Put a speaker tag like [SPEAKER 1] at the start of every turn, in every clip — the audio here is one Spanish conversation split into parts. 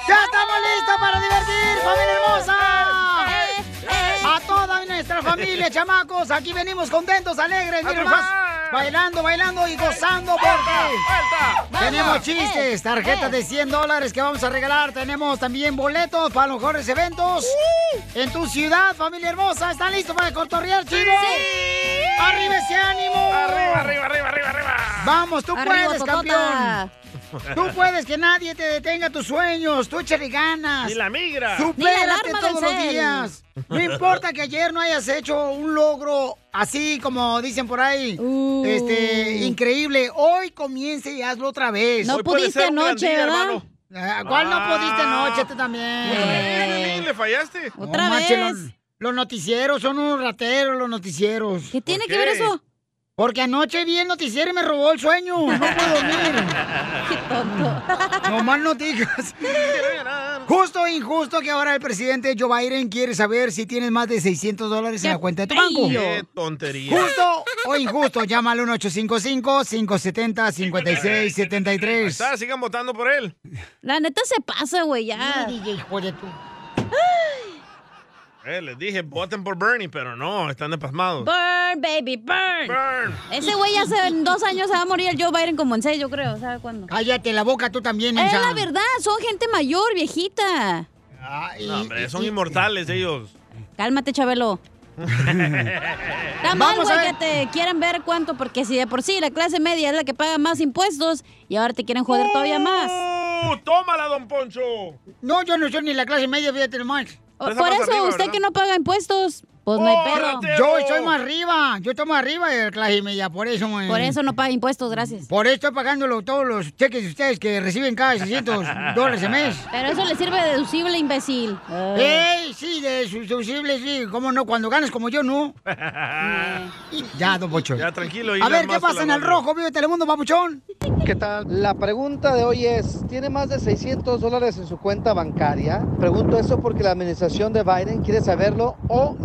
[SPEAKER 1] familia, chamacos. Aquí venimos contentos, alegres, miren más. Bailando, bailando y gozando porque
[SPEAKER 2] Eh.
[SPEAKER 1] tenemos chistes, tarjetas de 100 dólares que vamos a regalar. Tenemos también boletos para los mejores eventos en tu ciudad, familia hermosa. ¿Están listos para contorrear, chicos? ¡Sí! ¡Arriba ese ánimo!
[SPEAKER 2] ¡Arriba, arriba, arriba, arriba, arriba!
[SPEAKER 1] Vamos, tú
[SPEAKER 2] Arriba,
[SPEAKER 1] puedes,
[SPEAKER 2] totota.
[SPEAKER 1] campeón. Tú puedes, que nadie te detenga tus sueños. Tú échale ganas.
[SPEAKER 2] Ni la migra. Ni la
[SPEAKER 1] Supérate
[SPEAKER 2] alarma del
[SPEAKER 1] todos los
[SPEAKER 2] cel.
[SPEAKER 1] días. No importa que ayer no hayas hecho un logro así como dicen por ahí, este, increíble. Hoy comience y hazlo otra vez.
[SPEAKER 2] No Hoy puede pudiste ser un gran anoche, día, ¿verdad? hermano.
[SPEAKER 1] Ah, ¿Cuál no pudiste
[SPEAKER 3] Ah.
[SPEAKER 1] anoche? Tú también.
[SPEAKER 3] ¿Le fallaste?
[SPEAKER 1] No manches, Los, los noticieros son unos rateros, los noticieros. ¿Qué tiene
[SPEAKER 3] ¿Por que ver qué? eso?
[SPEAKER 1] Porque anoche vi el noticiero y me robó el sueño. No puedo dormir. Qué tonto. No mal no digas. Justo e injusto que ahora el presidente Joe Biden quiere saber si tienes más de 600 dólares en la cuenta de tu banco.
[SPEAKER 3] ¡Qué tontería!
[SPEAKER 1] Justo o injusto, llama al 1-855-570-5673.
[SPEAKER 3] Está, sigan votando por él.
[SPEAKER 4] La neta se pasa, güey, ya.
[SPEAKER 3] Eh, les dije, voten por Bernie, pero no, están despasmados.
[SPEAKER 4] Burn, baby, burn. Ese güey ya se- en dos años se va a morir. El Joe Biden como en seis, yo creo. ¿Sabe cuándo?
[SPEAKER 1] Cállate la boca tú también,
[SPEAKER 4] Es
[SPEAKER 1] Ancha.
[SPEAKER 4] la verdad, son gente mayor, viejita.
[SPEAKER 3] No, hombre, son inmortales ellos.
[SPEAKER 4] Cálmate, Chabelo. Está mal,
[SPEAKER 3] Vamos a
[SPEAKER 4] güey, que
[SPEAKER 3] ver.
[SPEAKER 4] te quieren ver cuánto, porque si de por sí la clase media es la que paga más impuestos y ahora te quieren joder todavía más.
[SPEAKER 3] ¡Uh! ¡Tómala, don Poncho!
[SPEAKER 1] No, yo no soy ni la clase media, fíjate nomás.
[SPEAKER 4] O- Por eso, usted que no paga impuestos, pues no hay pedo.
[SPEAKER 1] Yo estoy más arriba, yo estoy más arriba de la clase media, por eso. eh.
[SPEAKER 4] Por eso no paga impuestos, gracias.
[SPEAKER 1] Por eso estoy pagándolo todos los cheques de ustedes que reciben cada 600 dólares al mes.
[SPEAKER 4] Pero eso le sirve de deducible, imbécil.
[SPEAKER 1] ¡Ey! Sí, de susceptible, sí. ¿Cómo no? Cuando ganas como yo, no. Ya, don Pocho.
[SPEAKER 3] Ya, tranquilo.
[SPEAKER 1] A
[SPEAKER 3] Elon
[SPEAKER 1] ver, ¿qué
[SPEAKER 3] Musk
[SPEAKER 1] pasa
[SPEAKER 3] la
[SPEAKER 1] en el
[SPEAKER 3] mandó.
[SPEAKER 1] rojo, vive Telemundo, papuchón?
[SPEAKER 5] ¿Qué tal? La pregunta de hoy es, ¿tiene más de 600 dólares en su cuenta bancaria? Pregunto eso porque la administración de Biden quiere saberlo o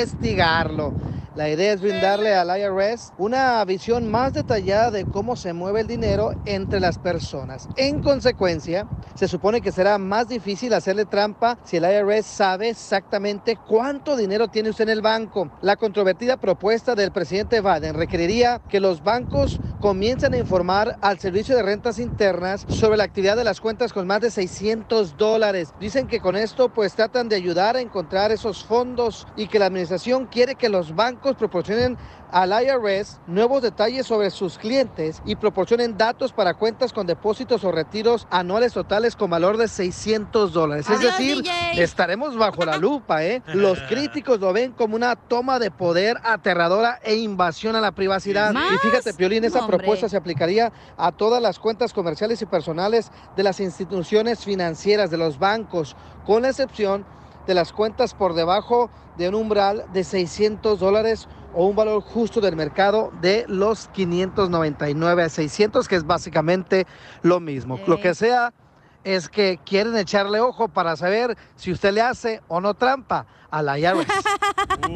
[SPEAKER 5] investigarlo. La idea es brindarle al IRS una visión más detallada de cómo se mueve el dinero entre las personas. En consecuencia, se supone que será más difícil hacerle trampa si el IRS sabe exactamente cuánto dinero tiene usted en el banco. La controvertida propuesta del presidente Biden requeriría que los bancos comiencen a informar al Servicio de Rentas Internas sobre la actividad de las cuentas con más de 600 dólares. Dicen que con esto pues tratan de ayudar a encontrar esos fondos y que la administración quiere que los bancos proporcionen al IRS nuevos detalles sobre sus clientes y proporcionen datos para cuentas con depósitos o retiros anuales totales con valor de 600 dólares. Es
[SPEAKER 2] Adiós,
[SPEAKER 5] decir,
[SPEAKER 2] DJ.
[SPEAKER 5] estaremos bajo la lupa, ¿eh? Los críticos lo ven como una toma de poder aterradora e invasión a la privacidad.
[SPEAKER 2] ¿Más?
[SPEAKER 5] Y fíjate, Piolín, esa
[SPEAKER 2] No, hombre.
[SPEAKER 5] propuesta se aplicaría a todas las cuentas comerciales y personales de las instituciones financieras, de los bancos, con la excepción de las cuentas por debajo de un umbral de 600 dólares o un valor justo del mercado de los 599 a 600, que es básicamente lo mismo. Lo que sea es que quieren echarle ojo para saber si usted le hace o no trampa a la IRS.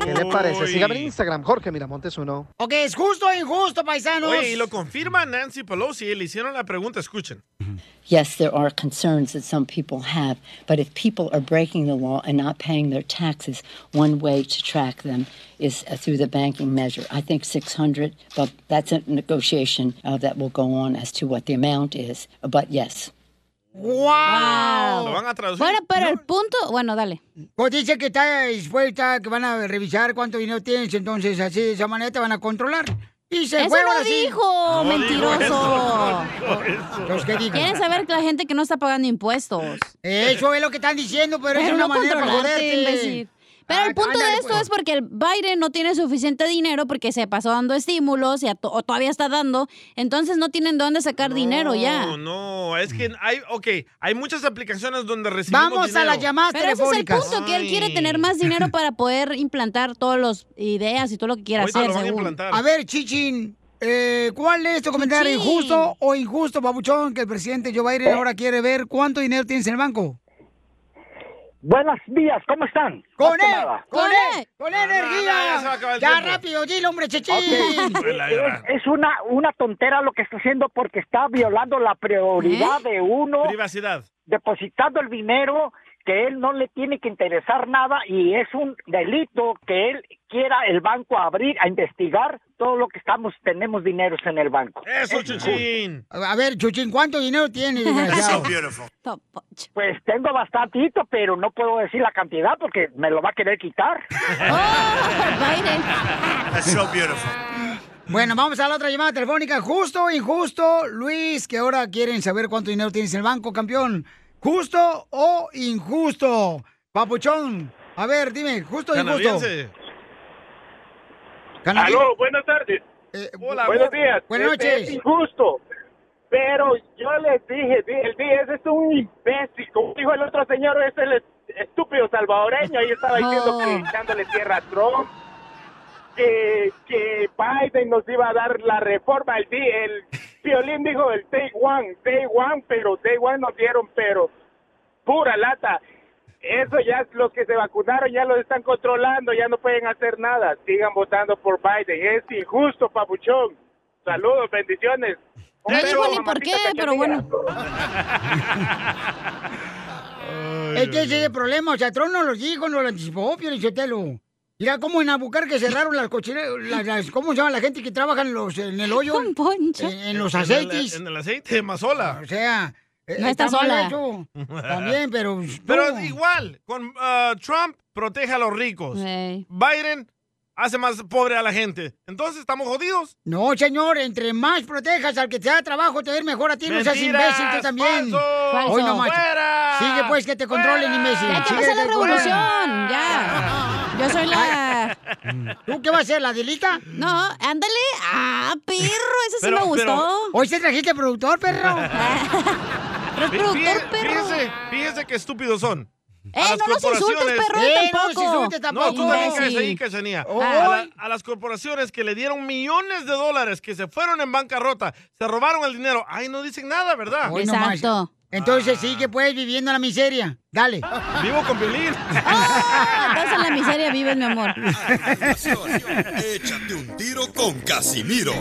[SPEAKER 5] ¿Qué le parece?
[SPEAKER 3] Uy.
[SPEAKER 5] Sígame en Instagram, Jorge Miramontes uno.
[SPEAKER 1] Ok, es justo o injusto, paisanos.
[SPEAKER 3] Oye, y lo confirma Nancy Pelosi, le hicieron la pregunta, escuchen.
[SPEAKER 6] Yes, there are concerns that some people have, but if people are breaking the law and not paying their taxes, one way to track them is uh, through the banking measure. I think 600, but that's a negotiation uh, that will go on as to what the amount is. But yes.
[SPEAKER 1] ¡Wow!
[SPEAKER 3] Lo van a traducir.
[SPEAKER 1] Bueno, pero el punto, bueno, dale. Pues dice que está dispuesta, que van a revisar cuánto dinero tienes, entonces así de esa manera te van a controlar. Y se
[SPEAKER 4] Eso
[SPEAKER 1] fueron
[SPEAKER 4] no
[SPEAKER 1] así.
[SPEAKER 4] dijo, No dijo mentiroso. eso,
[SPEAKER 1] Los que digan.
[SPEAKER 4] Quieren saber que la gente que no está pagando impuestos.
[SPEAKER 1] Eso es lo que están diciendo, pero, es
[SPEAKER 4] Pero
[SPEAKER 1] una
[SPEAKER 4] no
[SPEAKER 1] manera para
[SPEAKER 4] controlarte,
[SPEAKER 1] joderte.
[SPEAKER 4] imbécil. Pero el punto de
[SPEAKER 1] ándale,
[SPEAKER 4] esto
[SPEAKER 1] pues.
[SPEAKER 4] es porque el Biden no tiene suficiente dinero porque se pasó dando estímulos y a to- o todavía está dando, entonces no tienen de dónde sacar dinero ya.
[SPEAKER 3] No, no, es que hay, ok, hay muchas aplicaciones donde recibimos
[SPEAKER 4] Vamos a
[SPEAKER 3] dinero.
[SPEAKER 4] las llamadas Pero ese es el telefónicas. punto, que él quiere
[SPEAKER 3] Ay.
[SPEAKER 4] tener más dinero para poder implantar todas las ideas y todo lo que quiera hacer, según.
[SPEAKER 1] A ver, Chichín, eh, ¿cuál es tu comentario?
[SPEAKER 4] Chichín.
[SPEAKER 1] ¿Injusto o injusto, babuchón, que el presidente Joe
[SPEAKER 7] Eh.
[SPEAKER 1] Biden ahora quiere ver cuánto dinero tienes en el banco?
[SPEAKER 7] Buenas días, ¿cómo están?
[SPEAKER 1] ¡Con
[SPEAKER 7] No,
[SPEAKER 1] él!
[SPEAKER 7] Ah, nada.
[SPEAKER 1] ¡Con él! ¡Con
[SPEAKER 7] No, no, no, ya se va a
[SPEAKER 1] energía!
[SPEAKER 7] acabar el
[SPEAKER 1] ¡Ya
[SPEAKER 7] tiempo.
[SPEAKER 1] rápido, dile, hombre, Chichín!
[SPEAKER 7] Ok. Es, es una, una tontera lo que está haciendo porque está violando la prioridad
[SPEAKER 3] ¿Eh?
[SPEAKER 7] de uno.
[SPEAKER 3] Privacidad.
[SPEAKER 7] Depositando el dinero que él no le tiene que interesar nada y es un delito que él quiera el banco a abrir, a investigar todo lo que estamos, tenemos dineros en el banco.
[SPEAKER 1] Eh.
[SPEAKER 3] Eso, Chuchín.
[SPEAKER 1] A ver, Chuchín, ¿cuánto dinero tienes, desgraciado?
[SPEAKER 7] Pues tengo bastantito, pero no puedo decir la cantidad porque me lo va a querer quitar.
[SPEAKER 8] That's so beautiful.
[SPEAKER 1] Bueno, vamos a la otra llamada telefónica. Justo o injusto, Luis, que ahora quieren saber cuánto dinero tienes en el banco, campeón. ¿Justo o injusto? Papuchón, a ver, dime, ¿justo o injusto?
[SPEAKER 3] Canadiense.
[SPEAKER 1] Canadi-
[SPEAKER 9] Aló, buenas tardes.
[SPEAKER 1] Hola,
[SPEAKER 9] buenos
[SPEAKER 1] Eh, bu-
[SPEAKER 9] días.
[SPEAKER 1] buenas
[SPEAKER 9] Este
[SPEAKER 1] noches.
[SPEAKER 9] Es injusto. Pero yo les dije, di- el día ese es un imbécil. Como dijo el otro señor, es el es- estúpido salvadoreño. Ahí estaba diciendo
[SPEAKER 2] Oh.
[SPEAKER 9] que echándole tierra a Trump. Que, que Biden nos iba a dar la reforma. El, di- el violín dijo el day one, day one, pero day one nos dieron, pero pura lata. Eso ya los que se vacunaron ya los están controlando, ya no pueden hacer nada. Sigan votando por Biden. Es injusto, papuchón. Saludos, bendiciones.
[SPEAKER 4] No dijo ni por qué, pero bueno.
[SPEAKER 1] Es que ese es el problema, o sea, Trump no lo dijo, no lo anticipó, Piolichotelo. Mira cómo en Abucar que cerraron las cochinas, las, las- ¿cómo se llama la gente que trabaja en, los, en el hoyo? En, en los
[SPEAKER 3] En el- e-
[SPEAKER 1] aceites.
[SPEAKER 3] En el, aceite de mazola.
[SPEAKER 1] O sea, eh,
[SPEAKER 3] No está
[SPEAKER 1] mal
[SPEAKER 3] sola.
[SPEAKER 1] hecho. También, pero... pues,
[SPEAKER 3] Pero
[SPEAKER 1] tú.
[SPEAKER 3] igual, con ah, Trump protege a los ricos. Biden hace más pobre a la gente. Entonces estamos jodidos.
[SPEAKER 1] No, señor, entre más protejas al que te da trabajo, te va a ir mejor a ti, no seas
[SPEAKER 3] Mentiras,
[SPEAKER 1] imbécil tú también.
[SPEAKER 3] falso.
[SPEAKER 1] Hoy no más.
[SPEAKER 3] ¡Fuera!
[SPEAKER 1] Sigue pues que te controlen, imbécil.
[SPEAKER 4] Ya que
[SPEAKER 1] Sigue,
[SPEAKER 4] pase la
[SPEAKER 1] que te controlen.
[SPEAKER 4] revolución, ya. Yo soy la...
[SPEAKER 1] ¿Tú qué vas a hacer, la delita?
[SPEAKER 4] No, ándale. Ah, perro, eso sí
[SPEAKER 1] Pero-
[SPEAKER 4] me gustó.
[SPEAKER 1] pero- Hoy se trajiste productor, perro.
[SPEAKER 3] Fí-
[SPEAKER 1] productor, perro.
[SPEAKER 3] Fíjese, fíjese qué estúpidos son.
[SPEAKER 1] Eh,
[SPEAKER 3] A las
[SPEAKER 1] no los
[SPEAKER 3] corporaciones-
[SPEAKER 1] insultes, perro, Eh, no los tampoco. insultes tampoco.
[SPEAKER 3] No, tú también
[SPEAKER 1] Imbécil.
[SPEAKER 3] caes ahí, Cachanía.
[SPEAKER 1] Oh.
[SPEAKER 3] A, la- a las corporaciones que le dieron millones de dólares, que se fueron en bancarrota, se robaron el dinero. Ay, no dicen nada, ¿verdad?
[SPEAKER 1] Hoy no más. Entonces sí que puedes viviendo en la miseria. Dale.
[SPEAKER 3] Vivo con Piolín.
[SPEAKER 1] ¡Oh! Estás en la miseria, vives, mi amor.
[SPEAKER 10] Échate un tiro con Casimiro.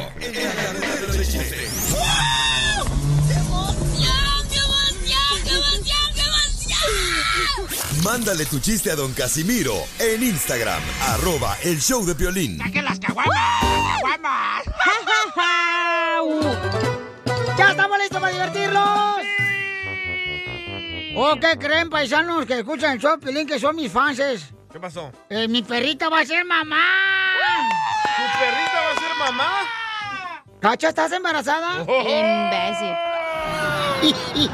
[SPEAKER 10] Mándale tu chiste a don Casimiro en Instagram, arroba el show de violín.
[SPEAKER 2] las caguamas!
[SPEAKER 1] ¡Ya estamos listos para divertirnos! ¿O qué creen, paisanos que escuchan el show, Pilín, que son mis fans?
[SPEAKER 3] ¿Qué pasó?
[SPEAKER 1] Eh, mi perrita va a ser mamá.
[SPEAKER 3] ¿Tu perrita va a ser mamá?
[SPEAKER 1] ¿Cacha, estás embarazada? Imbécil.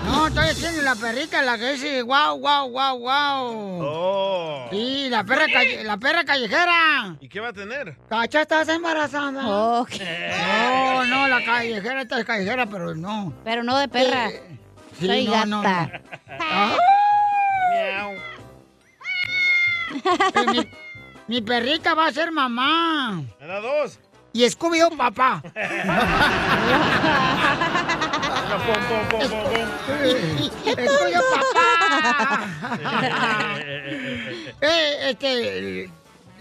[SPEAKER 1] No, estoy haciendo la perrita, la que dice guau, guau, guau, guau.
[SPEAKER 3] Oh.
[SPEAKER 1] Sí, la perra, calle- la perra callejera.
[SPEAKER 3] ¿Y qué va a tener?
[SPEAKER 1] ¿Cacha, estás embarazada? No, no, la callejera, esta es callejera, pero no. Eh,
[SPEAKER 4] Pero no de perra.
[SPEAKER 1] sí,
[SPEAKER 4] Soy
[SPEAKER 1] no,
[SPEAKER 4] gata.
[SPEAKER 1] no, Ah. Eh, mi, mi perrita va a ser mamá.
[SPEAKER 3] Era dos.
[SPEAKER 1] Y scooby papá. scooby papá. Eh, este...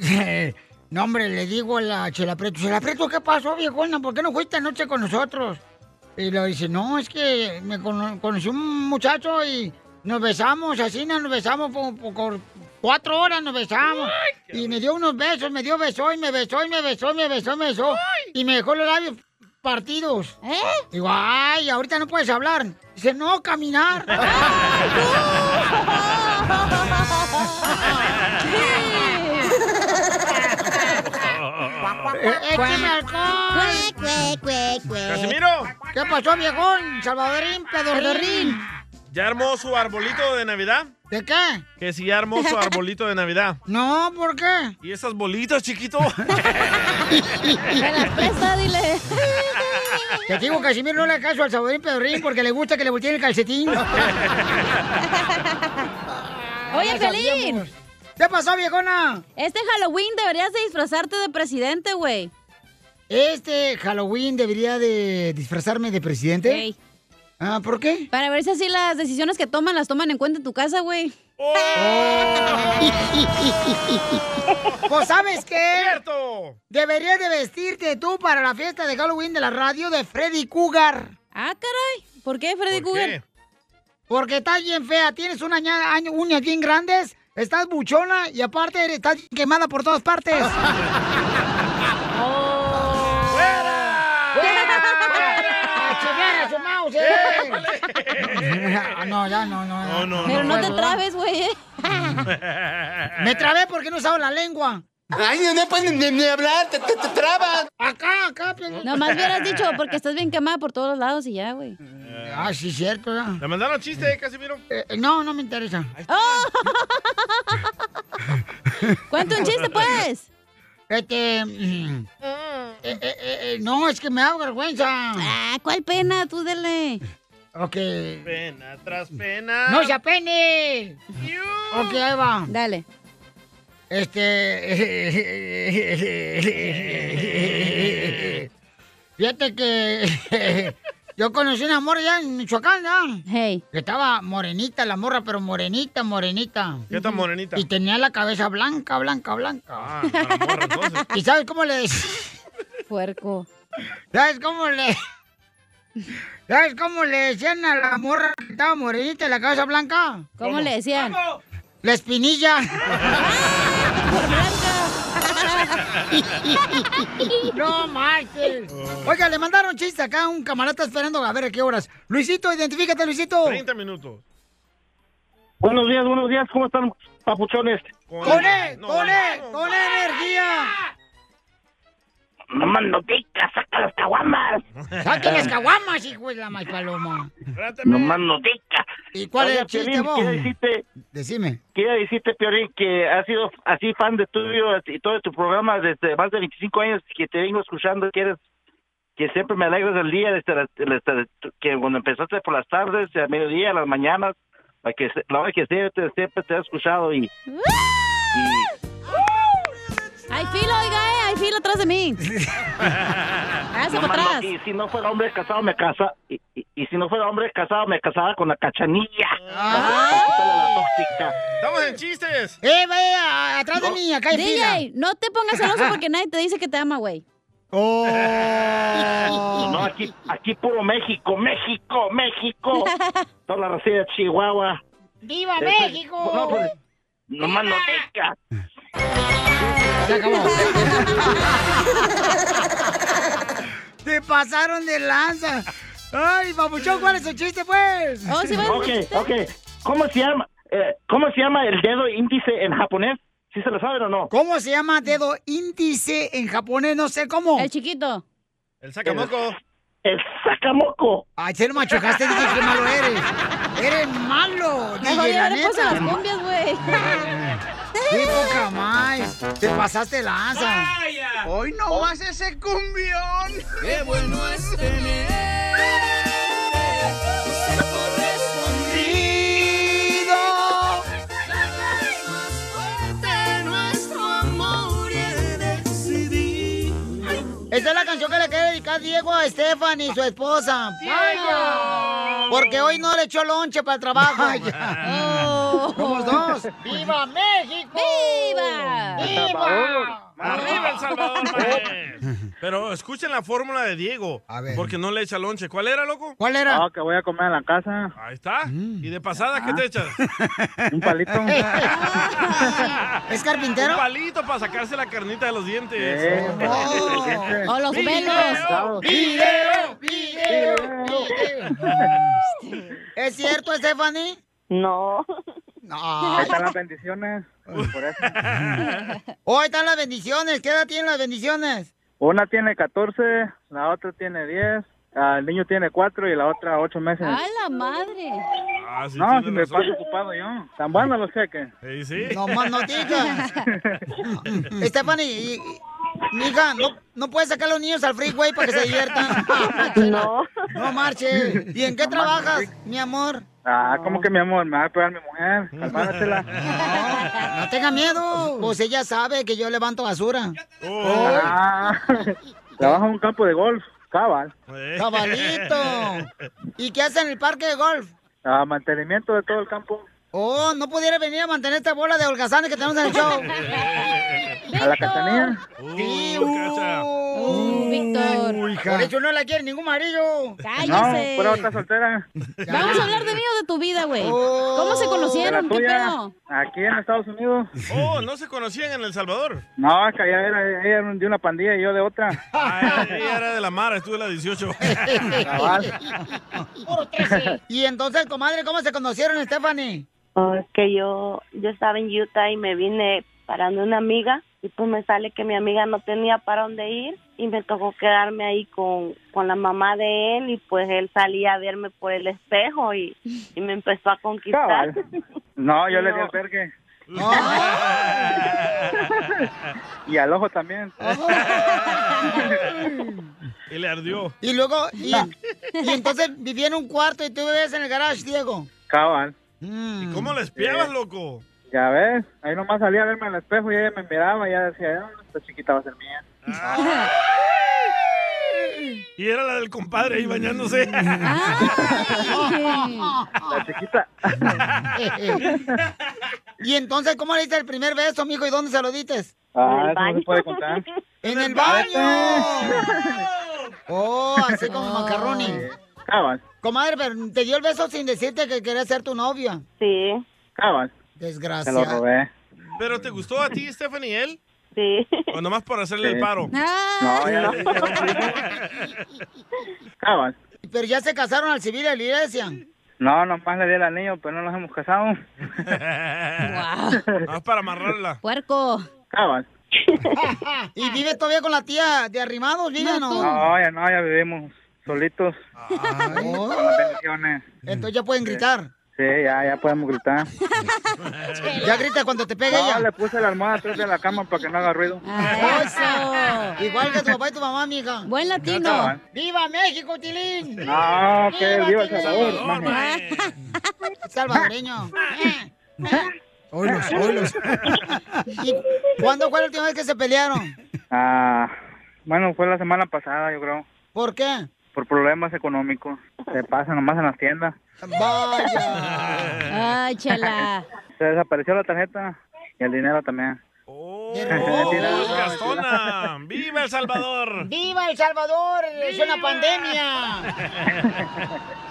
[SPEAKER 1] eh, No, hombre, le digo a la Chela Prieto, Chela Prieto, ¿qué pasó, viejona? ¿Por qué no fuiste anoche con nosotros? Y le dice, no, es que me cono- conocí un muchacho y nos besamos, así na, nos besamos por, por- por cuatro horas, nos besamos. Y me dio unos besos, me dio besó y me besó y me besó y me besó y me besó. Y me dejó los labios partidos. ¿Eh? Digo, ay, ahorita no puedes hablar. Dice, no, caminar. Eh, ¡Écheme alcohol!
[SPEAKER 3] Casimiro.
[SPEAKER 1] ¿Qué pasó, viejón? Salvadorín, pedorrín.
[SPEAKER 3] ¿Ya armó su arbolito de Navidad?
[SPEAKER 1] ¿De qué?
[SPEAKER 3] Que si ya armó su arbolito de Navidad.
[SPEAKER 1] No, ¿por qué?
[SPEAKER 3] ¿Y esas bolitas, chiquito?
[SPEAKER 1] Me las presta, dile. Te digo, Casimiro, no le hagas caso al Salvadorín Pedorrín porque le gusta que le volteen el calcetín. Ya
[SPEAKER 4] Oye, Pelín.
[SPEAKER 1] sabíamos. ¿Qué pasó, viejona?
[SPEAKER 4] Este Halloween deberías de disfrazarte de presidente, güey.
[SPEAKER 1] Este Halloween debería de disfrazarme de presidente.
[SPEAKER 4] Ey.
[SPEAKER 1] Ah, ¿por qué?
[SPEAKER 4] Para ver si así las decisiones que toman las toman en cuenta en tu casa, güey.
[SPEAKER 1] Oh. Pues sabes qué?
[SPEAKER 3] Cierto.
[SPEAKER 1] Deberías de vestirte tú para la fiesta de Halloween de la radio de Freddy Cougar.
[SPEAKER 4] Ah, caray. ¿Por qué Freddy Cougar?
[SPEAKER 1] Porque estás bien fea, tienes una ña- año- uñas bien grandes, estás buchona y aparte eres- estás quemada por todas partes.
[SPEAKER 4] Oh.
[SPEAKER 1] ¡Fuera! su mouse! eh! Ah, no, ya no, no.
[SPEAKER 2] ¡Eh! No, no,
[SPEAKER 4] Pero no te trabes, güey. eh.
[SPEAKER 1] Me trabé porque no usaba la lengua.
[SPEAKER 2] Ay, no, no puedes ni, ni hablar, te, te, te trabas.
[SPEAKER 1] Acá, acá. pues.
[SPEAKER 4] Nomás hubieras dicho, porque estás bien quemada por todos lados y ya, güey.
[SPEAKER 1] Ah, sí, cierto. ¿Le
[SPEAKER 3] mandaron chiste, Casimiro?
[SPEAKER 1] no, no me interesa.
[SPEAKER 4] Cuenta un chiste, pues.
[SPEAKER 1] Este. mm, eh, eh, eh, eh, no, es que me da vergüenza. Ah, ¿cuál pena? Tú dele. Ok.
[SPEAKER 3] Pena tras pena.
[SPEAKER 1] ¡No se apene! Ok, ahí va.
[SPEAKER 4] Dale.
[SPEAKER 1] Este. Fíjate que. Yo conocí una morra ya en Michoacán, ¿no?
[SPEAKER 4] Hey.
[SPEAKER 1] Estaba morenita la morra, pero morenita, morenita.
[SPEAKER 3] ¿Qué tan morenita? Ah,
[SPEAKER 1] Y tenía la cabeza blanca, blanca, blanca. ¿Y sabes cómo le decían?
[SPEAKER 4] Puerco.
[SPEAKER 1] ¿Sabes cómo le... ¿Sabes cómo le decían a la morra que estaba morenita y la cabeza blanca?
[SPEAKER 4] ¿Cómo le decían?
[SPEAKER 1] La espinilla. No marches. Oiga, le mandaron chiste acá un camarada esperando a ver a qué horas. Luisito, identifícate, Luisito.
[SPEAKER 3] 30 minutos.
[SPEAKER 8] Buenos días, buenos días. ¿Cómo están, papuchones?
[SPEAKER 1] Con él, con él, con energía.
[SPEAKER 8] Nomás no ticas, saca las caguamas.
[SPEAKER 1] Saque las caguamas, hijo de la más paloma.
[SPEAKER 8] Nomás no ticas.
[SPEAKER 1] ¿Y cuál es el chiste, vos?
[SPEAKER 8] Quería decirte,
[SPEAKER 1] Decime.
[SPEAKER 8] quería decirte, Piolín, que has sido así fan de tuyo así- y todo de tu programa desde más de 25 años que te vengo escuchando, que eres que siempre me alegras del día, desde la- desde la- que cuando empezaste por las tardes, a mediodía, a las mañanas, la, que, se- la hora que sea, te- siempre te he escuchado y, y
[SPEAKER 4] Hay filo, oiga, eh. Hay filo atrás de mí. Hágase para
[SPEAKER 8] Nomás no,
[SPEAKER 4] atrás.
[SPEAKER 8] y si no fuera hombre casado, me casa. Y, y- y si no fuera hombre casado, me casaba con la cachanilla.
[SPEAKER 3] Estamos en chistes.
[SPEAKER 1] ¡Eh, vaya! ¡Atrás de mí! ¡Acá hay
[SPEAKER 4] DJ, no te pongas celoso porque nadie te dice que te ama, güey.
[SPEAKER 1] Oh.
[SPEAKER 8] No, aquí, aquí puro México, México, México. Toda la racía de Chihuahua.
[SPEAKER 1] ¡Viva
[SPEAKER 8] Después-
[SPEAKER 1] México!
[SPEAKER 2] Oh.
[SPEAKER 8] No, pues, nomás no tica.
[SPEAKER 1] Se acabó. Te pasaron de lanza. Ay, papuchón, ¿cuál es el chiste, pues?
[SPEAKER 8] Oh, ok, ok. ¿Cómo se llama? eh, ¿Cómo se llama el dedo índice en japonés? ¿Sí se lo saben o no?
[SPEAKER 1] ¿Cómo se llama dedo índice en japonés? No sé cómo. El
[SPEAKER 4] chiquito.
[SPEAKER 3] El
[SPEAKER 1] sacamoco.
[SPEAKER 8] El sacamoco.
[SPEAKER 1] Ay, se lo machucaste, dije, qué malo eres. Eres malo,
[SPEAKER 4] Mejor
[SPEAKER 1] DJ,
[SPEAKER 4] yo
[SPEAKER 1] la
[SPEAKER 4] le puse
[SPEAKER 1] neta.
[SPEAKER 4] las cumbias, güey.
[SPEAKER 1] Qué poca más. Te pasaste de lanza. Hoy no más.
[SPEAKER 2] ese cumbión! ¡Qué bueno es tener!
[SPEAKER 1] Esta es la canción que le quiere dedicar Diego a Estefan y su esposa. ¡Vaya! Porque hoy no le echó lonche para el trabajo.
[SPEAKER 2] Oh.
[SPEAKER 1] Somos dos. ¡Viva México! ¡Viva! ¡Viva!
[SPEAKER 3] ¡Arriba El Salvador, maje! Pero escuchen la fórmula de Diego. Porque no le echa lonche. ¿Cuál era, loco?
[SPEAKER 1] ¿Cuál
[SPEAKER 11] Ah, que voy a comer en la casa.
[SPEAKER 3] Ahí está.
[SPEAKER 1] Mm.
[SPEAKER 3] Y de pasada,
[SPEAKER 1] Ah.
[SPEAKER 3] ¿qué te echas?
[SPEAKER 11] Un palito.
[SPEAKER 1] ¿Es carpintero?
[SPEAKER 3] Un palito para sacarse la carnita de los dientes.
[SPEAKER 11] Eh.
[SPEAKER 1] Oh.
[SPEAKER 2] O los
[SPEAKER 1] ¡Video!
[SPEAKER 2] pelos.
[SPEAKER 1] ¡Video! ¡Video! video. ¿Es cierto, Stephanie?
[SPEAKER 12] No.
[SPEAKER 1] No.
[SPEAKER 11] Ahí están las bendiciones. Por eso.
[SPEAKER 1] Hoy Oh, están las bendiciones. ¿Qué edad tienen las bendiciones?
[SPEAKER 11] Una tiene 14, la otra tiene 10, ah, el niño tiene 4 y la otra 8 meses.
[SPEAKER 4] ¡A Ah, la madre!
[SPEAKER 11] no, si me paso ocupado yo. Tan bueno los cheques.
[SPEAKER 3] sí.
[SPEAKER 1] No más noticias. Stephanie, y- y- mija, ¿no, no puedes sacar a los niños al freeway para que se diviertan?
[SPEAKER 12] No.
[SPEAKER 1] No marche. ¿Y en qué trabajas, mi amor?
[SPEAKER 11] Ah, ¿cómo que mi amor? Me va a pegar mi mujer. Calmáratela.
[SPEAKER 1] No tenga miedo. Pues ella sabe que yo levanto basura.
[SPEAKER 11] Ah, trabajo en un campo de golf. Cabal.
[SPEAKER 1] Cabalito. ¿Y qué hace en el parque de golf?
[SPEAKER 11] Ah, mantenimiento de todo el campo.
[SPEAKER 1] Oh, no pudiera venir a mantener esta bola de holgazanes que tenemos en el show.
[SPEAKER 11] A la cachanilla.
[SPEAKER 1] Sí, uh,
[SPEAKER 4] Víctor.
[SPEAKER 1] Por eso no la quiere ningún marido.
[SPEAKER 4] Cállese.
[SPEAKER 11] No, fuera otra soltera.
[SPEAKER 1] Ah.
[SPEAKER 4] Vamos a hablar de mí o de tu vida, güey.
[SPEAKER 1] Oh.
[SPEAKER 4] ¿Cómo se conocieron?
[SPEAKER 11] ¿La
[SPEAKER 4] ¿Qué
[SPEAKER 11] tuya?
[SPEAKER 4] pedo?
[SPEAKER 11] Aquí en Estados Unidos.
[SPEAKER 3] Oh, no se conocían en El Salvador.
[SPEAKER 11] No, es que allá era, ella era de una pandilla y yo de otra.
[SPEAKER 3] Ella era de la Mara, estuve en la 18.
[SPEAKER 1] Y entonces, comadre, ¿cómo se conocieron, Stephanie?
[SPEAKER 12] Porque Ah, yo, yo estaba en Utah y me vine parando una amiga y pues me sale que mi amiga no tenía para dónde ir y me tocó quedarme ahí con, con la mamá de él y pues él salía a verme por el espejo y, y me empezó a conquistar.
[SPEAKER 11] No, yo le di
[SPEAKER 12] No.
[SPEAKER 11] el vergue. y al ojo también.
[SPEAKER 3] y le ardió.
[SPEAKER 1] Y luego, y, y entonces vivía en un cuarto y tú vivías en el garage, Diego.
[SPEAKER 11] Cabal.
[SPEAKER 1] ¿Y
[SPEAKER 3] cómo la espiabas, loco?
[SPEAKER 11] Ya ves, ahí nomás salía a verme al espejo y ella me miraba y ya decía, "Ah, esta chiquita va a ser mía.
[SPEAKER 3] Y era la del compadre ahí bañándose.
[SPEAKER 1] Ah,
[SPEAKER 11] La chiquita.
[SPEAKER 1] y entonces, ¿cómo le diste el primer beso, mijo? ¿Y dónde se lo diste?
[SPEAKER 11] Ah, eso no se puede contar.
[SPEAKER 1] ¡En el baño! Oh, así como macarroni.
[SPEAKER 11] Cabal,
[SPEAKER 1] Comadre, pero te dio el beso sin decirte que quería ser tu novia.
[SPEAKER 12] Sí.
[SPEAKER 11] cabal.
[SPEAKER 1] Desgracia.
[SPEAKER 11] Se lo robé.
[SPEAKER 3] ¿Pero te gustó a ti, Stephanie, él?
[SPEAKER 12] Sí.
[SPEAKER 3] ¿O nomás por hacerle el
[SPEAKER 11] Sí.
[SPEAKER 3] paro?
[SPEAKER 11] No, ya le dije, cabal.
[SPEAKER 1] Pero ya se casaron al civil de la iglesia.
[SPEAKER 11] No, nomás le di el anillo, pero no nos hemos casado.
[SPEAKER 3] Nomás para amarrarla.
[SPEAKER 4] Puerco.
[SPEAKER 11] Cabal.
[SPEAKER 1] ¿Y vive todavía con la tía de arrimados? ¿Viven o no?
[SPEAKER 11] No, ya no, ya vivimos solitos.
[SPEAKER 1] Oh.
[SPEAKER 11] Con las bendiciones.
[SPEAKER 1] Entonces ya pueden gritar.
[SPEAKER 11] Sí, ya, ya podemos gritar.
[SPEAKER 1] Ya grita cuando te pegue
[SPEAKER 11] No,
[SPEAKER 1] ella.
[SPEAKER 11] le puse la almohada atrás de la cama para que no haga ruido.
[SPEAKER 1] Eso. Igual que tu papá y tu mamá, mija. Buen
[SPEAKER 11] latino. Ya está.
[SPEAKER 1] ¡Viva México, Tilín!
[SPEAKER 11] No, que viva El
[SPEAKER 1] Tilín!
[SPEAKER 11] Salvador, mames.
[SPEAKER 1] Salvadoreño. Oilos, oilos. ¿Y cuándo fue la última vez que se pelearon?
[SPEAKER 11] Ah, bueno, fue la semana pasada, yo creo.
[SPEAKER 1] ¿Por qué?
[SPEAKER 11] Por problemas económicos. Se pasa nomás en las tiendas.
[SPEAKER 1] Vaya.
[SPEAKER 4] Ay, chela.
[SPEAKER 11] Se desapareció la tarjeta y el dinero también.
[SPEAKER 3] ¡Oh, Gastona! ¡Viva El Salvador!
[SPEAKER 1] ¡Viva El Salvador! ¡Es una pandemia!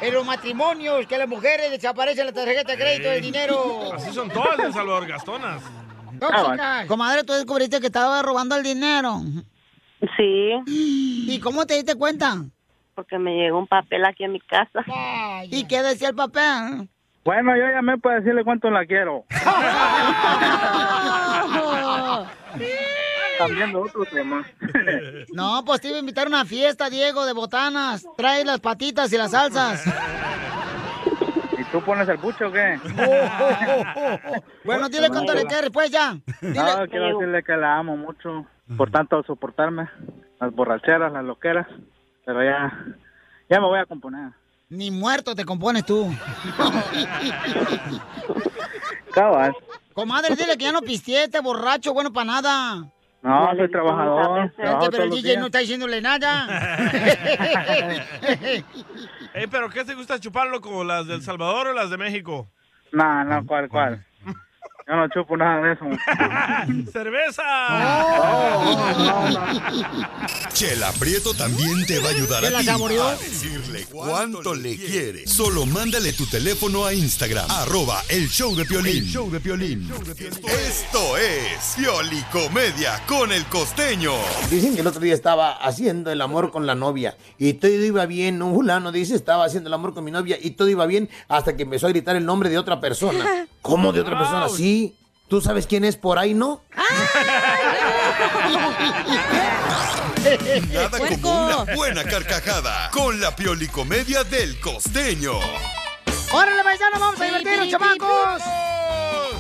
[SPEAKER 1] En los matrimonios, que a las mujeres desaparece la tarjeta de crédito, el dinero.
[SPEAKER 3] Así son todas en El Salvador, Gastonas.
[SPEAKER 1] Tóxicas. Comadre, tú descubriste que estaba robando el dinero.
[SPEAKER 12] Sí.
[SPEAKER 1] ¿Y cómo te diste cuenta?
[SPEAKER 12] Porque me llegó un papel aquí a mi casa.
[SPEAKER 1] ¿Y qué decía el papel?
[SPEAKER 11] Bueno, yo llamé para decirle cuánto la quiero. Cambiando otro tema.
[SPEAKER 1] No, pues te iba a invitar a una fiesta, Diego, de botanas. Trae las patitas y las salsas.
[SPEAKER 11] ¿Y tú pones el bucho o qué?
[SPEAKER 1] Bueno, dile cuánto le quieres, pues ya.
[SPEAKER 11] No, quiero decirle que la amo mucho. Por tanto, soportarme. Las borracheras, las loqueras. Pero ya, ya me voy a componer.
[SPEAKER 1] Ni muerto te compones tú.
[SPEAKER 11] Cabal.
[SPEAKER 1] Comadre, dile que ya no pistiete, borracho, bueno para nada.
[SPEAKER 11] No, soy trabajador.
[SPEAKER 1] Este,
[SPEAKER 11] trabajo
[SPEAKER 1] pero
[SPEAKER 11] todos
[SPEAKER 1] el
[SPEAKER 11] los
[SPEAKER 1] DJ
[SPEAKER 11] días.
[SPEAKER 1] no está diciéndole nada.
[SPEAKER 3] Ey, ¿Pero qué te gusta chupar, loco? ¿Las del Salvador o las de México?
[SPEAKER 11] No, no, cuál, cuál. Yo no chupo nada de eso.
[SPEAKER 1] Oh.
[SPEAKER 3] ¡Cerveza!
[SPEAKER 10] Chela Prieto también te va a ayudar
[SPEAKER 3] ¿Se la
[SPEAKER 10] a ti
[SPEAKER 3] saboreó?
[SPEAKER 10] a decirle cuánto le quiere. Solo mándale tu teléfono a Instagram, arroba el show de Piolín.
[SPEAKER 13] El
[SPEAKER 10] show de Piolín. Esto es Pioli Comedia con el costeño.
[SPEAKER 13] Dicen que el otro día estaba haciendo el amor con la novia y todo iba bien. Un fulano dice, estaba haciendo el amor con mi novia y todo iba bien hasta que empezó a gritar el nombre de otra persona. ¿Cómo de otra persona? Sí. ¿Tú sabes quién es por ahí, no?
[SPEAKER 10] Nada como una buena carcajada con la Pioli Comedia del costeño.
[SPEAKER 1] ¡Órale, paisanos! ¡Vamos a divertirnos, chamacos!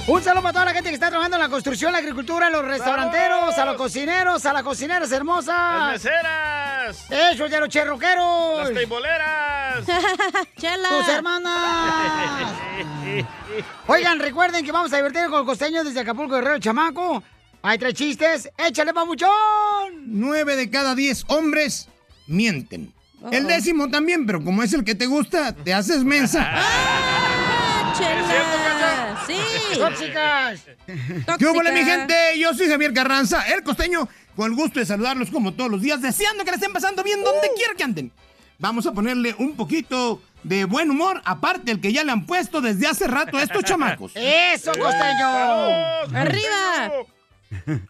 [SPEAKER 1] Un saludo para toda la gente que está trabajando en la construcción, la agricultura, los restauranteros, a los cocineros, a las cocineras hermosas.
[SPEAKER 3] ¡Las meseras!
[SPEAKER 1] ¡Ellos de los cherroqueros!
[SPEAKER 3] ¡Las teiboleras!
[SPEAKER 1] ¡Chela! ¡Tus hermanas! Oigan, recuerden que vamos a divertirnos con el costeño desde Acapulco Guerrero, el chamaco. Hay tres chistes. ¡Échale, papuchón!
[SPEAKER 14] Nueve de cada diez hombres mienten. El décimo también, pero como es el que te gusta, te haces mensa.
[SPEAKER 4] Chela. Sí.
[SPEAKER 1] ¡Tóxicas!
[SPEAKER 14] ¿Qué hubo, mi gente? Yo soy Javier Carranza, el costeño, con el gusto de saludarlos como todos los días, deseando que la estén pasando bien donde quiera que anden. Vamos a ponerle un poquito de buen humor, aparte del que ya le han puesto desde hace rato a estos chamacos.
[SPEAKER 1] ¡Eso, costeño!
[SPEAKER 4] ¡Arriba!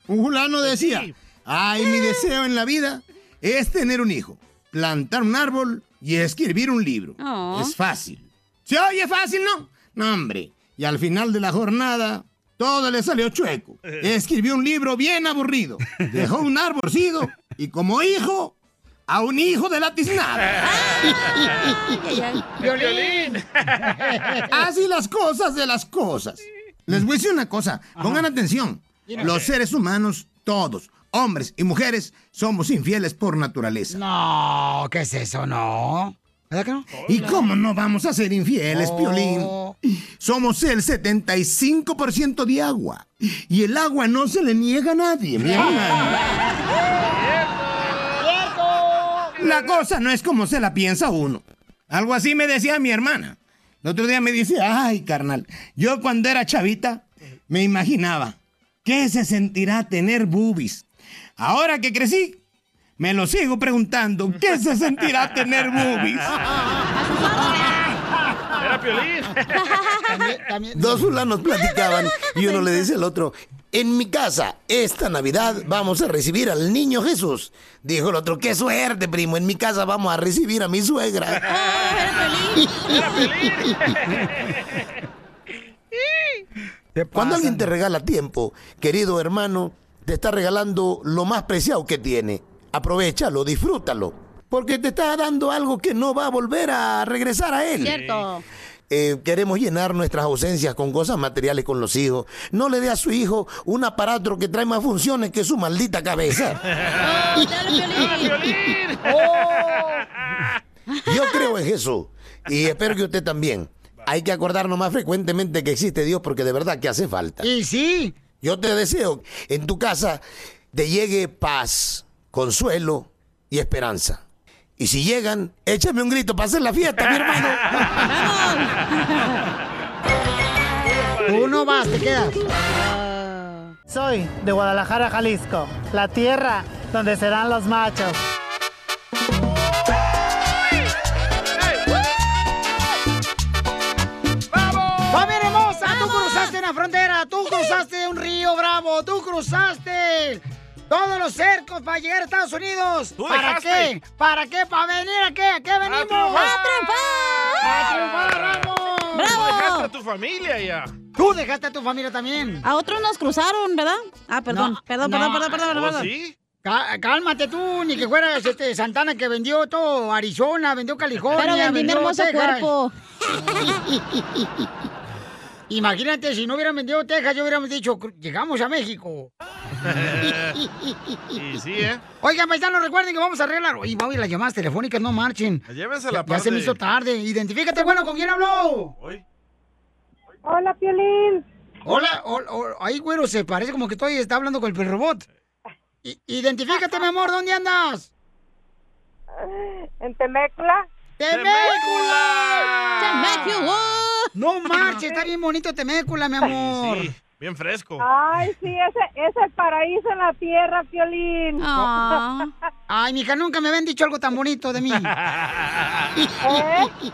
[SPEAKER 14] Un fulano decía, ay, mi deseo en la vida es tener un hijo, plantar un árbol y escribir un libro.
[SPEAKER 1] Ah.
[SPEAKER 4] Oh.
[SPEAKER 14] Es fácil. ¿Se oye fácil, no? No, hombre. Y al final de la jornada, todo le salió chueco. Escribió un libro bien aburrido. Dejó un arborcido y como hijo, a un hijo de la tiznada.
[SPEAKER 2] Violín.
[SPEAKER 14] Así las cosas de las cosas. Les voy a decir una cosa, pongan atención.
[SPEAKER 2] Dime.
[SPEAKER 14] Los seres humanos, todos, hombres y mujeres, somos infieles por naturaleza.
[SPEAKER 1] No, ¿qué es eso? No. ¿Verdad que no?
[SPEAKER 14] ¿Y cómo no vamos a ser infieles,
[SPEAKER 1] Oh.
[SPEAKER 14] Piolín? Somos el 75% de agua. Y el agua no se le niega a nadie. mi hermano. La cosa no es como se la piensa uno. Algo así me decía mi hermana. El otro día me dice, ay, carnal, yo cuando era chavita me imaginaba, ¿qué se sentirá tener boobies? Ahora que crecí, me lo sigo preguntando, ¿qué se sentirá tener boobies?
[SPEAKER 2] Era Piolín.
[SPEAKER 13] Dos fulanos platicaban y uno le dice al otro, en mi casa, esta Navidad vamos a recibir al niño Jesús. Dijo el otro, qué suerte, primo, en mi casa vamos a recibir a mi suegra. Cuando alguien te regala tiempo, querido hermano, te está regalando lo más preciado que tiene. Aprovechalo, disfrútalo, porque te está dando algo que no va a volver a regresar a él.
[SPEAKER 4] Cierto.
[SPEAKER 13] Eh, queremos llenar nuestras ausencias con cosas materiales con los hijos. No le dé a su hijo un aparato que trae más funciones que su maldita cabeza. Yo creo en Jesús y espero que usted también. Hay que acordarnos más frecuentemente que existe Dios porque de verdad que hace falta.
[SPEAKER 1] Y sí.
[SPEAKER 13] Yo te deseo en tu casa te llegue paz, consuelo y esperanza. Y si llegan, échame un grito para hacer la fiesta, mi hermano.
[SPEAKER 1] Tú no vas, te quedas.
[SPEAKER 15] Ah. Soy de Guadalajara, Jalisco, la tierra donde serán los machos.
[SPEAKER 1] ¡Familia hermosa! Tú cruzaste una frontera, tú cruzaste un río bravo, tú cruzaste todos los cercos para llegar a Estados Unidos.
[SPEAKER 2] Tú
[SPEAKER 1] ¿Para
[SPEAKER 2] dejaste.
[SPEAKER 1] qué? ¿Para qué? ¿Para venir a qué? ¿A qué venimos?
[SPEAKER 2] triunfar!
[SPEAKER 1] ¡A triunfar, vamos!
[SPEAKER 3] Tú dejaste a tu familia ya.
[SPEAKER 1] Tú dejaste a tu familia también.
[SPEAKER 4] A otros nos cruzaron, ¿verdad? Ah, perdón,
[SPEAKER 1] No,
[SPEAKER 4] perdón,
[SPEAKER 1] no.
[SPEAKER 4] perdón, perdón, perdón,
[SPEAKER 3] Oh,
[SPEAKER 4] perdón.
[SPEAKER 1] Cá- Cálmate tú, ni que fueras este Santana que vendió todo Arizona, vendió California.
[SPEAKER 4] Pero vendí mi
[SPEAKER 1] vendió
[SPEAKER 4] hermoso
[SPEAKER 1] Texas.
[SPEAKER 4] cuerpo.
[SPEAKER 1] Imagínate, si no hubieran vendido Texas, yo hubiéramos dicho, "Cru- llegamos a México.
[SPEAKER 3] y sí, ¿eh?
[SPEAKER 1] Oigan, paisanos, recuerden que vamos a arreglar. Oye, Bobby, las llamadas telefónicas no marchen.
[SPEAKER 3] Llévense
[SPEAKER 1] Ya,
[SPEAKER 3] la
[SPEAKER 1] ya se me hizo tarde. Identifícate, bueno, ¿con quién habló?
[SPEAKER 16] Hola, Piolín.
[SPEAKER 1] Hola, hola, hola. ay, güero, se parece como que estoy está hablando con el perrobot. I- identifícate, mi amor, ¿dónde andas?
[SPEAKER 16] En Temecula.
[SPEAKER 1] ¡Temécula! No marches, está bien bonito Temécula, mi amor. Ah.
[SPEAKER 3] Sí, bien fresco.
[SPEAKER 16] Ay, sí, ese es el paraíso en la tierra, Piolín.
[SPEAKER 1] Ay, mija, nunca me habían dicho algo tan bonito de mí.
[SPEAKER 16] ¿Eh?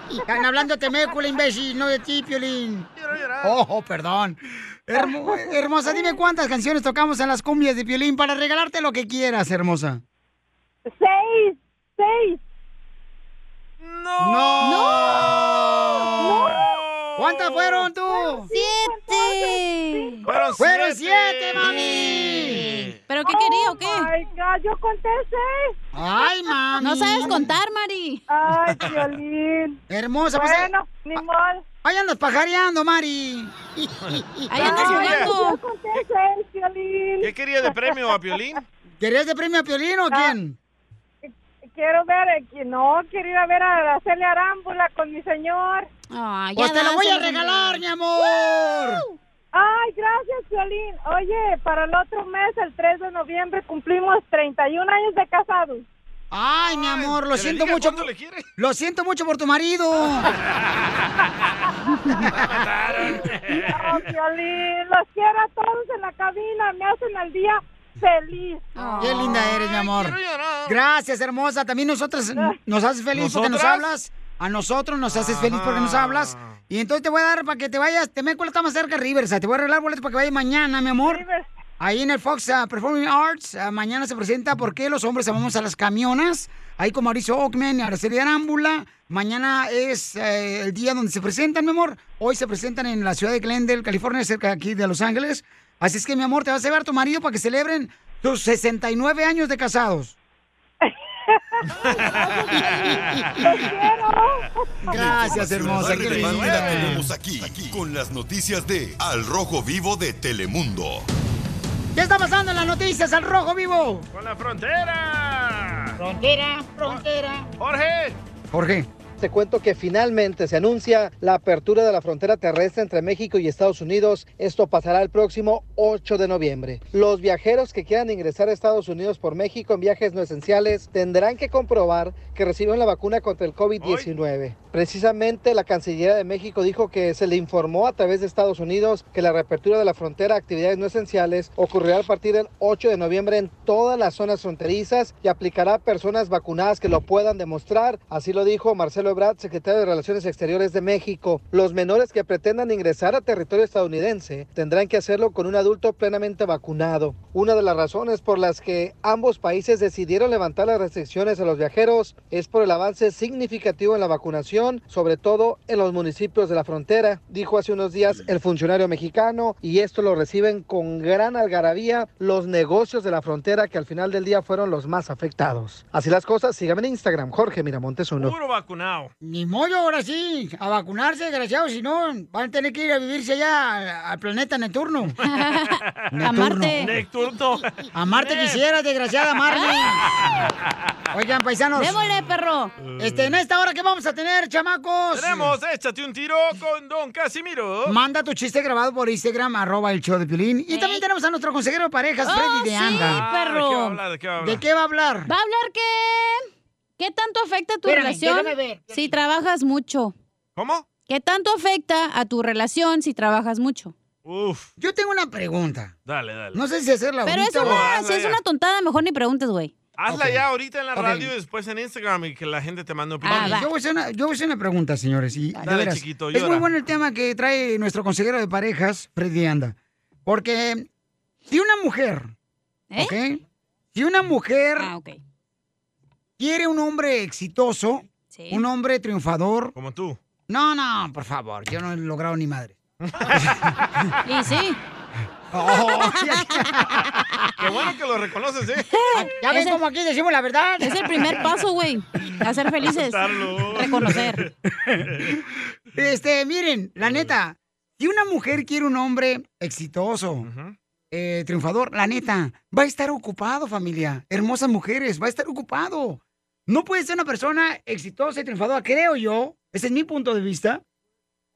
[SPEAKER 1] Están hablando de Temécula, imbécil, no de ti, Piolín. Ojo, perdón. Hermo- hermosa, dime cuántas canciones tocamos en las cumbias de Piolín para regalarte lo que quieras, hermosa.
[SPEAKER 16] Seis, seis.
[SPEAKER 1] ¡No! ¡No! ¿Cuántas fueron tú?
[SPEAKER 4] ¡Siete!
[SPEAKER 1] ¡Fueron ¡Fueron siete, mami!
[SPEAKER 4] ¿Pero qué quería o qué?
[SPEAKER 16] Ay, God, yo conté seis.
[SPEAKER 1] Ay, mami.
[SPEAKER 4] No sabes contar, Mari.
[SPEAKER 16] Ay, Piolín.
[SPEAKER 1] Hermosa, pues,
[SPEAKER 16] Bueno, ni modo.
[SPEAKER 1] Ahí andas pajareando, Mari.
[SPEAKER 4] Ahí
[SPEAKER 16] Ay,
[SPEAKER 4] andas jugando.
[SPEAKER 16] Yo conté seis, eh, Piolín.
[SPEAKER 3] ¿Qué quería de premio a Piolín?
[SPEAKER 1] ¿Querías de premio a Piolín o quién?
[SPEAKER 16] Quiero ver, eh, que- no, quiero ir a ver a Araceli Arámbula con mi señor.
[SPEAKER 4] Ay,
[SPEAKER 1] Pues te lo voy a regalar, mi amor.
[SPEAKER 16] Ay, gracias, Violín. Oye, para el otro mes, el 3 de noviembre, cumplimos 31 años de casados.
[SPEAKER 1] Ay, mi amor, lo
[SPEAKER 2] que le
[SPEAKER 1] siento
[SPEAKER 2] diga
[SPEAKER 1] mucho.
[SPEAKER 2] cuándo le quiere.
[SPEAKER 1] Lo siento mucho por tu marido.
[SPEAKER 16] No, Piolín, los quiero a todos en la cabina, me hacen el día feliz.
[SPEAKER 1] Qué linda eres, mi amor. Gracias, hermosa. También nosotras n- nos haces feliz porque nos
[SPEAKER 2] ¿Nosotras?
[SPEAKER 1] hablas. A nosotros nos haces feliz porque nos hablas. Y entonces te voy a dar para que te vayas. Te me está más cerca, Riverside. Te voy a arreglar boletos para que vayas mañana, mi amor. Ahí en el Fox ah, Performing Arts. ah, mañana se presenta ¿Por qué los hombres amamos a las camionas? Ahí con Mauricio Ockman y Araceli Arámbula. Mañana es eh, el día donde se presentan, mi amor. Hoy se presentan en la ciudad de Glendale, California, cerca de aquí de Los Ángeles. Así es que, mi amor, te vas a llevar a tu marido para que celebren tus 69 años de casados. Gracias, hermosa. Qué
[SPEAKER 10] Dale,
[SPEAKER 1] linda.
[SPEAKER 10] Manuela, tenemos aquí, aquí, con las noticias de Al Rojo Vivo de Telemundo.
[SPEAKER 1] ¿Qué está pasando en las noticias al rojo vivo?
[SPEAKER 3] Con la frontera.
[SPEAKER 1] Frontera, frontera.
[SPEAKER 3] Jorge.
[SPEAKER 1] Jorge.
[SPEAKER 5] Te cuento que finalmente se anuncia la apertura de la frontera terrestre entre México y Estados Unidos. Esto pasará el próximo 8 de noviembre. Los viajeros que quieran ingresar a Estados Unidos por México en viajes no esenciales tendrán que comprobar que reciben la vacuna contra el COVID-19. Precisamente la Cancillería de México dijo que se le informó a través de Estados Unidos que la reapertura de la frontera a actividades no esenciales ocurrirá a partir del 8 de noviembre en todas las zonas fronterizas y aplicará a personas vacunadas que lo puedan demostrar. Así lo dijo Marcelo Ebrard, secretario de Relaciones Exteriores de México. Los menores que pretendan ingresar a territorio estadounidense tendrán que hacerlo con un adulto plenamente vacunado. Una de las razones por las que ambos países decidieron levantar las restricciones a los viajeros es por el avance significativo en la vacunación, sobre todo en los municipios de la frontera, dijo hace unos días el funcionario mexicano, y esto lo reciben con gran algarabía los negocios de la frontera que al final del día fueron los más afectados. Así las cosas, síganme en Instagram, Jorge Miramontes uno.
[SPEAKER 3] Puro vacunado.
[SPEAKER 1] Ni mollo ahora sí, a vacunarse, desgraciados, si no, van a tener que ir a vivirse allá al, al planeta Neturno.
[SPEAKER 3] Necturno.
[SPEAKER 1] A Marte quisiera, desgraciada Marley. Oigan, paisanos.
[SPEAKER 3] Démosle,
[SPEAKER 1] perro! Este, en esta hora, ¿qué vamos a tener, chamacos?
[SPEAKER 3] Tenemos, échate un tiro con Don Casimiro.
[SPEAKER 1] Manda tu chiste grabado por Instagram, arroba el show de Piolín. Y también tenemos a nuestro consejero de parejas,
[SPEAKER 4] Oh,
[SPEAKER 1] Freddy
[SPEAKER 4] sí,
[SPEAKER 1] de Anda.
[SPEAKER 4] perro.
[SPEAKER 3] ¿de qué va a hablar? ¿De qué va a hablar?
[SPEAKER 1] ¿De qué va a hablar?
[SPEAKER 4] Va a hablar que... ¿Qué tanto afecta tu
[SPEAKER 1] Espérame,
[SPEAKER 4] relación
[SPEAKER 1] déjame ver.
[SPEAKER 4] si trabajas mucho?
[SPEAKER 3] ¿Cómo?
[SPEAKER 4] ¿Qué tanto afecta a tu relación si trabajas mucho?
[SPEAKER 3] Uf.
[SPEAKER 1] Yo tengo una pregunta.
[SPEAKER 3] Dale, dale.
[SPEAKER 1] No sé si hacerla
[SPEAKER 4] Pero es
[SPEAKER 1] ahorita o-
[SPEAKER 4] una,
[SPEAKER 3] hazla
[SPEAKER 4] si es
[SPEAKER 3] ya.
[SPEAKER 4] una tontada, mejor ni preguntes, güey.
[SPEAKER 3] Ah, Hazla
[SPEAKER 1] Ok.
[SPEAKER 3] ya ahorita en la
[SPEAKER 1] Ok.
[SPEAKER 3] radio y después en Instagram y que la gente te mande
[SPEAKER 4] Ah,
[SPEAKER 3] opinión.
[SPEAKER 1] Ok, yo, voy a hacer una, yo voy a hacer una pregunta, señores. Y, de
[SPEAKER 3] Dale,
[SPEAKER 1] veras,
[SPEAKER 3] chiquito,
[SPEAKER 1] es muy
[SPEAKER 3] llora.
[SPEAKER 1] bueno el tema que trae nuestro consejero de parejas, Freddy Anda. Porque si una mujer,
[SPEAKER 4] ¿Eh?
[SPEAKER 1] ¿ok? Si una mujer
[SPEAKER 4] Ah,
[SPEAKER 1] quiere un hombre exitoso, un hombre triunfador.
[SPEAKER 3] Como tú.
[SPEAKER 1] No, no, por favor, yo no he logrado ni madre.
[SPEAKER 4] y sí.
[SPEAKER 1] Oh,
[SPEAKER 3] Qué bueno que lo reconoces, ¿eh?
[SPEAKER 1] Ah, Ya ven
[SPEAKER 4] Es el-
[SPEAKER 1] como aquí decimos la verdad.
[SPEAKER 4] Es el primer paso, güey, a ser felices. Reconocer.
[SPEAKER 1] Este, miren, la neta, si una mujer quiere un hombre exitoso, eh, triunfador, la neta, va a estar ocupado, familia. Hermosas mujeres, va a estar ocupado. No puede ser una persona exitosa y triunfadora, creo yo, ese es mi punto de vista,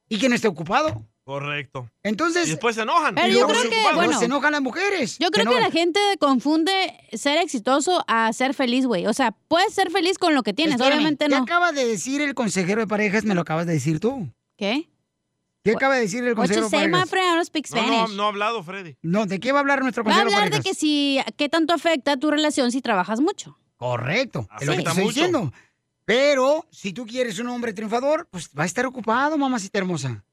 [SPEAKER 1] y que no esté ocupado.
[SPEAKER 3] Correcto.
[SPEAKER 1] Entonces.
[SPEAKER 3] Y después se enojan.
[SPEAKER 4] Pero yo creo que, bueno,
[SPEAKER 1] se enojan las mujeres.
[SPEAKER 4] Yo creo que la gente confunde ser exitoso a ser feliz, güey. O sea, puedes ser feliz con lo que tienes,
[SPEAKER 1] Espérame,
[SPEAKER 4] obviamente
[SPEAKER 1] ¿qué
[SPEAKER 4] no.
[SPEAKER 1] acaba de decir el consejero de parejas? Me lo acabas de decir tú.
[SPEAKER 4] ¿Qué?
[SPEAKER 1] ¿Qué acaba de decir el
[SPEAKER 4] What
[SPEAKER 1] consejero
[SPEAKER 4] you
[SPEAKER 1] de
[SPEAKER 4] say, my
[SPEAKER 1] parejas?
[SPEAKER 4] friend, I don't speak
[SPEAKER 3] No,
[SPEAKER 4] Spanish.
[SPEAKER 3] no, no ha hablado, Freddy.
[SPEAKER 1] No, ¿de qué va a hablar nuestro
[SPEAKER 4] Va a
[SPEAKER 1] consejero de
[SPEAKER 4] hablar de
[SPEAKER 1] parejas?
[SPEAKER 4] que si, qué tanto afecta a tu relación si trabajas mucho.
[SPEAKER 1] Correcto, es lo que te
[SPEAKER 4] Afecta
[SPEAKER 1] estoy
[SPEAKER 4] mucho.
[SPEAKER 1] diciendo. Pero si tú quieres un hombre triunfador, pues va a estar ocupado, mamacita hermosa.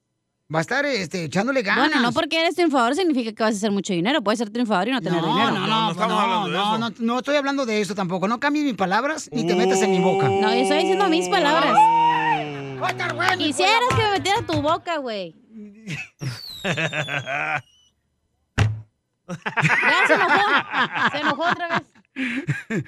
[SPEAKER 1] Va a estar este, echándole ganas.
[SPEAKER 4] Bueno, no porque eres triunfador significa que vas a hacer mucho dinero. Puedes ser triunfador y no tener
[SPEAKER 1] No,
[SPEAKER 4] dinero.
[SPEAKER 1] no, no, no, no, no, no, no estoy hablando de eso tampoco. No cambies mis palabras ni te metas en
[SPEAKER 3] Uh.
[SPEAKER 1] mi boca.
[SPEAKER 4] No, yo estoy diciendo mis palabras. Quisieras que me metiera tu boca, güey. Ya se enojó. Se enojó otra vez.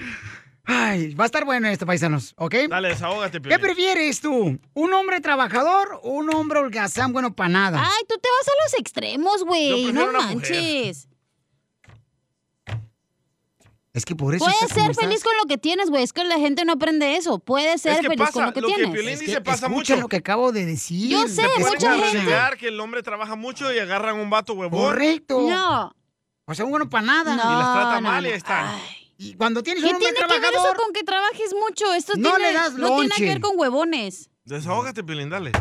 [SPEAKER 1] Ay, va a estar bueno esto, paisanos, ¿ok?
[SPEAKER 3] Dale, desahógate,
[SPEAKER 1] ¿Qué
[SPEAKER 3] Piolín.
[SPEAKER 1] prefieres tú? ¿Un hombre trabajador o un hombre holgazán bueno para nada?
[SPEAKER 4] Ay, tú te vas a los extremos,
[SPEAKER 1] Yo
[SPEAKER 4] güey.
[SPEAKER 1] prefiero
[SPEAKER 4] No
[SPEAKER 1] una mujer.
[SPEAKER 4] manches.
[SPEAKER 1] Es que por eso
[SPEAKER 4] Puedes
[SPEAKER 1] estás como
[SPEAKER 4] ser
[SPEAKER 1] estás.
[SPEAKER 4] feliz con lo que tienes, güey. Es que la gente no aprende eso. Puedes ser feliz con lo que tienes.
[SPEAKER 1] Es que escucha lo que acabo de decir.
[SPEAKER 4] Yo sé,
[SPEAKER 1] Escucha.
[SPEAKER 4] mucha
[SPEAKER 3] Pueden alegar que el hombre trabaja mucho y agarran un vato huevón.
[SPEAKER 1] Correcto.
[SPEAKER 4] No.
[SPEAKER 1] O sea, un bueno para nada.
[SPEAKER 3] y las trata mal y ahí están.
[SPEAKER 1] Y cuando tienes
[SPEAKER 4] ¿Qué
[SPEAKER 1] un hombre
[SPEAKER 4] tiene que ver eso
[SPEAKER 1] trabajador,
[SPEAKER 4] con que trabajes mucho? Esto
[SPEAKER 1] No
[SPEAKER 4] tiene,
[SPEAKER 1] le das
[SPEAKER 4] no tiene nada
[SPEAKER 1] lonche.
[SPEAKER 4] que ver con huevones.
[SPEAKER 3] Desahógate, Pilín, dale.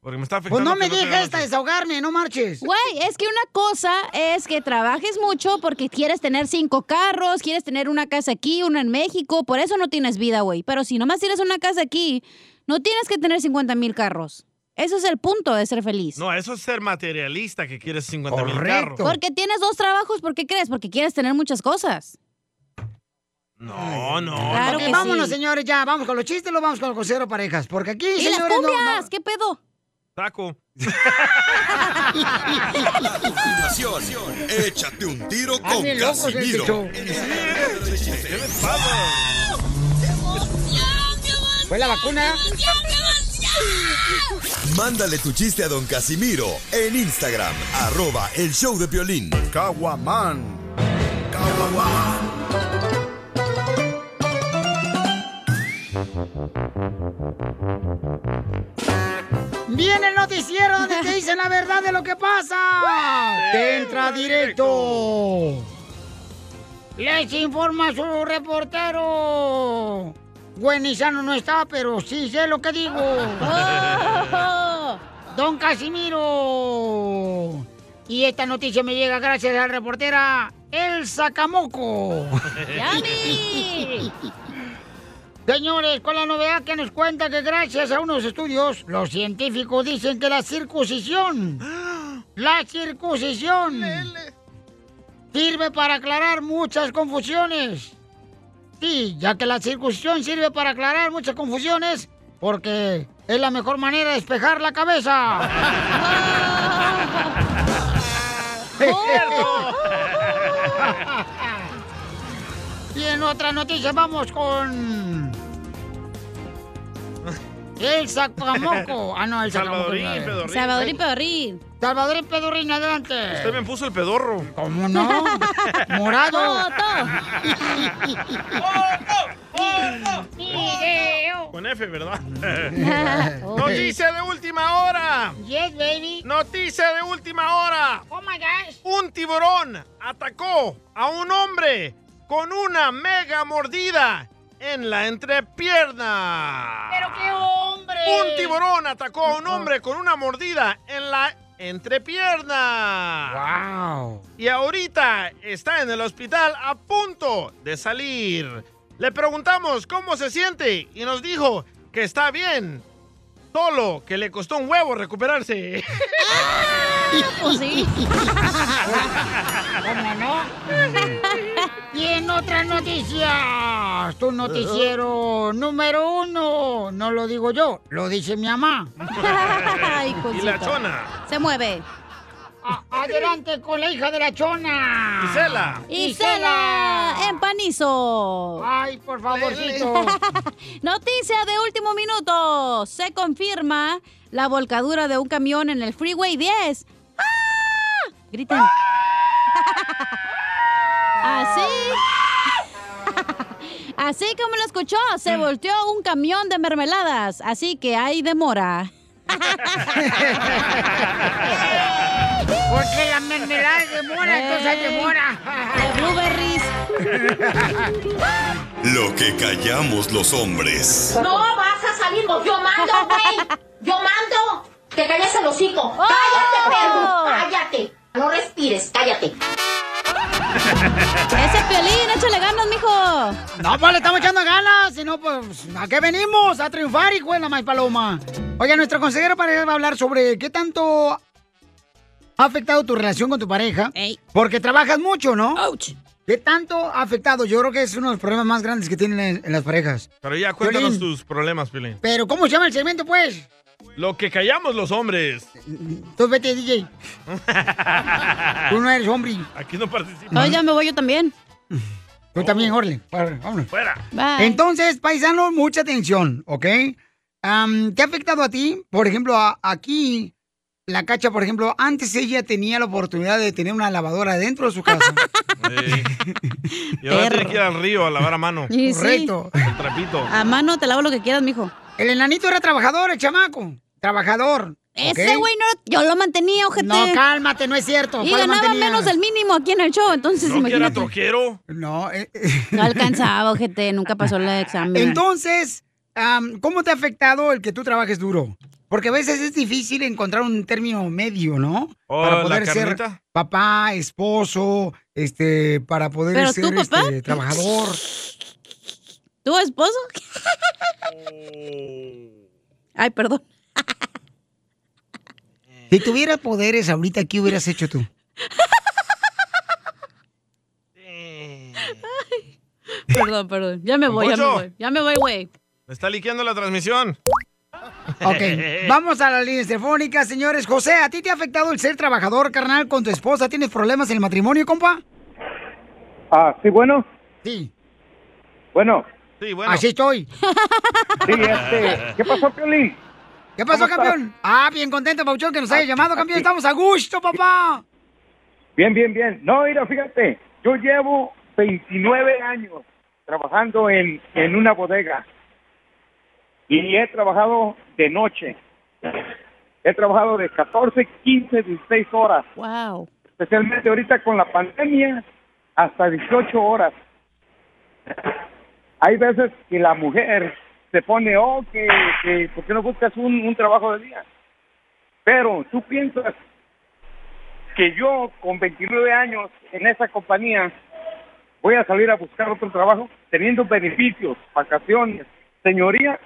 [SPEAKER 3] Porque me está afectando.
[SPEAKER 1] pues no me
[SPEAKER 3] que tenga
[SPEAKER 1] deja
[SPEAKER 3] noche.
[SPEAKER 1] esta desahogarme, no marches.
[SPEAKER 4] Güey, es que una cosa es que trabajes mucho porque quieres tener cinco carros, quieres tener una casa aquí, una en México, por eso no tienes vida, güey. Pero si nomás tienes una casa aquí, no tienes que tener 50 mil carros. Eso es el punto de ser feliz.
[SPEAKER 3] No, eso es ser materialista que quieres 50 mil carros.
[SPEAKER 4] Porque tienes dos trabajos, ¿por qué crees? Porque quieres tener muchas cosas.
[SPEAKER 3] No, no.
[SPEAKER 1] Claro
[SPEAKER 3] no.
[SPEAKER 1] vámonos, señores, ya, vamos con los chistes, lo vamos con el consejero parejas. Porque aquí,
[SPEAKER 4] ¿Y las
[SPEAKER 1] señores, no- no-
[SPEAKER 4] cumbias? ¿Qué pedo?
[SPEAKER 3] Taco.
[SPEAKER 10] A continuación, échate un tiro con
[SPEAKER 2] Hazme locos este
[SPEAKER 10] Casimiro.
[SPEAKER 2] show.
[SPEAKER 1] ¿Fue la vacuna?
[SPEAKER 10] Mándale tu chiste a don Casimiro en Instagram, arroba el show de violín. Caguaman.
[SPEAKER 1] Viene el noticiero donde te dicen la verdad de lo que pasa. Te entra directo. Les informa su reportero. Buenizano no está, pero sí sé lo que digo. Don Casimiro. Y esta noticia me llega gracias a la reportera El Sacamoco.
[SPEAKER 2] ¡Yami!
[SPEAKER 1] Señores, con la novedad que nos cuenta que gracias a unos estudios, los científicos dicen que la circuncisión, la circuncisión, sirve para aclarar muchas confusiones. Sí, ya que la circuncisión sirve para aclarar muchas confusiones, porque es la mejor manera de despejar la cabeza. Y en otra noticia vamos con... El Sacamoco. Ah, no, el Sacamoco.
[SPEAKER 3] Salvadorín, Pedorrín.
[SPEAKER 4] Salvadorín Pedorrín.
[SPEAKER 1] Salvadorín Pedorrín, adelante.
[SPEAKER 3] Usted me puso el pedorro.
[SPEAKER 1] ¿Cómo no? Morado. Video.
[SPEAKER 3] Con F, ¿verdad? Noticia de última hora.
[SPEAKER 1] Yes, baby.
[SPEAKER 3] Noticia de última hora.
[SPEAKER 1] Oh my gosh.
[SPEAKER 3] Un tiburón atacó a un hombre con una mega mordida en la entrepierna.
[SPEAKER 1] Pero qué hombre.
[SPEAKER 3] Un tiburón atacó a un hombre con una mordida en la entrepierna.
[SPEAKER 1] ¡Wow!
[SPEAKER 3] Y ahorita está en el hospital a punto de salir. Le preguntamos cómo se siente y nos dijo que está bien. Solo que le costó un huevo recuperarse.
[SPEAKER 4] Ah, pues sí.
[SPEAKER 1] ¿Cómo no? Y en otras noticias, tu noticiero número uno. No lo digo yo, lo dice mi mamá.
[SPEAKER 4] Ay, cosita. Se mueve.
[SPEAKER 1] Adelante con la hija de la chona.
[SPEAKER 3] Isela.
[SPEAKER 4] Isela. En panizo.
[SPEAKER 1] Ay, por favorcito.
[SPEAKER 4] Noticia de último minuto. Se confirma la volcadura de un camión en el Freeway 10. ¡Ah! Griten. Así. Así como lo escuchó,
[SPEAKER 1] Mm.
[SPEAKER 4] se volteó un camión de mermeladas. Así que hay demora.
[SPEAKER 1] Porque la mermelada demora, entonces hay
[SPEAKER 4] Eh.
[SPEAKER 1] demora.
[SPEAKER 4] De blueberries.
[SPEAKER 10] Lo que callamos los hombres.
[SPEAKER 17] No vas a salir, yo mando, güey. Yo mando. Te calles el
[SPEAKER 4] ¡Oh!
[SPEAKER 17] hocico. Cállate, perro. Cállate. No respires, cállate.
[SPEAKER 4] Ese piolín, échale ganas, mijo.
[SPEAKER 1] No, pues le estamos echando ganas, si no, pues, ¿a qué venimos? A triunfar, hijo de la May Paloma. Oiga, nuestro consejero pareja va a hablar sobre qué tanto ha afectado tu relación con tu pareja. Porque trabajas mucho, ¿no? ¿Qué tanto ha afectado? Yo creo que es uno de los problemas más grandes que tienen en, en las parejas.
[SPEAKER 3] Pero ya cuéntanos
[SPEAKER 1] Piolín.
[SPEAKER 3] tus problemas, Pilín.
[SPEAKER 1] Pero, ¿cómo se llama el segmento, pues?
[SPEAKER 3] Lo que callamos los hombres.
[SPEAKER 1] Tú vete, DJ. Tú no eres hombre.
[SPEAKER 3] Aquí no participa.
[SPEAKER 4] No, ya me voy yo también.
[SPEAKER 1] Tú también, Orle. Vámonos.
[SPEAKER 3] Fuera.
[SPEAKER 4] Bye.
[SPEAKER 1] Entonces, paisano, mucha atención, ¿ok? Am, ¿Te ha afectado a ti? Por ejemplo, a- aquí, la cacha, por ejemplo, antes ella tenía la oportunidad de tener una lavadora dentro de su casa.
[SPEAKER 3] Y ahora tiene que ir al río a lavar a mano.
[SPEAKER 1] Y sí. Ah. Correcto.
[SPEAKER 3] El trapito.
[SPEAKER 4] A mano te lavo lo que quieras, mijo.
[SPEAKER 1] El enanito era trabajador, el chamaco. Trabajador.
[SPEAKER 4] Ese güey no, yo lo mantenía, ojete.
[SPEAKER 1] No, cálmate, no es cierto.
[SPEAKER 4] Y
[SPEAKER 1] ¿cuál lo
[SPEAKER 4] ganaba
[SPEAKER 1] mantenía?
[SPEAKER 4] menos del mínimo aquí en el show, entonces
[SPEAKER 1] No, que era
[SPEAKER 4] imagínate.
[SPEAKER 3] troquero?
[SPEAKER 1] No, eh,
[SPEAKER 4] No alcanzaba, ojete, nunca pasó el examen.
[SPEAKER 1] Entonces, am, ¿cómo te ha afectado el que tú trabajes duro? Porque a veces es difícil encontrar un término medio, ¿no?
[SPEAKER 3] Oh,
[SPEAKER 1] para
[SPEAKER 3] ¿la
[SPEAKER 1] poder ser
[SPEAKER 3] carnita?
[SPEAKER 1] papá, esposo, este, para poder
[SPEAKER 4] ¿Pero
[SPEAKER 1] ser
[SPEAKER 4] tú, papá?
[SPEAKER 1] este, trabajador.
[SPEAKER 4] ¿Tu esposo?
[SPEAKER 1] Eh.
[SPEAKER 4] Ay, perdón.
[SPEAKER 1] Si tuviera poderes ahorita, ¿qué hubieras hecho tú?
[SPEAKER 4] Perdón, perdón. Ya me voy, ya me
[SPEAKER 3] Poncho.
[SPEAKER 4] voy. Ya me voy, güey.
[SPEAKER 3] Me está liqueando la transmisión.
[SPEAKER 1] Ok, vamos a las líneas telefónicas, señores. José, ¿a ti te ha afectado el ser trabajador, carnal, con tu esposa? ¿Tienes problemas en el matrimonio, compa?
[SPEAKER 9] Ah, sí, bueno.
[SPEAKER 1] Sí.
[SPEAKER 9] Bueno.
[SPEAKER 3] Sí,
[SPEAKER 1] Así estoy.
[SPEAKER 9] Sí, este, ¿qué pasó, Piolín?
[SPEAKER 1] ¿Qué pasó,
[SPEAKER 9] ¿Cómo estás? Ah,
[SPEAKER 1] campeón? Ah, bien contento, Pauchón, que nos haya llamado, campeón. Estamos a gusto, papá.
[SPEAKER 9] Bien, bien, bien. No, mira, fíjate, yo llevo 29 años trabajando en, en una bodega y he trabajado de noche. He trabajado de 14, 15, 16 horas.
[SPEAKER 4] Wow.
[SPEAKER 9] Especialmente ahorita con la pandemia, hasta 18 horas. Hay veces que la mujer se pone, oh, que, que ¿por qué no buscas un, un trabajo de día? Pero tú piensas que yo con 29 años en esa compañía voy a salir a buscar otro trabajo teniendo beneficios, vacaciones, señoría.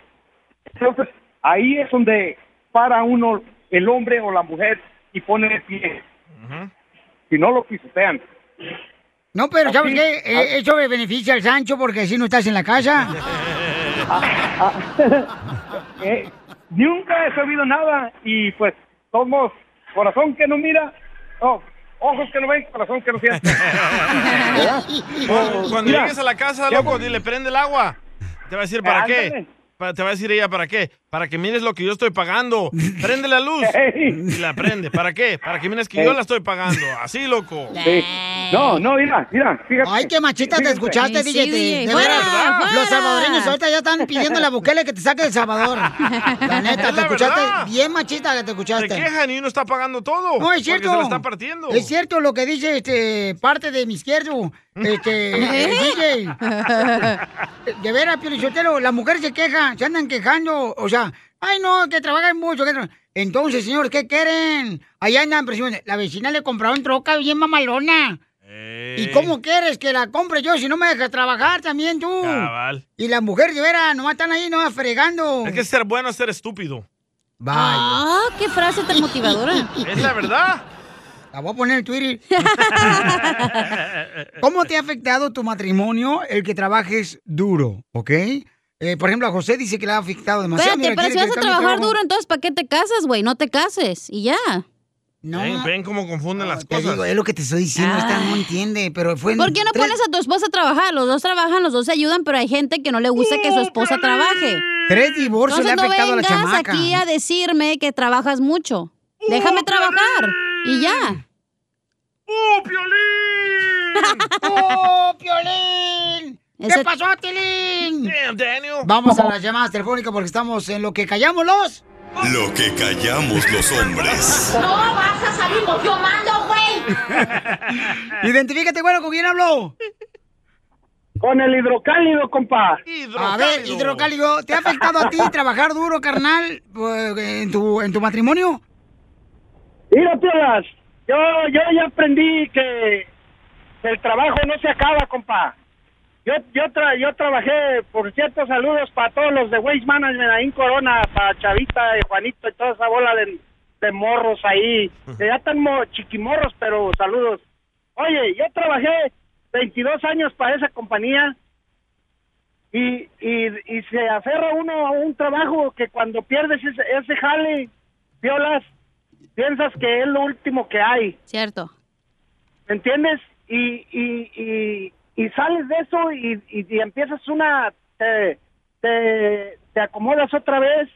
[SPEAKER 9] Entonces, ahí es donde para uno el hombre o la mujer y pone el pie. Si no lo pisotean.
[SPEAKER 1] No, pero ¿sabes
[SPEAKER 9] Así,
[SPEAKER 1] qué?
[SPEAKER 9] así.
[SPEAKER 1] Eh, eso me beneficia al Sancho porque así no estás en la casa.
[SPEAKER 9] Ah, Eh, nunca he sabido nada y pues somos corazón que no mira, no, ojos que no ven, corazón que no siente. ¿Verdad?
[SPEAKER 3] Cuando, cuando
[SPEAKER 9] Mira,
[SPEAKER 3] llegues a la casa,
[SPEAKER 9] ¿qué
[SPEAKER 3] loco,
[SPEAKER 9] hago?
[SPEAKER 3] dile, prende el agua. Te va a decir, ¿para qué?
[SPEAKER 9] Ándale.
[SPEAKER 3] Pa- Te va a decir ella, ¿para qué? Para que mires lo que yo estoy pagando. Prende la luz. Y la prende. ¿Para qué? Para que mires que yo
[SPEAKER 9] Ey.
[SPEAKER 3] la estoy pagando. Así, loco.
[SPEAKER 9] Sí. No, no, mira, mira, fíjate.
[SPEAKER 1] Ay, qué machita te
[SPEAKER 9] Fíjate.
[SPEAKER 1] escuchaste, DJ. de veras. Los salvadoreños ahorita ya están pidiendo a Bukele que te saque de El Salvador. La neta,
[SPEAKER 3] Es
[SPEAKER 1] te
[SPEAKER 3] la
[SPEAKER 1] escuchaste
[SPEAKER 3] verdad.
[SPEAKER 1] bien machita que te escuchaste.
[SPEAKER 3] Se quejan y uno está pagando todo.
[SPEAKER 1] No, es cierto.
[SPEAKER 3] Porque se lo está partiendo.
[SPEAKER 1] Es cierto lo que dice este, parte de mi izquierdo. Este, el
[SPEAKER 3] ¿Eh?
[SPEAKER 1] DJ. De veras, Piolichotelo, las mujeres se quejan, se andan quejando. O sea, ay, no, que trabajan mucho. que tra- Entonces, señores, ¿qué quieren? Allá andan presiones. La vecina le compraron troca bien mamalona. ¿Y cómo quieres que la compre yo si no me dejas trabajar también tú?
[SPEAKER 3] Cabal.
[SPEAKER 1] Y las mujeres de veras nomás están ahí, nomás fregando.
[SPEAKER 3] Es que ser bueno es ser estúpido.
[SPEAKER 1] Ah,
[SPEAKER 4] qué frase tan motivadora.
[SPEAKER 3] Es la verdad.
[SPEAKER 1] La voy a poner en Twitter. ¿Cómo te ha afectado tu matrimonio el que trabajes duro, ok? Eh, por ejemplo, a José dice que le ha afectado demasiado.
[SPEAKER 4] Espérate, pero si vas a trabajar duro, entonces ¿para qué te casas, güey? No te cases y ya.
[SPEAKER 3] Ven, ven cómo confunden las
[SPEAKER 1] Te
[SPEAKER 3] cosas.
[SPEAKER 1] digo, es lo que te estoy diciendo, esta no entiende, pero fue... en
[SPEAKER 4] Ah. ¿Por qué no
[SPEAKER 1] Pues, tres-
[SPEAKER 4] pones a tu esposa a trabajar? Los dos trabajan, los dos se ayudan, pero hay gente que no le gusta que su esposa trabaje.
[SPEAKER 1] Tres divorcios le ha
[SPEAKER 4] Entonces no
[SPEAKER 1] afectado a la
[SPEAKER 4] vengas
[SPEAKER 1] chamaca.
[SPEAKER 4] aquí a decirme que trabajas mucho.
[SPEAKER 1] ¡Oh,
[SPEAKER 4] Déjame trabajar y ya.
[SPEAKER 3] ¡Oh, Piolín!
[SPEAKER 1] ¡Oh, Piolín! ¿Qué
[SPEAKER 4] Ese-
[SPEAKER 1] pasó, Tilín?
[SPEAKER 3] Daniel.
[SPEAKER 1] Vamos a las llamadas telefónicas porque estamos en lo que callamos los...
[SPEAKER 10] Lo que callamos los hombres.
[SPEAKER 17] No vas a salir porque yo mando, güey.
[SPEAKER 1] Identifícate, bueno, ¿con quién habló?
[SPEAKER 9] Con el hidrocálido, compa.
[SPEAKER 1] A ver, hidrocálido, ¿te ha afectado a ti trabajar duro, carnal, eh, en tu, en tu matrimonio?
[SPEAKER 9] Mira, Piolas, yo, yo ya aprendí que el trabajo no se acaba, compa. Yo, yo, tra- yo trabajé, por cierto, saludos para todos los de Waste Management ahí en Corona, para Chavita, y Juanito y toda esa bola de, de morros ahí. Que ya están mo- chiquimorros, pero saludos. Oye, yo trabajé 22 años para esa compañía y, y, y se aferra uno a un trabajo que cuando pierdes ese, ese jale, violas, piensas que es lo último que hay.
[SPEAKER 4] Cierto.
[SPEAKER 9] ¿Me entiendes? Y, y, y, y sales de eso y, y- y empiezas una... Te, te, te acomodas otra vez,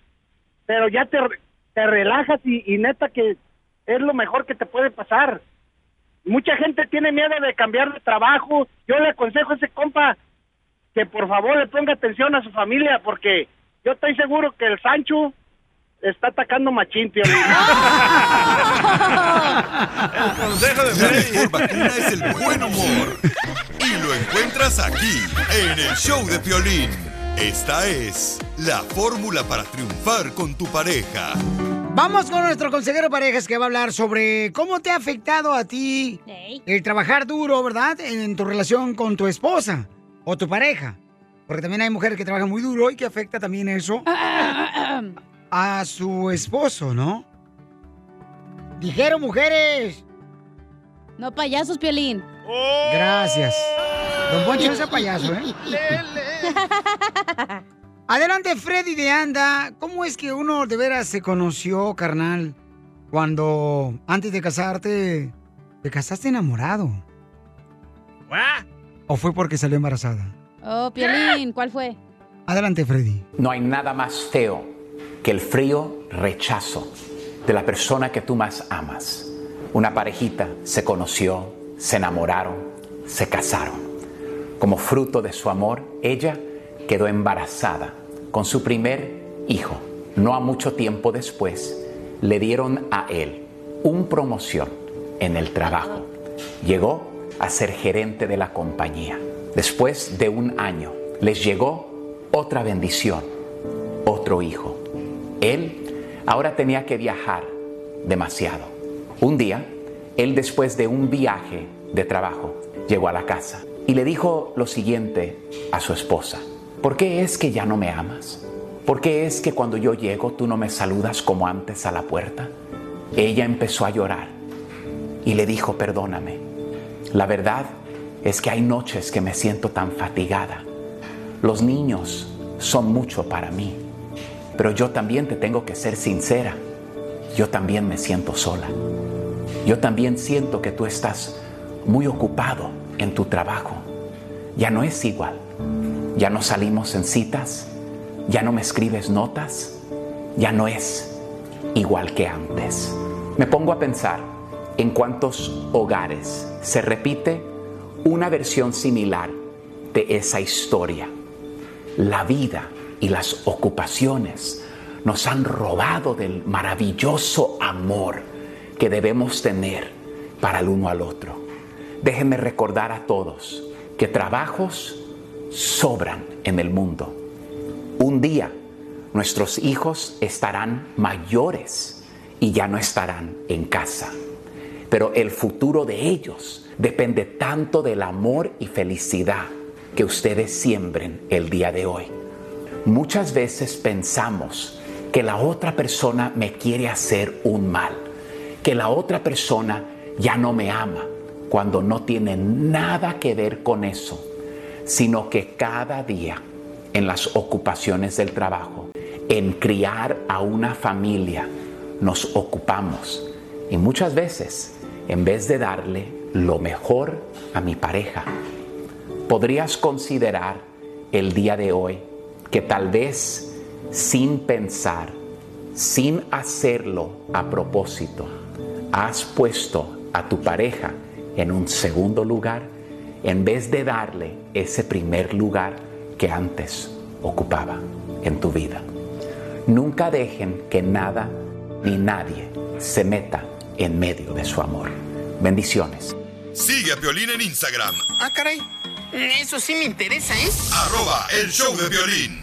[SPEAKER 9] pero ya te, re- te relajas y, y neta que es lo mejor que te puede pasar. Mucha gente tiene miedo de cambiar de trabajo. Yo le aconsejo a ese compa que por favor le ponga atención a su familia porque yo estoy seguro que el Sancho
[SPEAKER 18] está atacando machín, Piolín.
[SPEAKER 10] El consejo de La mejor vacuna es el buen humor. Y lo encuentras aquí, en el show de Piolín. Esta es la fórmula para triunfar con tu pareja.
[SPEAKER 1] Vamos con nuestro consejero parejas que va a hablar sobre cómo te ha afectado a ti el trabajar duro, ¿verdad? En, en tu relación con tu esposa o tu pareja. Porque también hay mujeres que trabajan muy duro y que afecta también eso a su esposo, ¿no? Dijeron mujeres.
[SPEAKER 4] No payasos, Piolín.
[SPEAKER 1] Oh. Gracias. Don Poncho no sea payaso, ¿eh? Adelante, Freddy de Anda. ¿Cómo es que uno de veras se conoció, carnal, cuando antes de casarte, te casaste enamorado? ¿O fue porque salió embarazada?
[SPEAKER 4] Oh, Piolín, ¿cuál fue?
[SPEAKER 1] Adelante, Freddy.
[SPEAKER 19] No hay nada más feo que el frío rechazo de la persona que tú más amas. Una parejita se conoció, se enamoraron, se casaron. Como fruto de su amor, ella quedó embarazada con su primer hijo. No a mucho tiempo después, le dieron a él un promoción en el trabajo. Llegó a ser gerente de la compañía. Después de un año, les llegó otra bendición, otro hijo. Él ahora tenía que viajar demasiado. Un día, él después de un viaje de trabajo, llegó a la casa y le dijo lo siguiente a su esposa. ¿Por qué es que ya no me amas? ¿Por qué es que cuando yo llego tú no me saludas como antes a la puerta? Ella empezó a llorar y le dijo, perdóname. La verdad es que hay noches que me siento tan fatigada. Los niños son mucho para mí. Pero yo también te tengo que ser sincera. Yo también me siento sola. Yo también siento que tú estás muy ocupado en tu trabajo. Ya no es igual. Ya no salimos en citas. Ya no me escribes notas. Ya no es igual que antes. Me pongo a pensar en cuántos hogares se repite una versión similar de esa historia. La vida y las ocupaciones nos han robado del maravilloso amor que debemos tener para el uno al otro. Déjenme recordar a todos que trabajos sobran en el mundo. Un día nuestros hijos estarán mayores y ya no estarán en casa. Pero el futuro de ellos depende tanto del amor y felicidad que ustedes siembren el día de hoy. Muchas veces pensamos que la otra persona me quiere hacer un mal, que la otra persona ya no me ama, cuando no tiene nada que ver con eso, sino que cada día en las ocupaciones del trabajo, en criar a una familia, nos ocupamos. Y muchas veces, en vez de darle lo mejor a mi pareja, podrías considerar el día de hoy que tal vez sin pensar, sin hacerlo a propósito, has puesto a tu pareja en un segundo lugar en vez de darle ese primer lugar que antes ocupaba en tu vida. Nunca dejen que nada ni nadie se meta en medio de su amor. Bendiciones.
[SPEAKER 10] Sigue a Piolín en Instagram,
[SPEAKER 2] Ah, caray. Eso sí me interesa, ¿eh?
[SPEAKER 10] arroba el show de Piolín.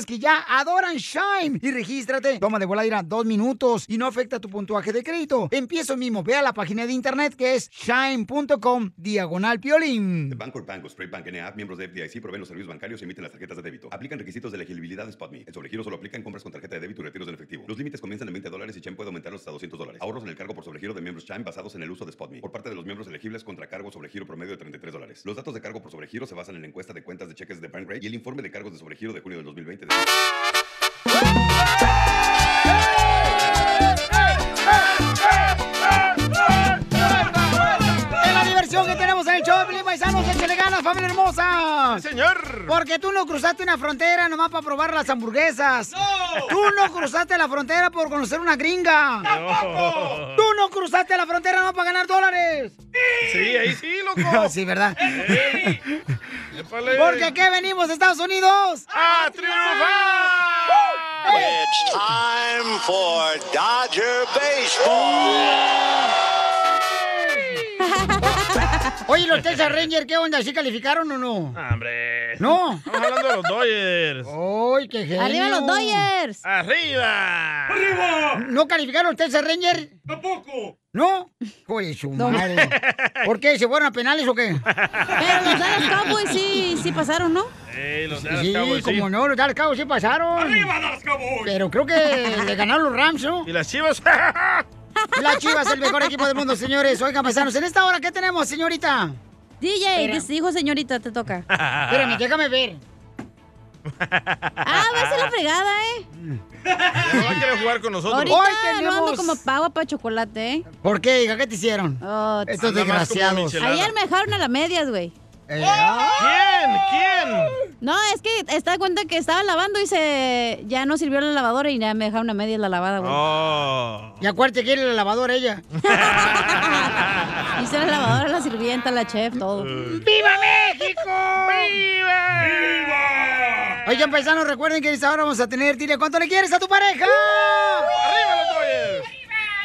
[SPEAKER 1] que ya adoran Shime y regístrate. Toma de voladera dos minutos y no afecta tu puntuaje de crédito. Empiezo mismo. Ve a la página de internet que es shime.com diagonal piolín.
[SPEAKER 20] Bancorp Bank o Spray Bank NA, miembros de FDIC, proveen los servicios bancarios y emiten las tarjetas de débito. Aplican requisitos de elegibilidad de SpotMe. El sobregiro solo aplica en compras con tarjeta de débito y retiros en efectivo. Los límites comienzan en 20 dólares y Chime puede aumentarlos hasta 200 dólares. Ahorros en el cargo por sobregiro de miembros Chime basados en el uso de SpotMe por parte de los miembros elegibles contra cargo sobregiro promedio de 33 dólares. Los datos de cargo por sobregiro se basan en la encuesta de cuentas de cheques de Bankrate y el informe de cargos de sobregiro de junio del 2020. de-
[SPEAKER 1] ¡Échale ganas, familia hermosa!
[SPEAKER 3] ¡Sí, señor!
[SPEAKER 1] Porque tú no cruzaste una frontera nomás para probar las hamburguesas. Tú no cruzaste la frontera por conocer una gringa.
[SPEAKER 2] ¡Tampoco!
[SPEAKER 1] Tú no cruzaste la frontera nomás para ganar dólares.
[SPEAKER 3] Sí, ahí sí, loco.
[SPEAKER 1] sí, ¿verdad?
[SPEAKER 3] Épale. Ah,
[SPEAKER 1] Porque aquí venimos, Estados Unidos.
[SPEAKER 3] ¡A triunfar!
[SPEAKER 2] It's time for Dodger Baseball.
[SPEAKER 1] Oye, los Texas Rangers, ¿qué onda? ¿Sí calificaron o no?
[SPEAKER 3] Ah. ¡Hombre!
[SPEAKER 1] No.
[SPEAKER 3] Estamos hablando de los Dodgers.
[SPEAKER 1] ¡Ay, qué genio!
[SPEAKER 3] ¡Arriba los
[SPEAKER 1] Dodgers!
[SPEAKER 3] ¡Arriba! ¡Arriba!
[SPEAKER 1] ¿No calificaron los Texas Rangers?
[SPEAKER 3] ¡Tampoco!
[SPEAKER 1] ¿No? Oye, su madre. ¿Por qué? ¿Se fueron a penales o qué?
[SPEAKER 4] Pero los Dallas Cowboys sí, sí pasaron, ¿no?
[SPEAKER 3] ¡Ey, los Dallas
[SPEAKER 1] Sí,
[SPEAKER 3] Cowboys, sí.
[SPEAKER 1] como no, los Dallas Cowboys sí pasaron.
[SPEAKER 3] ¡Arriba, Dallas Cowboys!
[SPEAKER 1] Pero creo que le ganaron los Rams, ¿no?
[SPEAKER 3] ¿Y las chivas?
[SPEAKER 1] La Chivas es el mejor equipo del mundo, señores. Oigan, paisanos, en esta hora, ¿qué tenemos, señorita?
[SPEAKER 4] DJ,
[SPEAKER 1] Espera.
[SPEAKER 4] te dijo señorita, te toca.
[SPEAKER 1] Espérame, déjame ver.
[SPEAKER 4] Ah, va a ser la fregada, ¿eh?
[SPEAKER 3] No va a querer jugar con nosotros.
[SPEAKER 4] Ahorita no ando como pavo para chocolate, ¿eh?
[SPEAKER 1] ¿Por qué, hija? ¿Qué te hicieron?
[SPEAKER 4] Oh,
[SPEAKER 1] Estos Anda más como desgraciados. michelada.
[SPEAKER 4] Ayer me dejaron a las medias, güey.
[SPEAKER 1] Eh,
[SPEAKER 3] ¿Quién?
[SPEAKER 4] ¿Quién? No, es que está de cuenta que estaba lavando y se ya no sirvió la lavadora y ya me dejaron a medias la lavada, güey.
[SPEAKER 3] Oh.
[SPEAKER 1] Y acuérdate que era la lavadora ella.
[SPEAKER 4] Hice la lavadora, la sirvienta, la chef, todo.
[SPEAKER 1] ¡Viva México! ¡Viva! ¡Viva! Oigan, paisanos, recuerden que en esta hora vamos a tener, dile, ¿cuánto le quieres a tu pareja?
[SPEAKER 3] ¡Uh! ¡Arriba los Dodgers!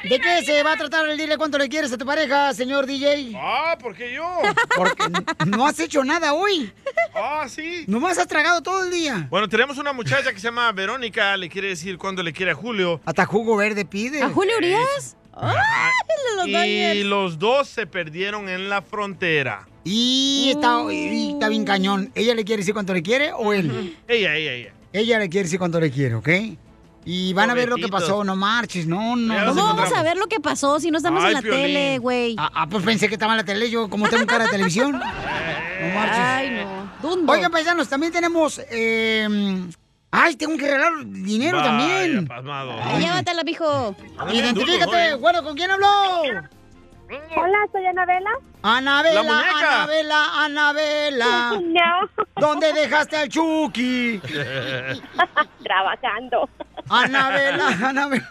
[SPEAKER 1] ¿De qué se va a tratar el dile cuánto le quieres a tu pareja, señor DJ?
[SPEAKER 3] Ah, ¿por qué yo?
[SPEAKER 1] Porque no has hecho nada hoy.
[SPEAKER 3] Ah, sí.
[SPEAKER 1] Nomás has tragado todo el día.
[SPEAKER 3] Bueno, tenemos una muchacha que se llama Verónica, le quiere decir cuándo le quiere a Julio.
[SPEAKER 1] Hasta jugo verde pide.
[SPEAKER 4] ¿A Julio Urias? ¡Ah! el de los
[SPEAKER 3] Y
[SPEAKER 4] Dodgers.
[SPEAKER 3] los dos se perdieron en la frontera.
[SPEAKER 1] Y está, y está bien cañón. ¿Ella le quiere decir cuánto le quiere o él?
[SPEAKER 3] Ella, ella, ella.
[SPEAKER 1] Ella le quiere decir cuánto le quiere, ¿ok? Y van a ver lo que
[SPEAKER 3] Pobrecitos.
[SPEAKER 1] pasó, no marches, no, no.
[SPEAKER 4] ¿Cómo vamos a ver lo que pasó si no estamos
[SPEAKER 1] Ay,
[SPEAKER 4] en la
[SPEAKER 1] Piolín.
[SPEAKER 4] tele, güey?
[SPEAKER 1] Ah, ah, pues pensé que estaba en la tele, yo como tengo cara de televisión. No marches.
[SPEAKER 4] Ay, no. Dundo.
[SPEAKER 1] Oigan, paisanos, también tenemos... eh, ay, tengo que regalar dinero
[SPEAKER 3] Vaya,
[SPEAKER 1] también.
[SPEAKER 3] pasmado.
[SPEAKER 4] Ay, Llévatela, mijo.
[SPEAKER 1] Identifícate, bueno, ¿con quién habló?
[SPEAKER 16] Hola, soy Anabela. La
[SPEAKER 1] Anabela,
[SPEAKER 16] muñeca.
[SPEAKER 1] Anabela, Anabela. ¿Dónde dejaste al Chucky?
[SPEAKER 16] Trabajando.
[SPEAKER 1] Anabela, Anabela.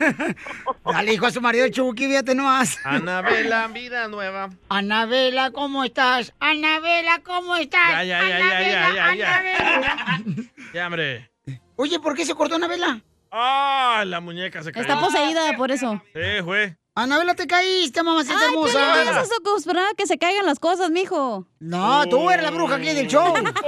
[SPEAKER 1] Dale, hijo a su marido el Chucky, fíjate, no has.
[SPEAKER 3] Anabela, vida nueva.
[SPEAKER 1] Anabela, ¿cómo estás? Anabela, ¿cómo estás?
[SPEAKER 3] Ya, ya, ya, ya, ya, ya, ya. Ya, hombre.
[SPEAKER 1] Oye, ¿por qué se cortó Anabela?
[SPEAKER 3] Ah, la muñeca se cayó.
[SPEAKER 4] Está poseída por eso.
[SPEAKER 3] Sí, güey.
[SPEAKER 1] Anabela, te caíste, mamacita
[SPEAKER 4] Ay, Piolín,
[SPEAKER 1] hermosa.
[SPEAKER 4] no estás acostumbrada a que se caigan las cosas, mijo.
[SPEAKER 1] No, tú eres la bruja aquí del show.
[SPEAKER 4] Pero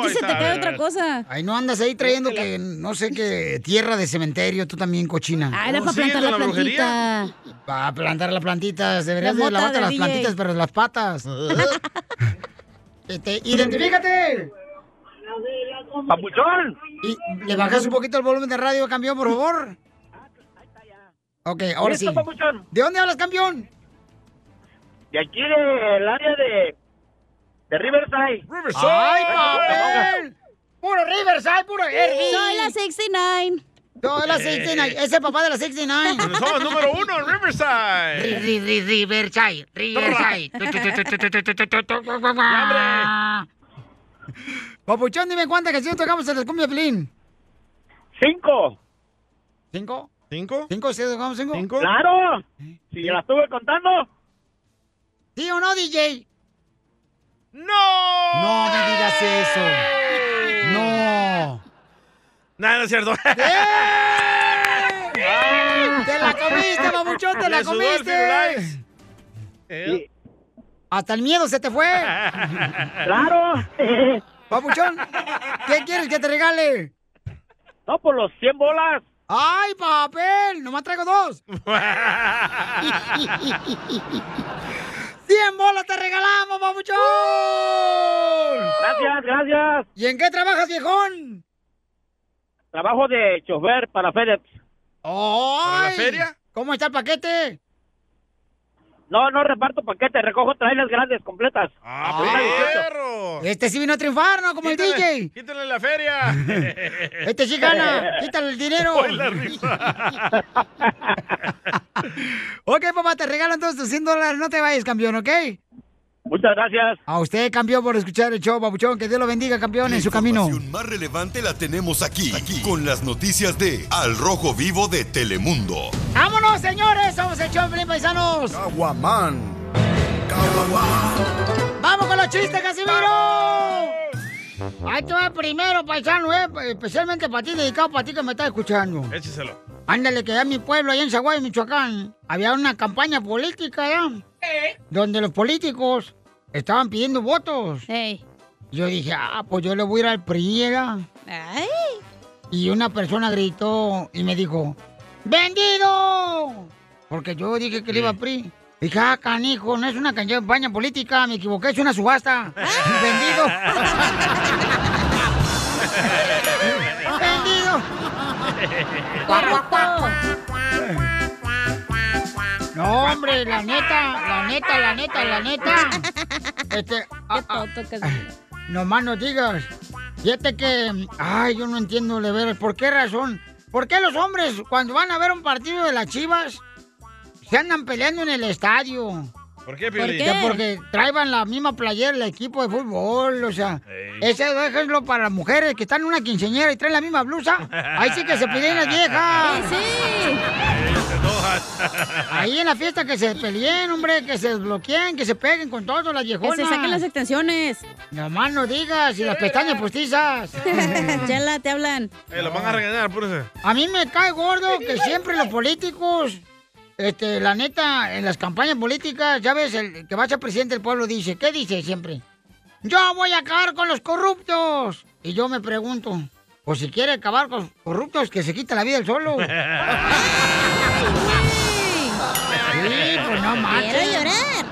[SPEAKER 1] Oh,
[SPEAKER 4] a ti se te cae otra cosa.
[SPEAKER 1] Ay, no andas ahí trayendo que, no sé qué, tierra de cementerio, tú también, cochina.
[SPEAKER 4] Ah,
[SPEAKER 3] Oh,
[SPEAKER 4] era para plantar la plantita.
[SPEAKER 1] Para plantar las plantitas, deberías
[SPEAKER 4] La
[SPEAKER 1] de
[SPEAKER 4] mota
[SPEAKER 1] lavarte
[SPEAKER 4] del
[SPEAKER 1] las
[SPEAKER 4] DJ.
[SPEAKER 1] plantitas, pero las patas. Este, identifícate.
[SPEAKER 7] ¡Papuchón!
[SPEAKER 1] Y le bajas un poquito el volumen de radio, campeón, por favor. Ok, Eh, ahora sí.
[SPEAKER 7] ¿Listo, papuchón?
[SPEAKER 1] ¿De dónde hablas, campeón?
[SPEAKER 7] De aquí del área de, de Riverside.
[SPEAKER 3] ¡Riverside!
[SPEAKER 1] ¡Ay, papel! ¡Puro Riverside, puro Herbie!
[SPEAKER 4] Soy la 69.
[SPEAKER 1] Soy la
[SPEAKER 7] Eh.
[SPEAKER 1] 69. Es el papá de la 69.
[SPEAKER 3] Pero somos número uno en
[SPEAKER 1] Ri-
[SPEAKER 3] Riverside.
[SPEAKER 1] ri- ri- Riverside, Riverside. Tu, tu, tu, tu, tu, tu, tu, tu, tu, tu, tu, tu, tu. Papuchón, dime cuántas canciones tocamos en el cumbia Pelín.
[SPEAKER 7] Cinco.
[SPEAKER 1] ¿Cinco?
[SPEAKER 3] ¿Cinco?
[SPEAKER 1] ¿Cinco? ¿Sí tocamos cinco? ¿Eh?
[SPEAKER 3] ¿Cinco?
[SPEAKER 7] ¡Claro! Si la estuve contando.
[SPEAKER 1] ¿Sí o no, DJ?
[SPEAKER 3] ¡No!
[SPEAKER 1] No me digas eso. No. ¡Eh!
[SPEAKER 3] Nada, no es cierto.
[SPEAKER 1] ¡Te la comiste, babuchón! ¡Te la
[SPEAKER 3] Le sudó el
[SPEAKER 1] comiste!
[SPEAKER 3] Firulais. Eh,
[SPEAKER 1] ¡Hasta el miedo se te fue!
[SPEAKER 7] ¡Claro!
[SPEAKER 1] Papuchón, ¿qué quieres que te regale?
[SPEAKER 7] No, por los 100 bolas.
[SPEAKER 1] ¡Ay, papel! ¡Nomás traigo dos! ¡Cien bolas te regalamos, papuchón!
[SPEAKER 7] Gracias, gracias.
[SPEAKER 1] ¿Y en qué trabajas, viejón?
[SPEAKER 7] Trabajo de chofer para FedEx.
[SPEAKER 1] ¿Para
[SPEAKER 7] la feria?
[SPEAKER 1] ¿Cómo está el paquete?
[SPEAKER 7] No, no reparto paquetes, recojo trailers grandes completas.
[SPEAKER 3] Ah,
[SPEAKER 7] Ah,
[SPEAKER 3] pues, ¡Perro!
[SPEAKER 1] Este sí vino a triunfar, ¿no? Como el
[SPEAKER 3] Quítale-
[SPEAKER 1] DJ.
[SPEAKER 3] Quítale la feria.
[SPEAKER 1] Este sí gana. Quítale el dinero.
[SPEAKER 3] Hoy la rifa.
[SPEAKER 1] Ok, papá, te regalo entonces tus 100 dólares. No te vayas, campeón, ¿ok? Muchas gracias. A usted, campeón, por escuchar el show, Papuchón. Que Dios lo bendiga, campeón, en su camino.
[SPEAKER 10] Más relevante la tenemos aquí, aquí, con las noticias de Al Rojo Vivo de Telemundo.
[SPEAKER 1] ¡Vámonos, señores! ¡Somos el show, de Pelín, paisanos!
[SPEAKER 10] Aguamán.
[SPEAKER 1] ¡Vamos con los chistes, Casimiro! Ahí te va primero, paisano, eh, especialmente para ti, dedicado para ti que me estás escuchando.
[SPEAKER 3] Écheselo.
[SPEAKER 1] Ándale, que allá en mi pueblo, allá en Zaguay, Michoacán, había una campaña política, ¿ya? Donde los políticos estaban pidiendo votos. Yo dije, ah, pues yo le voy a ir al PRI, ¿ya? Y una persona gritó y me dijo, ¡Vendido! Porque yo dije que le iba a PRI. Dije, ah, canijo, no es una campaña política, me equivoqué, es una subasta. ¡Vendido! ¡Vendido! No, hombre, la neta, la neta, la neta, la neta. Este, ah, ah, nomás no digas. Fíjate que, ay, yo no entiendo, de veras, ¿por qué razón? ¿Por qué los hombres, cuando van a ver un partido de las chivas, se andan peleando en el estadio?
[SPEAKER 3] ¿Por qué,
[SPEAKER 1] ¿Por
[SPEAKER 3] Piolín?
[SPEAKER 1] qué? Porque traigan la misma playera, el equipo de fútbol, o sea, ese déjenlo para las mujeres que están en una quinceñera y traen la misma blusa. Ahí sí que se peleen las viejas. Ahí en la fiesta que se peleen, hombre, que se desbloqueen, que se peguen con todo, las viejonas.
[SPEAKER 4] se saquen las
[SPEAKER 1] extensiones. Nomás no digas, y las pestañas postizas.
[SPEAKER 4] Chela, te hablan.
[SPEAKER 3] Eh, lo van a regañar, apúrese.
[SPEAKER 1] A mí me cae gordo que siempre los políticos, este, la neta, en las campañas políticas, ya ves, el que va a ser presidente del pueblo dice, ¿qué dice siempre? Yo voy a acabar con los corruptos. Y yo me pregunto, o si quiere acabar con los corruptos, que se quita la vida el solo. Sí, pues no marches.
[SPEAKER 4] Quiero llorar.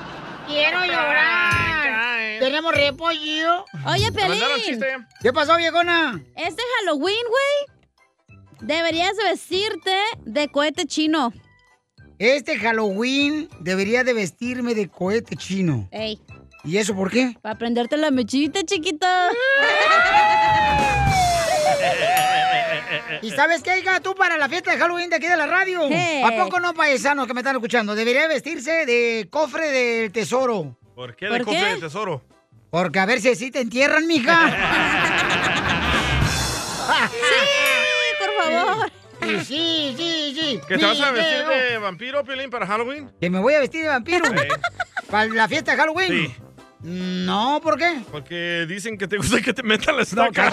[SPEAKER 1] Quiero llorar. Tenemos repollo.
[SPEAKER 4] Oye,
[SPEAKER 1] Mandaron
[SPEAKER 4] Pelín.
[SPEAKER 1] chiste. ¿Qué pasó, viejona?
[SPEAKER 4] Este Halloween, güey, deberías de vestirte de cohete chino.
[SPEAKER 1] Este Halloween debería de vestirme de cohete chino.
[SPEAKER 4] Ey,
[SPEAKER 1] ¿Y eso por qué?
[SPEAKER 4] para prenderte la mechita, chiquita.
[SPEAKER 1] ¿Y sabes qué, hija? Tú para la fiesta de Halloween de aquí de la radio.
[SPEAKER 4] Hey.
[SPEAKER 1] ¿A poco no, paisanos que me están escuchando? Debería vestirse de cofre del tesoro.
[SPEAKER 3] ¿Por qué de
[SPEAKER 1] ¿Por
[SPEAKER 3] cofre
[SPEAKER 1] qué?
[SPEAKER 3] de tesoro?
[SPEAKER 1] Porque a ver si así te entierran, mija.
[SPEAKER 4] sí, por favor.
[SPEAKER 1] Sí, sí, sí. sí.
[SPEAKER 3] ¿Que te vas a vestir
[SPEAKER 1] Video.
[SPEAKER 3] de vampiro, Piolín, para Halloween?
[SPEAKER 1] ¿Que me voy a vestir de vampiro? ¿Para la fiesta de Halloween?
[SPEAKER 3] Sí.
[SPEAKER 1] No, ¿por qué?
[SPEAKER 3] Porque dicen que te gusta que te metan la estaca.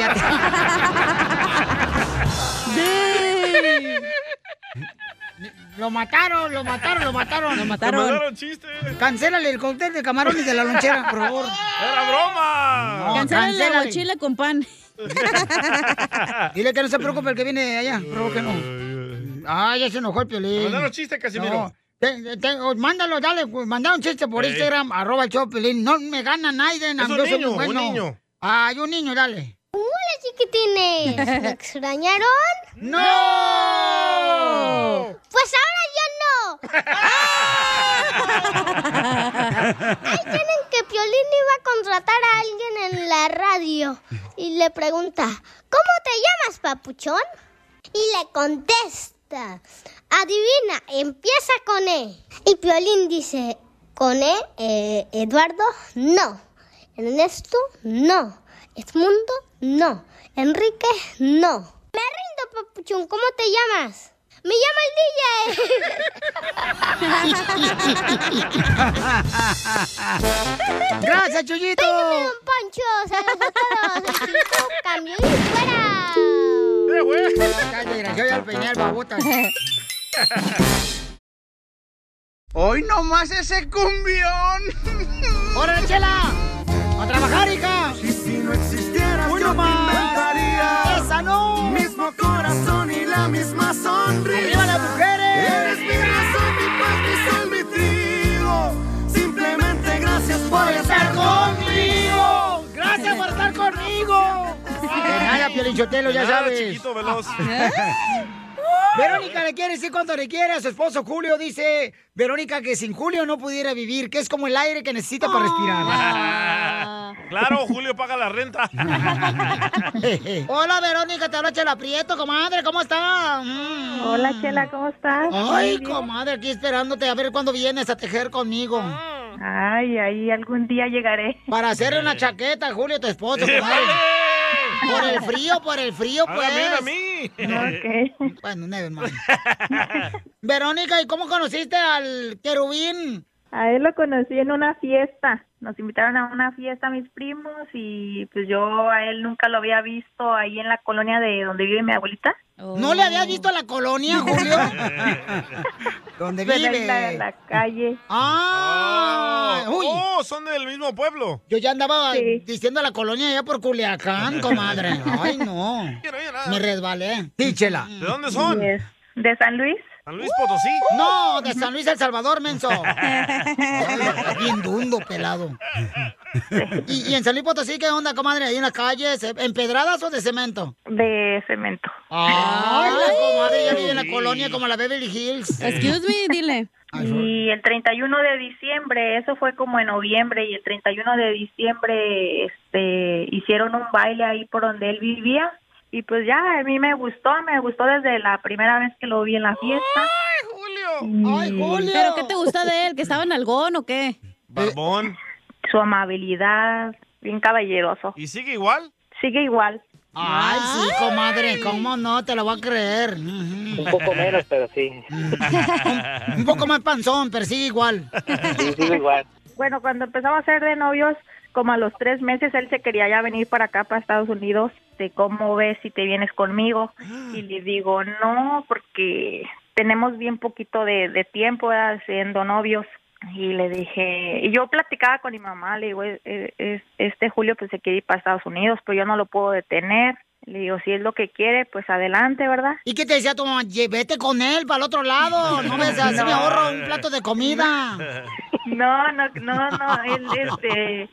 [SPEAKER 1] Lo mataron, lo mataron, lo mataron. Lo
[SPEAKER 3] mataron. Te mandaron
[SPEAKER 1] chiste. Cancélale el cóctel de camarones de la lonchera, por favor.
[SPEAKER 3] ¡Era broma!
[SPEAKER 4] Cancélale la mochila con pan.
[SPEAKER 1] Dile que no se preocupe el que viene de allá. Por favor que no. Ay, ya se enojó el piolín.
[SPEAKER 3] Mandaron chiste, Casimiro.
[SPEAKER 1] Te- te- oh, mándalo, dale, pues, mandaron chiste por
[SPEAKER 3] Ey.
[SPEAKER 1] Instagram, arroba el show, Piolín. No me gana nadie.
[SPEAKER 3] Es
[SPEAKER 1] yo
[SPEAKER 3] un
[SPEAKER 1] soy muy
[SPEAKER 3] niño, un
[SPEAKER 1] bueno.
[SPEAKER 3] niño.
[SPEAKER 1] Ay, un niño, dale.
[SPEAKER 18] Hola chiquitines, ¿me extrañaron?
[SPEAKER 1] ¡No!
[SPEAKER 18] Pues ahora yo no. Ahí tienen que Piolín iba a contratar a alguien en la radio y le pregunta, ¿cómo te llamas, papuchón? Y le contesta, adivina, empieza con E. Y Piolín dice, ¿con E? eh, Eduardo, no. Ernesto, no. Edmundo, no. Enrique, no. Me rindo, papuchón, ¿cómo te llamas? Me llama el DJ.
[SPEAKER 1] Gracias, Chuyito.
[SPEAKER 18] Peíname, don Poncho. Saludos a todos. El Chico cambió y fuera.
[SPEAKER 1] Eh, Yo ya al peinar, babota.
[SPEAKER 2] Hoy nomás ese cumbión.
[SPEAKER 1] ¡Órale, chela! ¡A trabajar, hija!
[SPEAKER 2] Y si no existiera,
[SPEAKER 1] Uno
[SPEAKER 2] yo te
[SPEAKER 1] más.
[SPEAKER 2] inventaría.
[SPEAKER 1] ¡Esa no!
[SPEAKER 2] Mismo corazón y la misma sonrisa.
[SPEAKER 1] ¡Arriba las mujeres!
[SPEAKER 2] Eres mi razón, mi paz, mi sol, mi trigo. Simplemente gracias por estar conmigo.
[SPEAKER 1] ¡Gracias por estar conmigo! De nada, Piolín Sotelo,
[SPEAKER 3] De
[SPEAKER 1] ya
[SPEAKER 3] nada,
[SPEAKER 1] sabes.
[SPEAKER 3] chiquito veloz.
[SPEAKER 1] Verónica le quiere decir cuánto le quiere a su esposo Julio. Dice Verónica que sin Julio no pudiera vivir, que es como el aire que necesita para
[SPEAKER 2] Ah.
[SPEAKER 3] claro, Julio paga la renta.
[SPEAKER 1] respirar. Hola, Verónica, te habla Chela Prieto, comadre, ¿cómo está? Mm.
[SPEAKER 21] Hola, Chela, ¿cómo estás?
[SPEAKER 1] Ay,
[SPEAKER 21] Muy bien.
[SPEAKER 1] comadre, aquí esperándote a ver cuándo vienes a tejer conmigo. Ay, ahí algún día llegaré. Para hacerle
[SPEAKER 2] Eh.
[SPEAKER 1] una chaqueta, Julio, tu esposo, comadre. Por el frío, por el frío, pues.
[SPEAKER 2] Hágame una a mí.
[SPEAKER 1] Ok. Bueno, never mind. Verónica, ¿y cómo conociste al querubín?
[SPEAKER 21] A él lo conocí en una fiesta. Nos invitaron a una fiesta mis primos y pues yo a él nunca lo había visto ahí en la colonia de donde vive mi abuelita.
[SPEAKER 1] ¿No le habías visto a la colonia, Julio? ¿Dónde
[SPEAKER 21] Pues ahí
[SPEAKER 1] vive?
[SPEAKER 21] la- la calle.
[SPEAKER 1] ¡Ah!
[SPEAKER 21] Oh,
[SPEAKER 1] ¡Oh! Son del mismo pueblo. Yo ya andaba diciendo a la colonia allá por Culiacán, comadre. ¡Ay, no! Me resbalé. Díchela.
[SPEAKER 3] ¿De dónde son?
[SPEAKER 21] ¿De San Luis?
[SPEAKER 3] ¿San Luis Potosí?
[SPEAKER 1] No, de San Luis El Salvador, menso. Ay, Bien dundo, pelado. ¿Y, y en San Luis Potosí qué onda, comadre? ¿Ahí en las calles? eh, ¿Empedradas o de cemento?
[SPEAKER 21] De cemento.
[SPEAKER 1] ¡Ay, la comadre ya vive en la colonia como la Beverly Hills!
[SPEAKER 21] Excuse me,
[SPEAKER 4] dile.
[SPEAKER 21] Y el 31 de diciembre, eso fue como en noviembre, y el 31 de diciembre este, hicieron un baile ahí por donde él vivía. Y pues ya, a mí me gustó, me gustó desde la primera vez que lo vi en la fiesta.
[SPEAKER 4] ¡Ay,
[SPEAKER 21] Julio!
[SPEAKER 4] ¿Pero qué te gusta de él? ¿Que estaba en algón o qué?
[SPEAKER 3] Barbón.
[SPEAKER 21] Su amabilidad, bien caballeroso.
[SPEAKER 3] ¿Y sigue igual?
[SPEAKER 21] Sigue igual.
[SPEAKER 1] Ay, sí,
[SPEAKER 4] Ah.
[SPEAKER 1] comadre, ¿cómo no? Te lo voy a creer.
[SPEAKER 22] Un poco menos, pero sí.
[SPEAKER 1] Un poco más panzón, pero sigue igual.
[SPEAKER 22] Sí, sigo igual.
[SPEAKER 21] Bueno, cuando empezamos a ser de novios, como a los tres meses, él se quería ya venir para acá, para Estados Unidos, de cómo ves si te vienes conmigo. Y le digo, no, porque tenemos bien poquito de, de tiempo ¿verdad? siendo novios. Y le dije, y yo platicaba con mi mamá, le digo, "Eh, eh, es- este julio pues se quiere ir para Estados Unidos, pues yo no lo puedo detener. Le digo, si es lo que quiere, pues adelante, ¿verdad?
[SPEAKER 1] ¿Y qué te decía tu mamá? "Ye- Vete con él para el otro lado. No me así me ahorro un plato de comida.
[SPEAKER 21] No, no, no, no, él, este...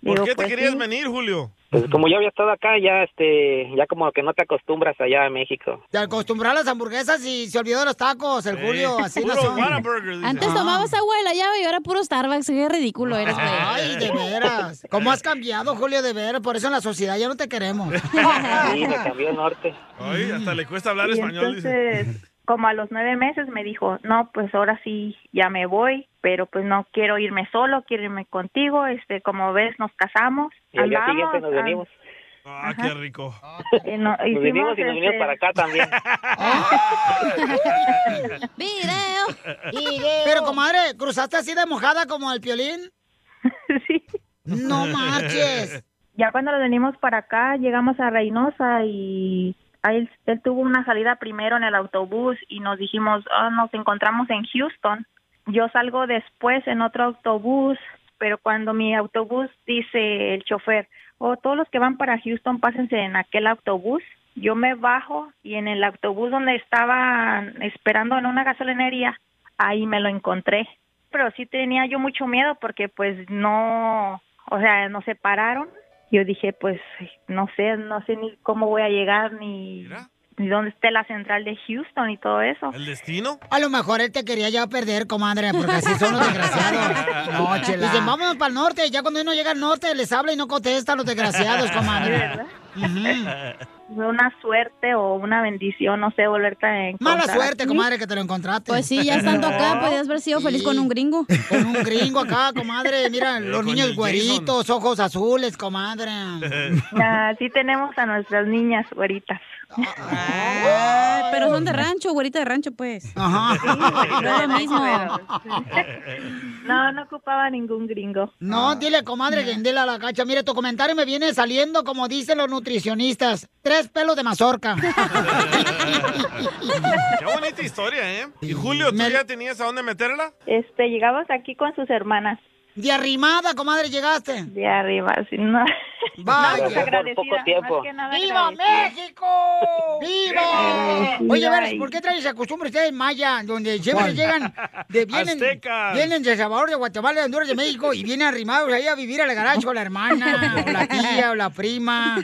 [SPEAKER 22] Digo,
[SPEAKER 3] ¿Por qué te
[SPEAKER 22] pues,
[SPEAKER 3] querías
[SPEAKER 22] sí.
[SPEAKER 3] venir, Julio?
[SPEAKER 22] Pues como yo había estado acá, ya este, ya como que no te acostumbras allá a México.
[SPEAKER 1] Te acostumbró a las hamburguesas y se olvidó de los tacos, el Julio, así no son. Ah.
[SPEAKER 4] Antes tomabas agua de la llave y ahora puro Starbucks. Qué ridículo eres, güey.
[SPEAKER 1] Ay, de veras. ¿Cómo has cambiado, Julio, de veras? Por eso en la sociedad ya no te queremos.
[SPEAKER 22] Sí, me cambió el norte.
[SPEAKER 3] Ay, hasta le cuesta hablar
[SPEAKER 21] Y
[SPEAKER 3] español, dice.
[SPEAKER 21] entonces, como a los nueve meses me dijo, no, pues ahora sí, ya me voy, pero pues no quiero irme solo, quiero irme contigo, este, como ves, nos casamos.
[SPEAKER 22] Y al día
[SPEAKER 21] andamos,
[SPEAKER 22] siguiente nos
[SPEAKER 21] ah,
[SPEAKER 22] venimos.
[SPEAKER 3] Ah, qué rico.
[SPEAKER 21] y no-
[SPEAKER 22] Nos
[SPEAKER 21] hicimos,
[SPEAKER 22] venimos y nos venimos
[SPEAKER 21] este,
[SPEAKER 22] para acá también.
[SPEAKER 1] Pero, comadre, ¿cruzaste así de mojada como el piolín? No marches.
[SPEAKER 21] Ya cuando nos venimos para acá, llegamos a Reynosa y a él, él tuvo una salida primero en el autobús y nos dijimos, "Ah, nos encontramos en Houston. Yo salgo después en otro autobús, pero cuando mi autobús dice el chofer, oh, todos los que van para Houston, pásense en aquel autobús. Yo me bajo y en el autobús donde estaban esperando en una gasolinería, ahí me lo encontré. Pero sí tenía yo mucho miedo porque pues no, o sea, nos separaron. Yo dije, pues no sé, no sé ni cómo voy a llegar ni, ni dónde esté la central de Houston y todo eso.
[SPEAKER 3] ¿El destino?
[SPEAKER 1] A lo mejor él te quería ya perder, comadre, porque así son los desgraciados.
[SPEAKER 3] No,
[SPEAKER 1] chela. Dicen, vámonos para el norte. y Ya cuando uno llega al norte, les habla y no contesta a los desgraciados,
[SPEAKER 21] Sí,
[SPEAKER 1] comadre.
[SPEAKER 21] ¿verdad? Fue una suerte o una bendición, no sé, volverte a encontrar.
[SPEAKER 1] Mala suerte,
[SPEAKER 21] aquí.
[SPEAKER 1] comadre, que te lo encontraste.
[SPEAKER 4] Pues sí, ya estando acá, pues, podías haber sido feliz con un gringo.
[SPEAKER 1] Con un gringo acá, comadre. Mira, los niños güeritos, ojos azules, comadre.
[SPEAKER 21] Ah, sí tenemos a nuestras niñas güeritas.
[SPEAKER 4] Ah, pero son de rancho, güerita de rancho, pues.
[SPEAKER 1] Ajá.
[SPEAKER 4] No es lo mismo.
[SPEAKER 21] No, no ocupaba ningún gringo.
[SPEAKER 4] Ah.
[SPEAKER 1] No, dile, comadre, que dile a la cacha. Mire, tu comentario me viene saliendo, como dicen los nutricionistas, tres pelos de mazorca.
[SPEAKER 3] Qué bonita historia, ¿eh? ¿Y Julio, tú ya tenías a dónde meterla?
[SPEAKER 21] Este, llegamos aquí con sus hermanas.
[SPEAKER 1] De arrimada, comadre, llegaste.
[SPEAKER 21] De arriba, sí, no.
[SPEAKER 1] Vaya.
[SPEAKER 21] No, pues agradecida, más que nada
[SPEAKER 1] ¡Viva México! ¡Viva!
[SPEAKER 21] Agradecida
[SPEAKER 1] Oye, veras,
[SPEAKER 21] y-
[SPEAKER 1] ¿por qué traen esa costumbre ustedes maya? Donde siempre
[SPEAKER 2] ¿Cuál?
[SPEAKER 1] llegan, de, vienen,
[SPEAKER 2] Aztecas.
[SPEAKER 1] vienen de El Salvador, de Guatemala, de Honduras, de México y vienen arrimados ahí a vivir a la garage con la hermana, o la tía, o la prima.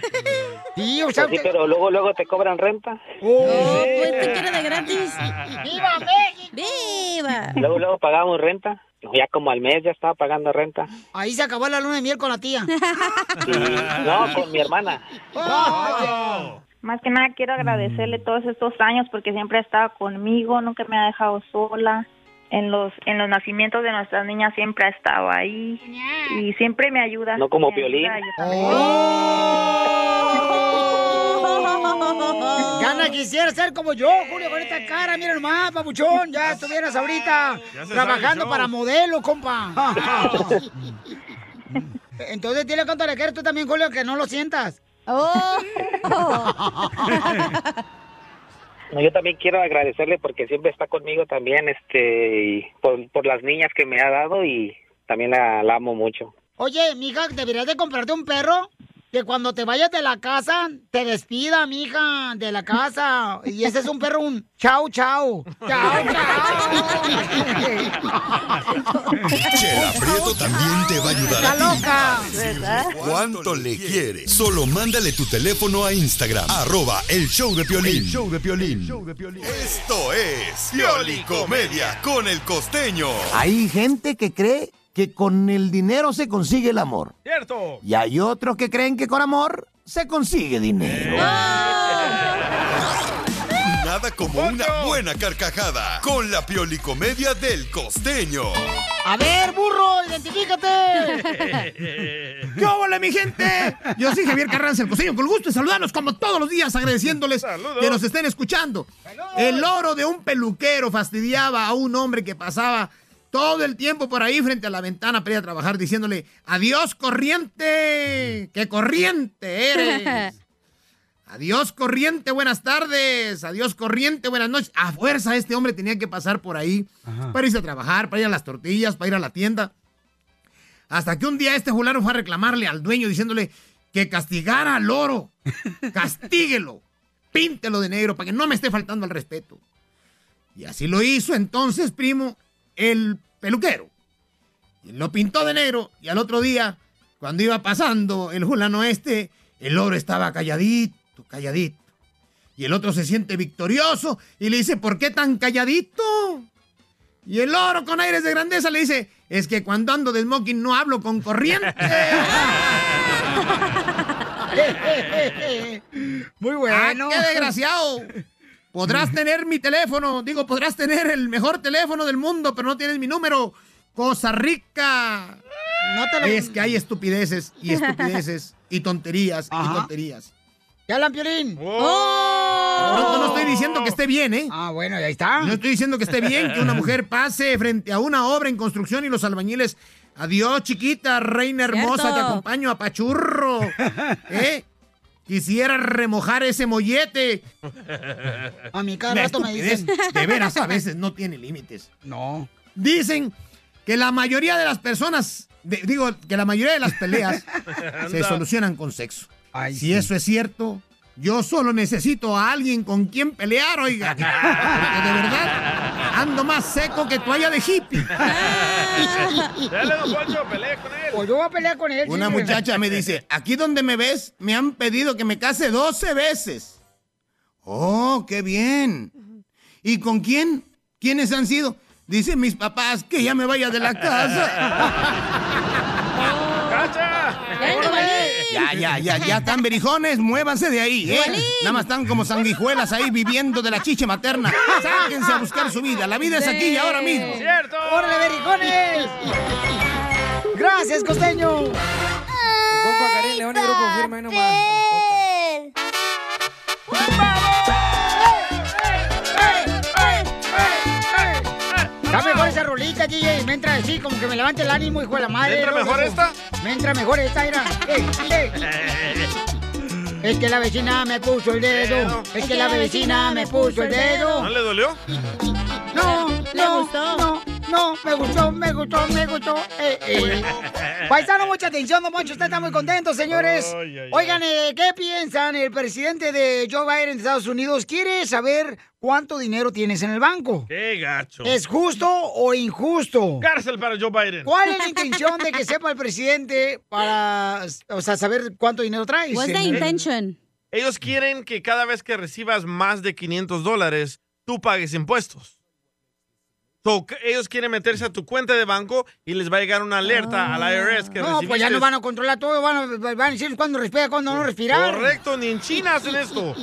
[SPEAKER 1] Sí, o sea,
[SPEAKER 22] Pues sí,
[SPEAKER 1] usted-
[SPEAKER 22] pero luego, luego te cobran renta.
[SPEAKER 4] Oh, pues, Te quiere de gratis.
[SPEAKER 1] ¡Viva México!
[SPEAKER 4] ¡Viva!
[SPEAKER 22] Luego, luego pagamos renta. Ya como al mes ya estaba pagando renta.
[SPEAKER 1] ahí se acabó la luna de miel con la tía.
[SPEAKER 22] Y- no, Ah, con mi hermana.
[SPEAKER 21] Más que nada quiero agradecerle todos estos años porque siempre ha estado conmigo, nunca me ha dejado sola. en los en los nacimientos de nuestras niñas siempre ha estado ahí y siempre me ayuda.
[SPEAKER 22] No como
[SPEAKER 21] Me ayuda,
[SPEAKER 22] Piolín.
[SPEAKER 21] yo también.
[SPEAKER 1] Gana, quisiera ser como yo, Julio, con esta cara, mira nomás, papuchón, ya estuvieras ahorita
[SPEAKER 2] Ya se sabe el
[SPEAKER 1] trabajando
[SPEAKER 2] show.
[SPEAKER 1] para modelo, compa. Entonces dile cuánto le quieres tú también, Julio, que no lo sientas.
[SPEAKER 22] No, yo también quiero agradecerle porque siempre está conmigo también, este, y por, por las niñas que me ha dado y también la, la amo mucho.
[SPEAKER 1] Oye, mija, deberías de comprarte un perro que cuando te vayas de la casa te despida, mija, de la casa. Y ese es un perro, un chau, chau. Chau,
[SPEAKER 10] Chela Prieto también te va a ayudar
[SPEAKER 1] Está
[SPEAKER 10] a ti.
[SPEAKER 1] loca.
[SPEAKER 10] ¿Cuánto le quieres? Solo mándale tu teléfono a Instagram. Arroba el show de Piolín.
[SPEAKER 2] El
[SPEAKER 10] show de Piolín. Esto es Pioli Comedia con el costeño.
[SPEAKER 13] Hay gente que cree que con el dinero se consigue el amor.
[SPEAKER 3] ¡Cierto!
[SPEAKER 13] Y hay otros que creen que con amor se consigue dinero.
[SPEAKER 1] Ah.
[SPEAKER 10] Nada como una buena carcajada con la Pioli Comedia del costeño.
[SPEAKER 1] A ver, burro, identifícate.
[SPEAKER 14] ¡Qué hola, mi gente! Yo soy Javier Carranza, el costeño, con el gusto de saludarlos como todos los días, agradeciéndoles que nos estén escuchando. El oro de un peluquero fastidiaba a un hombre que pasaba todo el tiempo por ahí frente a la ventana para ir a trabajar, diciéndole, adiós corriente, qué corriente eres. Adiós corriente, buenas tardes. Adiós corriente, buenas noches. A fuerza este hombre tenía que pasar por ahí para irse a trabajar, para ir a las tortillas, para ir a la tienda. Hasta que un día este fulano fue a reclamarle al dueño diciéndole que castigara al loro. Castíguelo. Píntelo de negro para que no me esté faltando al respeto. Y así lo hizo entonces, primo, el peluquero. Y lo pintó de negro y al otro día, cuando iba pasando el fulano este, el loro estaba calladito, calladito. Y el otro se siente victorioso y le dice, ¿por qué tan calladito? Y el oro con aires de grandeza le dice, es que cuando ando de smoking no hablo con corriente.
[SPEAKER 1] Muy bueno.
[SPEAKER 14] Ah, qué desgraciado. Podrás tener mi teléfono, digo, podrás tener el mejor teléfono del mundo, pero no tienes mi número. Cosa rica. Es que hay estupideces y estupideces y tonterías y tonterías.
[SPEAKER 1] ¡Ya hablan, Piolín! ¡Oh!
[SPEAKER 14] Pronto no estoy diciendo que esté bien, ¿eh?
[SPEAKER 1] Ah, bueno, ahí está.
[SPEAKER 14] No estoy diciendo que esté bien que una mujer pase frente a una obra en construcción y los albañiles. Adiós, chiquita, reina hermosa,
[SPEAKER 2] Cierto.
[SPEAKER 14] te acompaño a Pachurro. ¿Eh? Quisiera remojar ese mollete.
[SPEAKER 1] A mí cada
[SPEAKER 14] La
[SPEAKER 1] rato me
[SPEAKER 14] estupidez,
[SPEAKER 1] dicen.
[SPEAKER 14] De veras, a veces no tiene límites. No. Dicen que la mayoría de las personas, de- digo, que la mayoría de las peleas se
[SPEAKER 2] Anda.
[SPEAKER 14] solucionan con sexo. si eso es cierto, yo solo necesito a alguien con quien pelear, oiga. Porque de verdad ando más seco que toalla de hippie.
[SPEAKER 3] Dale, don Poncho, pelea con él.
[SPEAKER 1] Pues yo voy a pelear con él.
[SPEAKER 14] Una
[SPEAKER 1] sí, güey.
[SPEAKER 14] muchacha me dice, aquí donde me ves, me han pedido que me case 12 veces. Oh, qué bien. ¿Y con quién? ¿Quiénes han sido? Dicen mis papás que ya me vaya de la casa. Ya, ya, ya, ya están berijones, muévanse de ahí, ¿eh? Nada más están como sanguijuelas ahí viviendo de la chiche materna. Sáquense a buscar su vida. La vida es aquí y ahora mismo.
[SPEAKER 1] ¡Cierto! ¡Órale, verijones! ¡Gracias, costeño! Está mejor esa rolita, DJ. Me entra así, como que me levanta el ánimo, hijo de la madre.
[SPEAKER 2] ¿Me entra
[SPEAKER 1] luego,
[SPEAKER 2] mejor
[SPEAKER 1] luego. Me entra mejor esta, era. Es que la vecina me puso el dedo. Es que la vecina me puso el dedo.
[SPEAKER 3] ¿No le dolió?
[SPEAKER 1] No, no, no, no, me gustó, me gustó, me gustó. Eh, eh. Paisano, mucha atención, don Poncho, usted está muy contento, señores.
[SPEAKER 2] Ay, ay,
[SPEAKER 1] Oigan, eh, ¿qué piensan? El presidente de Joe Biden de Estados Unidos quiere saber cuánto dinero tienes en el banco.
[SPEAKER 3] ¡Qué gacho!
[SPEAKER 1] ¿Es justo o injusto?
[SPEAKER 3] Cárcel para Joe Biden.
[SPEAKER 1] ¿Cuál es la intención de que sepa el presidente para, o sea, saber cuánto dinero traes?
[SPEAKER 3] What's
[SPEAKER 1] en
[SPEAKER 3] the
[SPEAKER 1] el-
[SPEAKER 3] intention?
[SPEAKER 1] Mm.
[SPEAKER 3] Ellos quieren que cada vez que recibas más de 500 dólares, tú pagues impuestos. So, que ellos quieren meterse a tu cuenta de banco y les va a llegar una alerta al IRS que
[SPEAKER 1] Ah. No, pues ya no
[SPEAKER 3] recibiste-
[SPEAKER 1] van a controlar todo, van a, van a decir cuándo respira, cuándo no respirar.
[SPEAKER 3] Correcto, ni en China hacen esto.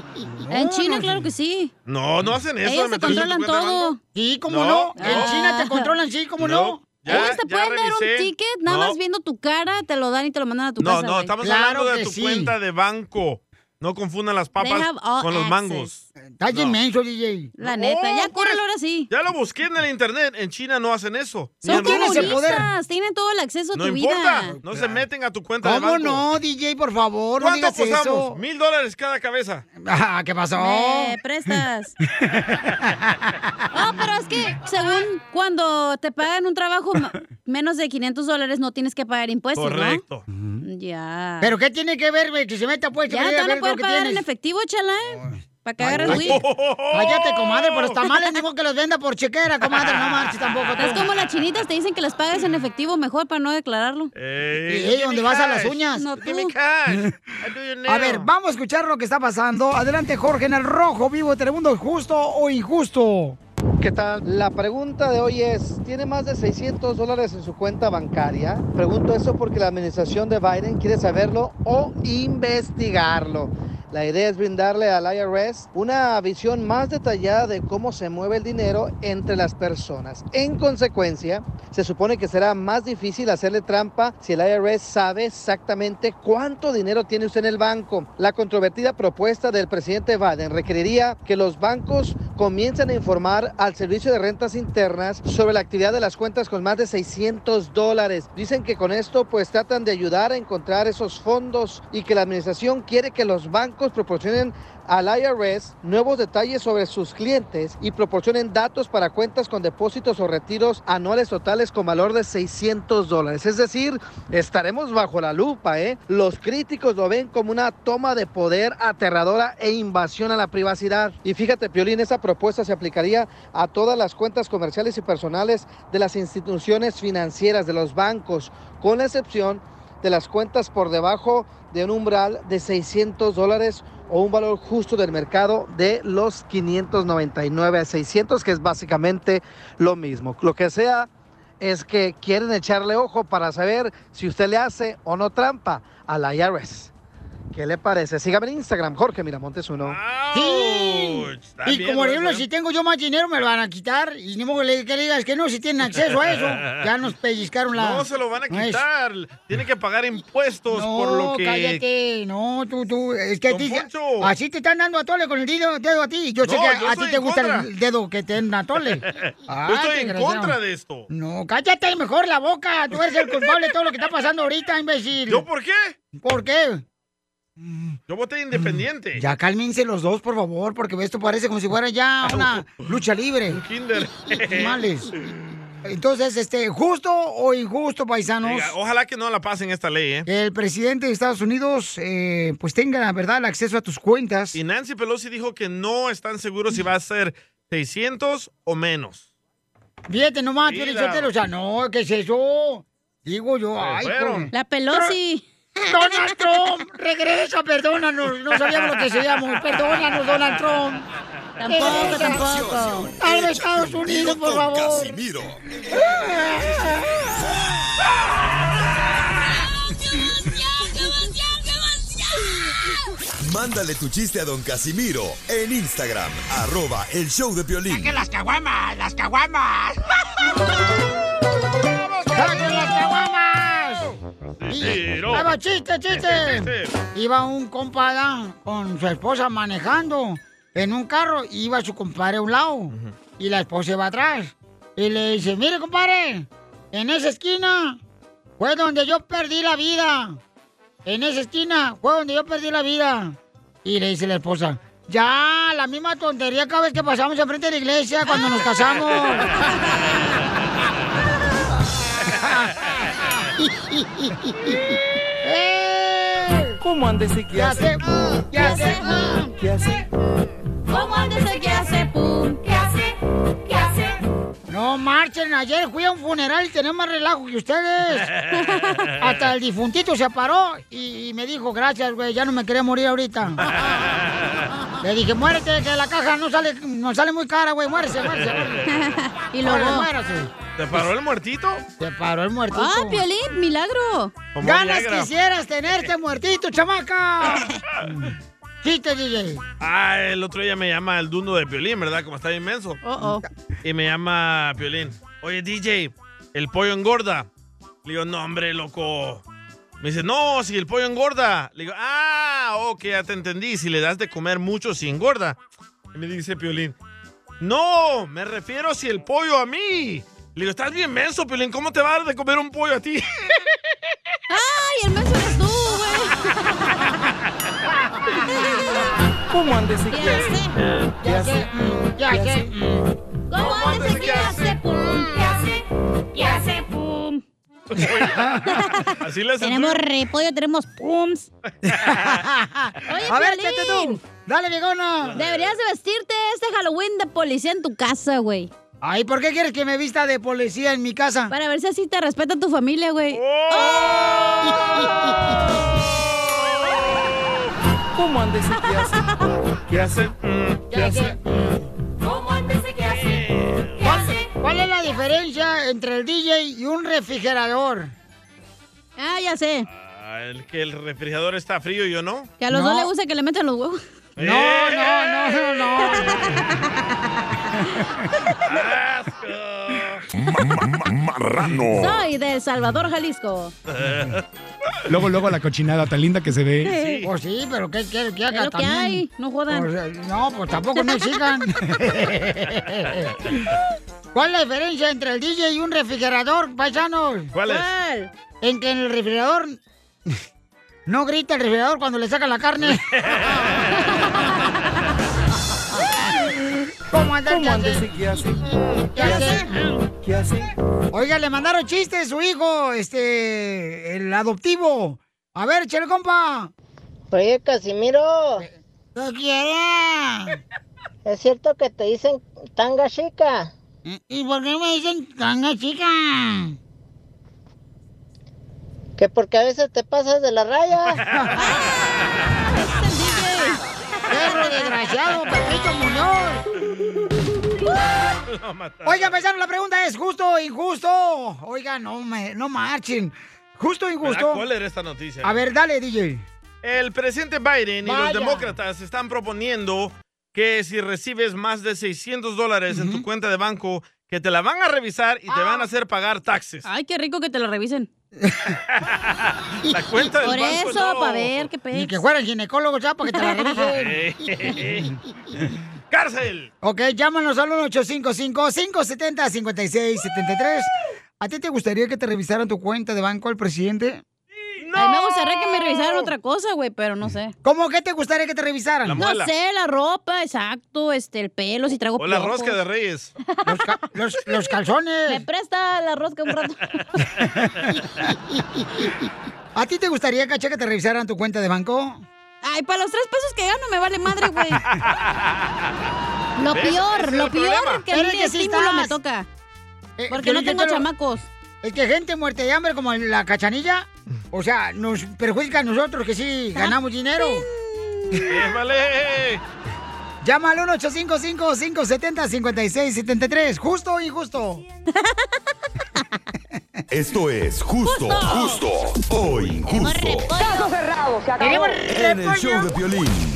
[SPEAKER 4] en China, claro que sí.
[SPEAKER 3] No, no hacen eso.
[SPEAKER 4] Ellos
[SPEAKER 3] de
[SPEAKER 4] te
[SPEAKER 3] meterse a tu
[SPEAKER 4] controlan
[SPEAKER 3] cuenta de banco.
[SPEAKER 4] todo.
[SPEAKER 1] Sí,
[SPEAKER 3] ¿cómo No. no? En
[SPEAKER 1] En China te controlan, sí, cómo no.
[SPEAKER 3] Ya,
[SPEAKER 4] Ellos te
[SPEAKER 3] ya
[SPEAKER 4] pueden dar un
[SPEAKER 3] revisé.
[SPEAKER 4] ticket, nada
[SPEAKER 3] No.
[SPEAKER 4] más viendo tu cara, te lo dan y te lo mandan a tu
[SPEAKER 3] No,
[SPEAKER 4] casa.
[SPEAKER 3] no,
[SPEAKER 4] güey.
[SPEAKER 3] estamos hablando de tu cuenta de banco. No confundan las papas
[SPEAKER 4] They have all
[SPEAKER 3] con los
[SPEAKER 4] access.
[SPEAKER 3] mangos.
[SPEAKER 1] Está inmenso, Oh, DJ.
[SPEAKER 4] La neta,
[SPEAKER 1] pues,
[SPEAKER 4] ya córrelo ahora sí.
[SPEAKER 3] Ya lo busqué en el internet. En China no hacen eso.
[SPEAKER 4] Son
[SPEAKER 3] Ni en
[SPEAKER 4] comunistas,
[SPEAKER 3] Rusia.
[SPEAKER 4] tienen todo el acceso a
[SPEAKER 3] No
[SPEAKER 4] tu
[SPEAKER 3] importa.
[SPEAKER 4] vida.
[SPEAKER 3] No se meten a tu cuenta de
[SPEAKER 1] ¿Cómo
[SPEAKER 3] banco.
[SPEAKER 1] no, DJ, por favor? No
[SPEAKER 3] ¿Cuánto
[SPEAKER 1] digas
[SPEAKER 3] apostamos?
[SPEAKER 1] eso.
[SPEAKER 3] Mil dólares cada cabeza.
[SPEAKER 1] Ah, ¿qué pasó?
[SPEAKER 4] Me prestas. No, pero es que según cuando te pagan un trabajo ma- menos de 500 dólares no tienes que pagar
[SPEAKER 1] Pues
[SPEAKER 4] impuestos,
[SPEAKER 1] Correcto.
[SPEAKER 4] ¿no? Ya.
[SPEAKER 1] ¿Pero qué tiene que ver, güey? Que se meta pues.
[SPEAKER 4] Ya
[SPEAKER 1] que
[SPEAKER 4] te
[SPEAKER 1] vaya a
[SPEAKER 4] van a
[SPEAKER 1] ver
[SPEAKER 4] poder
[SPEAKER 1] lo que
[SPEAKER 4] pagar en
[SPEAKER 1] tienes.
[SPEAKER 4] efectivo, chala, ¿eh? Para que agarres
[SPEAKER 1] Cállate.
[SPEAKER 4] weed.
[SPEAKER 1] Cállate, comadre, pero los tamales digo que los venda por chequera, comadre. No marches tampoco. tú.
[SPEAKER 4] Es como las chinitas, te dicen que las pagas en efectivo mejor para no declararlo.
[SPEAKER 3] Eh,
[SPEAKER 1] Ey, give ¿dónde me vas a las cash. uñas?
[SPEAKER 4] No, tú.
[SPEAKER 1] A ver, vamos a escuchar lo que está pasando. Adelante, Jorge, en el rojo, vivo de Telemundo, justo o injusto.
[SPEAKER 5] ¿Qué tal? La pregunta de hoy es, ¿tiene más de 600 dólares en su cuenta bancaria? Pregunto eso porque la administración de Biden quiere saberlo o investigarlo. La idea es brindarle al IRS una visión más detallada de cómo se mueve el dinero entre las personas. En consecuencia, se supone que será más difícil hacerle trampa si el IRS sabe exactamente cuánto dinero tiene usted en el banco. La controvertida propuesta del presidente Biden requeriría que los bancos comiencen a informar al Servicio de Rentas Internas sobre la actividad de las cuentas con más de 600 dólares. Dicen que con esto pues tratan de ayudar a encontrar esos fondos y que la administración quiere que los bancos proporcionen al IRS nuevos detalles sobre sus clientes y proporcionen datos para cuentas con depósitos o retiros anuales totales con valor de 600 dólares. Es decir, estaremos bajo la lupa, ¿eh? Los críticos lo ven como una toma de poder aterradora e invasión a la privacidad. Y fíjate, Piolín, esa propuesta se aplicaría a todas las cuentas comerciales y personales de las instituciones financieras, de los bancos, con la excepción de las cuentas por debajo de un umbral de 600 dólares o un valor justo del mercado de los 599 a 600, que es básicamente lo mismo. Lo que sea es que quieren echarle ojo para saber si usted le hace o no trampa a la IRS. ¿Qué le parece? Sígame en Instagram, Jorge Miramontes uno.
[SPEAKER 1] Sí.
[SPEAKER 13] Está bien,
[SPEAKER 3] pues,
[SPEAKER 1] Y como por ejemplo,
[SPEAKER 13] ¿verdad?
[SPEAKER 1] si tengo yo más dinero, me lo van a quitar. Y ni modo que le que le digas que no, si tienen acceso a eso. Ya nos pellizcaron la.
[SPEAKER 3] No se lo van a
[SPEAKER 1] es-
[SPEAKER 3] quitar. Tienen que pagar impuestos
[SPEAKER 1] No,
[SPEAKER 3] por lo que.
[SPEAKER 1] cállate. No, tú, tú. Es que a
[SPEAKER 3] Don
[SPEAKER 1] ti-
[SPEAKER 3] Poncho.
[SPEAKER 1] así te están dando a tole con el dedo, dedo a ti. Yo sé
[SPEAKER 3] No,
[SPEAKER 1] que a-
[SPEAKER 3] yo
[SPEAKER 1] a
[SPEAKER 3] estoy
[SPEAKER 1] ti te
[SPEAKER 3] en
[SPEAKER 1] gusta
[SPEAKER 3] contra.
[SPEAKER 1] el dedo que te den a tole.
[SPEAKER 3] Yo
[SPEAKER 1] Ay,
[SPEAKER 3] estoy en
[SPEAKER 1] Ah, desgraciado.
[SPEAKER 3] contra de esto.
[SPEAKER 1] No, cállate mejor la boca. Tú eres el culpable de todo lo que está pasando ahorita, imbécil.
[SPEAKER 3] ¿Yo por qué?
[SPEAKER 1] ¿Por qué?
[SPEAKER 3] Yo voté independiente.
[SPEAKER 1] Ya cálmense los dos, por favor, porque esto parece como si fuera ya una lucha libre.
[SPEAKER 3] Kinder.
[SPEAKER 1] Males. Entonces, este, justo o injusto, paisanos.
[SPEAKER 3] Oiga, Ojalá que no la pasen esta ley, ¿eh?
[SPEAKER 1] que el presidente de Estados Unidos eh, pues tenga la verdad el acceso a tus cuentas.
[SPEAKER 3] Y Nancy Pelosi dijo que no están seguros si va a ser 600 o menos.
[SPEAKER 1] Fíjate nomás,
[SPEAKER 3] Sí,
[SPEAKER 1] Piolín
[SPEAKER 3] la-
[SPEAKER 1] Sotelo, o sea, no, ¿qué es eso? Digo yo, ay,
[SPEAKER 3] fueron.
[SPEAKER 1] La Pelosi. Donald Trump, regresa, perdónanos, no sabíamos lo que seamos, perdónanos, Donald Trump.
[SPEAKER 2] Tampoco, tampoco.
[SPEAKER 1] Algo Estados Unidos, por favor. Ah.
[SPEAKER 10] Casimiro. Mándale tu chiste a don Casimiro en Instagram, arroba el show de violín.
[SPEAKER 2] las caguamas, las caguamas.
[SPEAKER 1] ¡Saquen las caguamas! Ahí va, chiste, chiste. Iba un compadre con su esposa manejando en un carro. Iba su compadre a un lado y la esposa iba atrás. Y le dice, mire, compadre, en esa esquina fue donde yo perdí la vida. En esa esquina fue donde yo perdí la vida. Y le dice la esposa, ya, la misma tontería cada vez que pasamos enfrente de la iglesia cuando nos casamos.
[SPEAKER 2] ¿Cómo andes y qué hace?
[SPEAKER 1] ¿Qué hace?
[SPEAKER 2] ¿Qué hace?
[SPEAKER 1] ¿Cómo andas que hace pum? ¿Qué hace? ¿Qué hace? No marchen, ayer fui a un funeral y tenía más relajo que ustedes. Hasta el difuntito se paró y, y me dijo, gracias, güey, ya no me quería morir ahorita. Le dije, muérete, que la caja no sale, no sale muy cara, güey. Muérese, muérese.
[SPEAKER 4] Y
[SPEAKER 1] Órale,
[SPEAKER 4] luego-
[SPEAKER 1] muérase.
[SPEAKER 3] ¿Te paró el muertito?
[SPEAKER 1] Te paró el muertito.
[SPEAKER 4] ¡Ah, Piolín! ¡Milagro!
[SPEAKER 3] Como
[SPEAKER 1] Ganas
[SPEAKER 3] Viagra.
[SPEAKER 1] quisieras tenerte muertito, chamaca. Chiste, DJ.
[SPEAKER 3] Ah, el otro día me llama el dundo de Piolín, ¿verdad? Como está inmenso.
[SPEAKER 4] Oh, oh.
[SPEAKER 3] Y me llama Piolín. Oye, DJ, el pollo engorda. Le digo, no, hombre, loco. Me dice, no, si el pollo engorda. Le digo, ah, ok, ya te entendí. Si le das de comer mucho, si engorda. Y me dice Piolín, no, me refiero si el pollo a mí. Le digo, estás bien menso, Piolín. ¿Cómo te va a dar de comer un pollo a ti?
[SPEAKER 4] ¡Ay, el menso eres tú, güey!
[SPEAKER 2] ¿Cómo andes y
[SPEAKER 4] qué hace?
[SPEAKER 2] ¿Qué hace?
[SPEAKER 4] mm,
[SPEAKER 1] Ya sé.
[SPEAKER 4] ¿Cómo andas aquí? hace pum? ¿Qué hace? ¿Qué hace pum?
[SPEAKER 3] Así le hacen.
[SPEAKER 4] Tenemos repollo, tenemos pums. Oye,
[SPEAKER 1] A ver,
[SPEAKER 4] Piolín,
[SPEAKER 1] échate tú. Dale, viejona.
[SPEAKER 4] Deberías de vestirte este Halloween de policía en tu casa, güey.
[SPEAKER 1] Ay, ¿por qué quieres que me vista de policía en mi casa?
[SPEAKER 4] Para ver si así te respeta tu familia, güey.
[SPEAKER 3] ¡Oh!
[SPEAKER 4] ¡Oh!
[SPEAKER 2] ¿Cómo andes y qué hace? ¿Qué hace? ¿Qué hace?
[SPEAKER 1] ¿Cómo antes de qué hace? ¿Cuál, cuál es la diferencia entre el DJ y un refrigerador?
[SPEAKER 4] Ah, ya sé.
[SPEAKER 3] Ah, el que el refrigerador está frío y yo no.
[SPEAKER 4] Que a los dos les gusta que le metan los huevos.
[SPEAKER 3] No, no,
[SPEAKER 1] no, no. Oh.
[SPEAKER 6] Marrano.
[SPEAKER 4] Soy de El Salvador, Jalisco.
[SPEAKER 6] Luego, luego la cochinada tan linda que se ve.
[SPEAKER 1] Pues sí, pero ¿qué quiere que haga
[SPEAKER 4] Es lo que
[SPEAKER 1] también?
[SPEAKER 4] hay, no jodan.
[SPEAKER 1] Pues, eh, no, pues tampoco no sigan.
[SPEAKER 4] Eh,
[SPEAKER 1] ¿Cuál es la diferencia entre el DJ y un refrigerador, paisanos?
[SPEAKER 2] ¿Cuál es?
[SPEAKER 1] En que en el refrigerador no grita el refrigerador cuando le sacan la carne. ¿Cómo andas?
[SPEAKER 2] ¿Cómo
[SPEAKER 1] ¿Qué hace?
[SPEAKER 2] andes y qué hace?
[SPEAKER 1] ¿Qué hace?
[SPEAKER 2] ¿Qué hace?
[SPEAKER 1] Oiga, le mandaron chistes su hijo, este, el adoptivo. A ver, chele, compa.
[SPEAKER 8] Oye, Casimiro.
[SPEAKER 1] ¿Qué quieres?
[SPEAKER 8] ¿Es cierto que te dicen tanga chica?
[SPEAKER 1] ¿Y por qué me dicen tanga chica?
[SPEAKER 8] Que porque a veces te pasas de la raya.
[SPEAKER 1] ¡Perro desgraciado, Pepito Muñoz! Oigan, paisanos, la pregunta es, ¿justo o injusto? Oigan, no, me, no marchen. ¿Justo o
[SPEAKER 3] Me da
[SPEAKER 1] injusto?
[SPEAKER 3] cólera esta noticia.
[SPEAKER 1] A ver, dale, DJ.
[SPEAKER 3] El presidente Biden y
[SPEAKER 1] Vaya.
[SPEAKER 3] los demócratas están proponiendo que si recibes más de 600 dólares en tu cuenta de banco, que te la van a revisar y te
[SPEAKER 4] Ah.
[SPEAKER 3] van a hacer pagar taxes.
[SPEAKER 4] Ay, qué rico que te lo revisen.
[SPEAKER 3] La cuenta del
[SPEAKER 4] Por
[SPEAKER 3] banco
[SPEAKER 4] eso,
[SPEAKER 3] no.
[SPEAKER 4] para ver qué pex.
[SPEAKER 1] Ni que fuera el ginecólogo ya, para que te la revisen.
[SPEAKER 3] ¡Cárcel!
[SPEAKER 1] Ok, llámanos al 1-855-570-5673. ¿A ti te gustaría que te revisaran tu cuenta de banco al presidente?
[SPEAKER 4] A mí me gustaría que me revisaran otra cosa, güey, pero no sé.
[SPEAKER 1] ¿Cómo que te gustaría que te revisaran?
[SPEAKER 4] no sé, la ropa, exacto, este, el pelo, si traigo
[SPEAKER 3] O la
[SPEAKER 4] piojos.
[SPEAKER 3] rosca de Reyes.
[SPEAKER 1] Los, los calzones.
[SPEAKER 4] Me presta la rosca un rato.
[SPEAKER 1] ¿A ti te gustaría, Cacha, que te revisaran tu cuenta de banco?
[SPEAKER 4] Ay, para los tres pesos que gano me vale madre, güey. Lo
[SPEAKER 1] ¿Ves? Ese
[SPEAKER 4] peor,
[SPEAKER 1] es
[SPEAKER 4] lo
[SPEAKER 1] el
[SPEAKER 4] peor
[SPEAKER 1] problema.
[SPEAKER 4] que a mí
[SPEAKER 1] Pero que
[SPEAKER 4] el
[SPEAKER 1] sí
[SPEAKER 4] estímulo me
[SPEAKER 1] estás.
[SPEAKER 4] toca.
[SPEAKER 1] Eh,
[SPEAKER 4] Porque no
[SPEAKER 1] Piolín,
[SPEAKER 4] tengo
[SPEAKER 1] yo te lo-
[SPEAKER 4] chamacos.
[SPEAKER 1] Es que gente muerta de hambre como la cachanilla, o sea, nos perjudica a nosotros que sí ganamos dinero.
[SPEAKER 3] vale!
[SPEAKER 1] Llama al 1-855-570-5673. ¿Justo o injusto?
[SPEAKER 10] Esto es justo, justo, o injusto.
[SPEAKER 2] Caso cerrado, se acabó.
[SPEAKER 10] En el show de violín.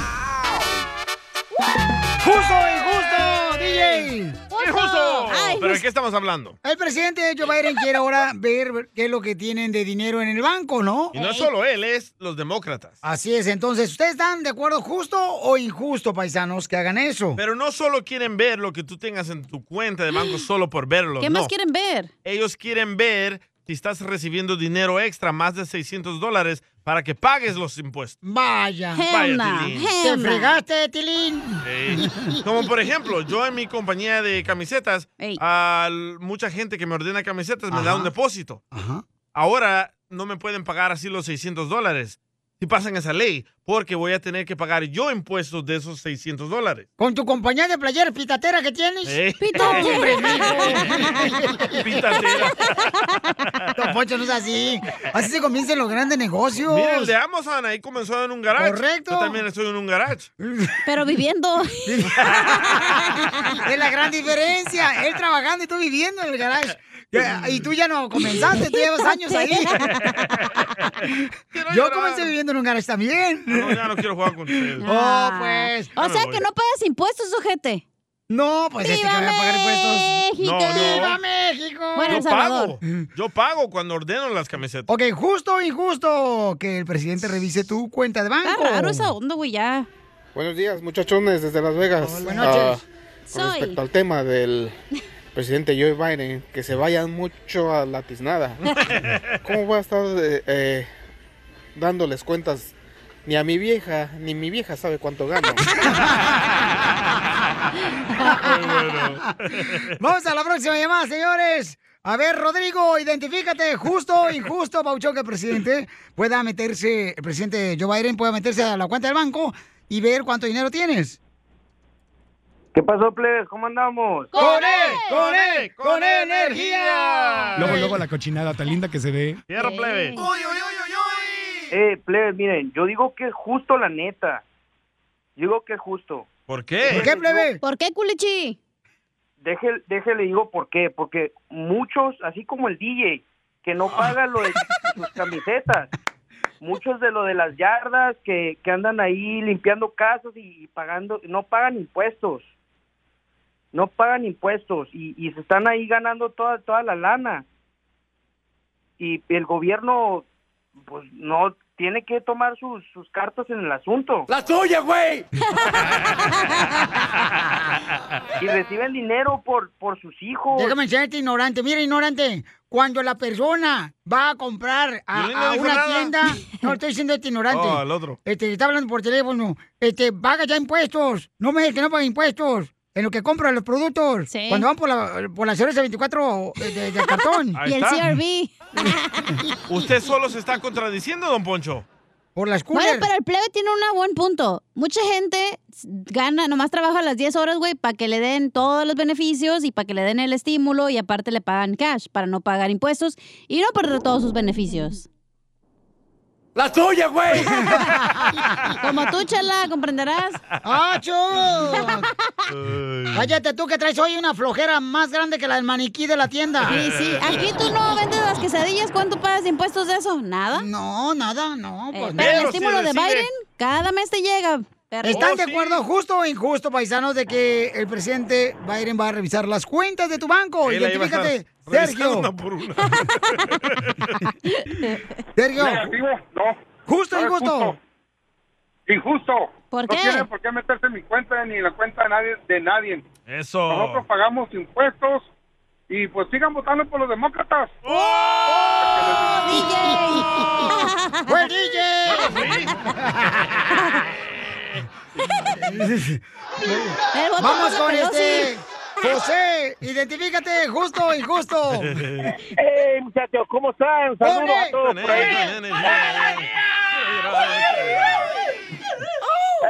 [SPEAKER 1] ¡Justo o injusto, DJ!
[SPEAKER 3] ¡Injusto!
[SPEAKER 1] Ay,
[SPEAKER 3] ¿Pero de qué estamos hablando?
[SPEAKER 1] El presidente Joe Biden quiere ahora ver qué es lo que tienen de dinero en el banco, ¿no?
[SPEAKER 3] Y no es solo él, es los demócratas.
[SPEAKER 1] Así es, entonces, ¿ustedes están de acuerdo justo o injusto, paisanos, que hagan eso?
[SPEAKER 3] Pero no solo quieren ver lo que tú tengas en tu cuenta de banco solo por verlo.
[SPEAKER 4] ¿Qué más
[SPEAKER 3] no.
[SPEAKER 4] quieren ver?
[SPEAKER 3] Ellos quieren ver si estás recibiendo dinero extra, más de 600 dólares, para que pagues los impuestos.
[SPEAKER 1] Vaya.
[SPEAKER 3] Vaya, Tilín.
[SPEAKER 1] Te fregaste, Tilín.
[SPEAKER 3] Sí. Como por ejemplo, yo en mi compañía de camisetas, al- mucha gente que me ordena camisetas me da un depósito. Ahora no me pueden pagar así los 600 dólares. Si pasan esa ley, porque voy a tener que pagar yo impuestos de esos 600 dólares.
[SPEAKER 1] Con tu compañía de player pitatera que tienes.
[SPEAKER 3] Eh.
[SPEAKER 1] No, hombre,
[SPEAKER 3] mijo. Pitatera.
[SPEAKER 1] Don Poncho, no es así. Así se comienzan los grandes negocios.
[SPEAKER 3] Mira, el de Amazon ahí comenzó en un garage.
[SPEAKER 1] Correcto.
[SPEAKER 3] Yo también estoy en un garage.
[SPEAKER 4] Pero viviendo.
[SPEAKER 1] Es la gran diferencia. Él trabajando y tú viviendo en el garage. Ya, Y tú ya no comenzaste, tú llevas años ahí. Yo comencé viviendo en un garage también.
[SPEAKER 3] No, ya no quiero jugar con ustedes.
[SPEAKER 1] Oh, pues.
[SPEAKER 4] Ah. O sea que no pagas impuestos, ojete.
[SPEAKER 1] No, pues
[SPEAKER 4] este que voy a pagar impuestos.
[SPEAKER 3] No, no.
[SPEAKER 1] ¡Viva México!
[SPEAKER 3] yo pago. Yo pago cuando ordeno las camisetas.
[SPEAKER 1] Ok, justo o injusto que el presidente revise tu cuenta de banco.
[SPEAKER 4] Está raro esa onda, güey, ya.
[SPEAKER 11] Buenos días, muchachones desde Las Vegas.
[SPEAKER 4] Buenas noches.
[SPEAKER 11] Ah,
[SPEAKER 4] Soy-
[SPEAKER 11] con respecto al tema del presidente Joe Biden, que se vayan mucho a la tiznada. ¿Cómo voy a estar eh, eh, dándoles cuentas? Ni a mi vieja, ni mi vieja sabe cuánto gano.
[SPEAKER 1] Vamos a la próxima llamada, señores. A ver, Rodrigo, identifícate. Justo o injusto, Pauchón, que el presidente pueda meterse, el presidente Joe Biden pueda meterse a la cuenta del banco y ver cuánto dinero tienes.
[SPEAKER 12] ¿Qué pasó, plebes? ¿Cómo andamos?
[SPEAKER 1] ¡Con él! ¡Con él! ¡Con E energía!
[SPEAKER 6] Luego, luego la cochinada tan linda que se ve.
[SPEAKER 12] Tierra, plebe. Eh, plebes, miren, yo digo que es justo, la neta. Yo digo que es justo.
[SPEAKER 3] ¿Por qué?
[SPEAKER 1] plebe?
[SPEAKER 4] ¿Por qué, culichi?
[SPEAKER 12] Deje, déjele, digo por qué. Porque muchos, así como el DJ, que
[SPEAKER 3] Ah.
[SPEAKER 12] no paga lo de sus camisetas, muchos de lo de las yardas que, que andan ahí limpiando casas y, y pagando, no pagan impuestos. No pagan impuestos y, y se están ahí ganando toda, toda la lana. Y el gobierno, pues no tiene que tomar sus, sus cartas en el asunto. ¡La tuya, güey! y reciben dinero por, por sus hijos.
[SPEAKER 1] Déjame enseñarte, ignorante. Mira, ignorante, cuando la persona va a comprar a,
[SPEAKER 12] Yo no
[SPEAKER 1] a
[SPEAKER 12] dije
[SPEAKER 1] una
[SPEAKER 12] nada.
[SPEAKER 1] tienda... No, estoy diciendo este ignorante.
[SPEAKER 12] Oh, al otro.
[SPEAKER 1] Este, que está hablando por teléfono. Este, paga ya impuestos. No me digas que no paga impuestos. En lo que compra los productos. Cuando van por la, por la cerveza 24 de, de- de cartón.
[SPEAKER 3] Ahí Y el está.
[SPEAKER 4] CRB.
[SPEAKER 3] Usted solo se está contradiciendo, don Poncho.
[SPEAKER 1] Por las
[SPEAKER 4] Bueno, pero el plebe tiene un buen punto. Mucha gente s- gana, nomás trabaja las 10 horas, güey, para que le den todos los beneficios y para que le den el estímulo y aparte le pagan cash para no pagar impuestos y no perder todos sus beneficios.
[SPEAKER 2] ¡La tuya, güey!
[SPEAKER 4] Como tú, chala, comprenderás.
[SPEAKER 1] ¡Acho! Ah, Cállate tú que traes hoy una flojera más grande que la del maniquí de la tienda.
[SPEAKER 4] Sí, sí. Aquí tú no vendes las quesadillas. ¿Cuánto pagas de impuestos de eso? ¿Nada? Eh,
[SPEAKER 1] No, nada, no. pues
[SPEAKER 4] pero
[SPEAKER 1] no.
[SPEAKER 4] el estímulo de
[SPEAKER 1] Pero sí
[SPEAKER 4] Biden, cada mes te llega. perro. Oh,
[SPEAKER 1] ¿Están de acuerdo, justo o injusto, paisanos, de que el presidente Biden va a revisar las cuentas de tu banco?
[SPEAKER 12] Él ahí va a estar
[SPEAKER 1] Identifícate,
[SPEAKER 12] revisando
[SPEAKER 1] Sergio.
[SPEAKER 12] una
[SPEAKER 1] Sergio.
[SPEAKER 23] Negativo, no.
[SPEAKER 1] Justo,
[SPEAKER 23] No es
[SPEAKER 1] injusto.
[SPEAKER 23] justo. Injusto.
[SPEAKER 4] ¿Por
[SPEAKER 23] No
[SPEAKER 4] qué?
[SPEAKER 23] tiene por qué meterse en mi cuenta ni en la cuenta de nadie. De nadie.
[SPEAKER 3] Eso.
[SPEAKER 23] Nosotros pagamos impuestos y pues sigan votando por los demócratas.
[SPEAKER 2] ¡Oh!
[SPEAKER 1] ¡Fue el DJ!
[SPEAKER 2] botón
[SPEAKER 1] Vamos
[SPEAKER 2] de
[SPEAKER 1] con
[SPEAKER 2] Pelosi.
[SPEAKER 1] este. José, identifícate, justo o injusto.
[SPEAKER 24] ¡Hey, muchachos! ¿Cómo están?
[SPEAKER 12] E,
[SPEAKER 1] Saludos
[SPEAKER 24] a todos por ahí.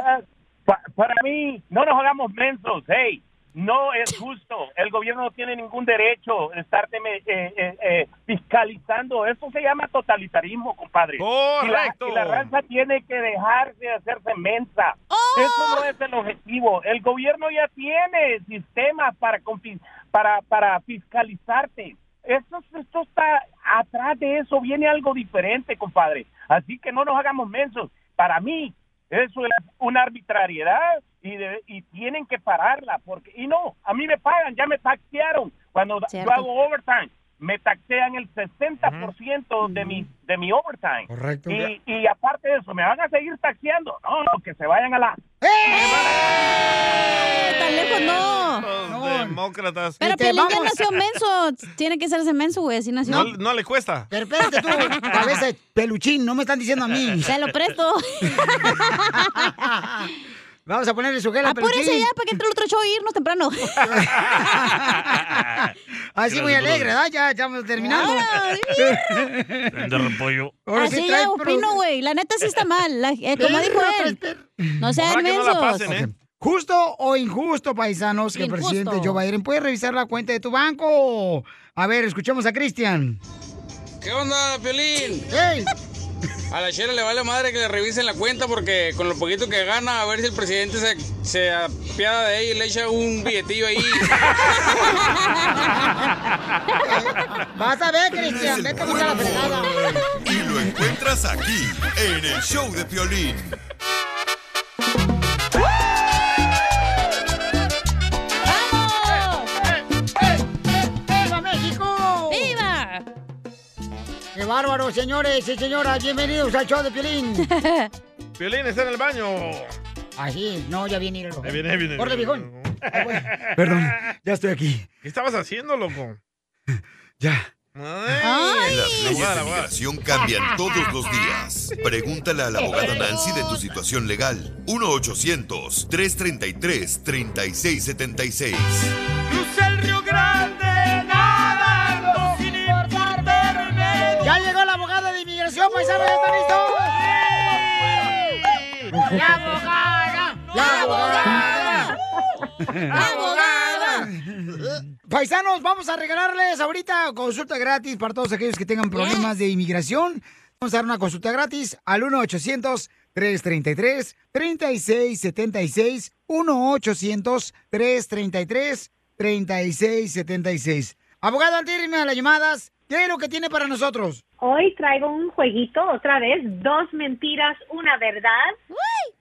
[SPEAKER 24] Ah, pa- para mí, no nos hagamos mensos, hey. No es justo. El gobierno no tiene ningún derecho de estarte me- eh, eh, eh, fiscalizando. Eso se llama totalitarismo, compadre.
[SPEAKER 2] Correcto.
[SPEAKER 24] Y la, y la raza tiene que dejar de hacerse mensa. Eso no es el objetivo. El gobierno ya tiene sistemas para, confi- para, para fiscalizarte. Eso, esto está atrás de eso, viene algo diferente, compadre. Así que no nos hagamos mensos. Para mí, eso es una arbitrariedad y, de- y tienen que pararla. porque Y no, a mí me pagan, ya me taxearon. Cuando da-
[SPEAKER 2] Cierto.
[SPEAKER 24] yo hago overtime, me taxean el 60% de mi, de mi overtime.
[SPEAKER 2] Correcto.
[SPEAKER 24] Y, y aparte de eso, me van a seguir taxeando. No, no, que se vayan a la...
[SPEAKER 4] ¡Tan lejos no!
[SPEAKER 3] Demócratas.
[SPEAKER 4] Pero Piolín ya nació menso. Tiene que serse menso, güey. Así
[SPEAKER 3] No,
[SPEAKER 4] nació.
[SPEAKER 3] no le cuesta.
[SPEAKER 1] Pero espérate tú, cabeza de peluchín, no me están diciendo a mí.
[SPEAKER 4] Se lo presto.
[SPEAKER 1] Vamos a ponerle su gel a
[SPEAKER 4] Apúrese
[SPEAKER 1] Peluchín.
[SPEAKER 4] ya para que entre el otro show e irnos temprano.
[SPEAKER 1] Así muy alegre, ¿verdad? Ya, ya vamos terminando.
[SPEAKER 3] De repollo.
[SPEAKER 1] Ahora sí
[SPEAKER 4] Así
[SPEAKER 1] trae
[SPEAKER 4] ya opino, güey. La neta sí está mal. La- eh, como dijo él. No sean
[SPEAKER 1] Ojalá que no la
[SPEAKER 4] mensos.
[SPEAKER 1] pasen, ¿eh? Justo o injusto, paisanos, que el
[SPEAKER 4] Injusto.
[SPEAKER 1] presidente Joe Biden puede revisar la cuenta de tu banco. A ver, escuchemos a Cristian.
[SPEAKER 9] ¿Qué onda, Piolín? A la chera le vale madre que le revisen la cuenta porque con lo poquito que gana, a ver si el presidente se, se apiada de ella y le echa un billetillo ahí.
[SPEAKER 1] Vas a ver, Cristian, vete a buscar la fregada.
[SPEAKER 10] Y lo encuentras aquí, en el show de Piolín.
[SPEAKER 1] ¡Eh, ¡Viva México!
[SPEAKER 4] ¡Viva!
[SPEAKER 1] ¡Qué bárbaro, señores y señoras! Bienvenidos al show de Piolín.
[SPEAKER 3] Violín está en el baño.
[SPEAKER 1] Así, Ah, no, ya viene. Ahí
[SPEAKER 3] Ahí viene, ahí viene.
[SPEAKER 1] Corre, viejón.
[SPEAKER 6] Perdón, ya estoy aquí.
[SPEAKER 3] ¿Qué estabas haciendo, loco?
[SPEAKER 6] Ya.
[SPEAKER 3] Ay.
[SPEAKER 10] Las leyes
[SPEAKER 3] Abogada,
[SPEAKER 10] de
[SPEAKER 3] abogada.
[SPEAKER 10] migración cambian todos los días. Pregúntale a la abogada Nancy de tu situación legal. 1-800-333-3676.
[SPEAKER 2] el Río Grande nadando sin importarme.
[SPEAKER 1] Ya llegó la abogada de inmigración, paisanos, ¿ya están listos? ¡La abogada! ¡La abogada! ¡La abogada! Paisanos, vamos a regalarles ahorita consulta gratis para todos aquellos que tengan problemas de inmigración. Vamos a dar una consulta gratis al 1-800-333-3676. 1-800-333-3676. Abogado, antes de irme a las llamadas, ¿qué es lo que tiene para nosotros?
[SPEAKER 15] Hoy traigo un jueguito otra vez, dos mentiras, una verdad,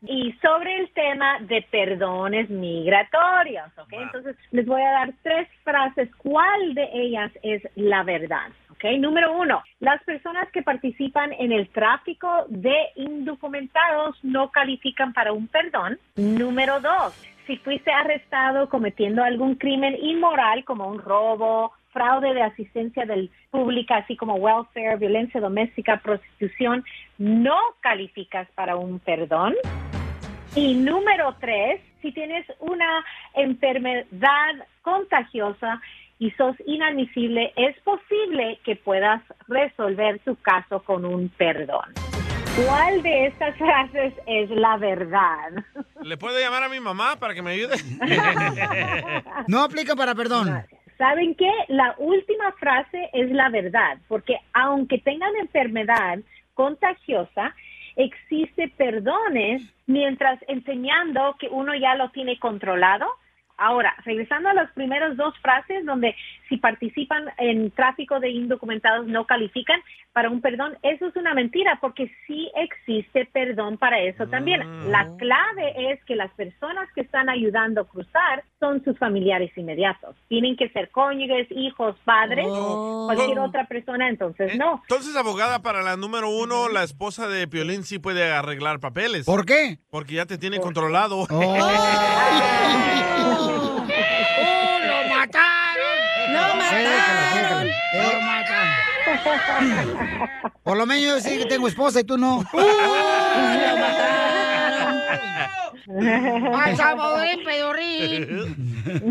[SPEAKER 15] y sobre el tema de perdones migratorios, ¿ok? Entonces les voy a dar tres frases, ¿cuál de ellas es la verdad? ¿Ok? Número uno, las personas que participan en el tráfico de indocumentados no califican para un perdón. Número dos, si fuiste arrestado cometiendo algún crimen inmoral como un robo, fraude de asistencia del pública, así como welfare, violencia doméstica, prostitución, no calificas para un perdón. Y número tres, si tienes una enfermedad contagiosa y sos inadmisible, es posible que puedas resolver tu caso con un perdón. ¿Cuál de estas frases es la verdad?
[SPEAKER 3] ¿Le puedo llamar a mi mamá para que me ayude?
[SPEAKER 1] No aplica para perdón.
[SPEAKER 15] ¿Saben qué? La última frase es la verdad, porque aunque tengan enfermedad contagiosa, existe perdones mientras enseñando que uno ya lo tiene controlado. Ahora, regresando a las primeras dos frases donde si participan en tráfico de indocumentados no califican para un perdón, eso es una mentira porque sí existe perdón para eso también. La clave es que las personas que están ayudando a cruzar son sus familiares inmediatos. Tienen que ser cónyuges, hijos, padres, cualquier otra persona, entonces no.
[SPEAKER 3] Entonces, abogada, para la número uno, la esposa de Piolín sí puede arreglar papeles.
[SPEAKER 1] ¿Por qué? Oh.
[SPEAKER 3] Porque ya te tiene controlado.
[SPEAKER 1] ¡Lo mataron! ¡Lo mataron! ¡Lo mataron! Por lo menos yo sí que tengo esposa y tú no. ¡Lo mataron! ¡Ay, Salvadorín, pedorrín!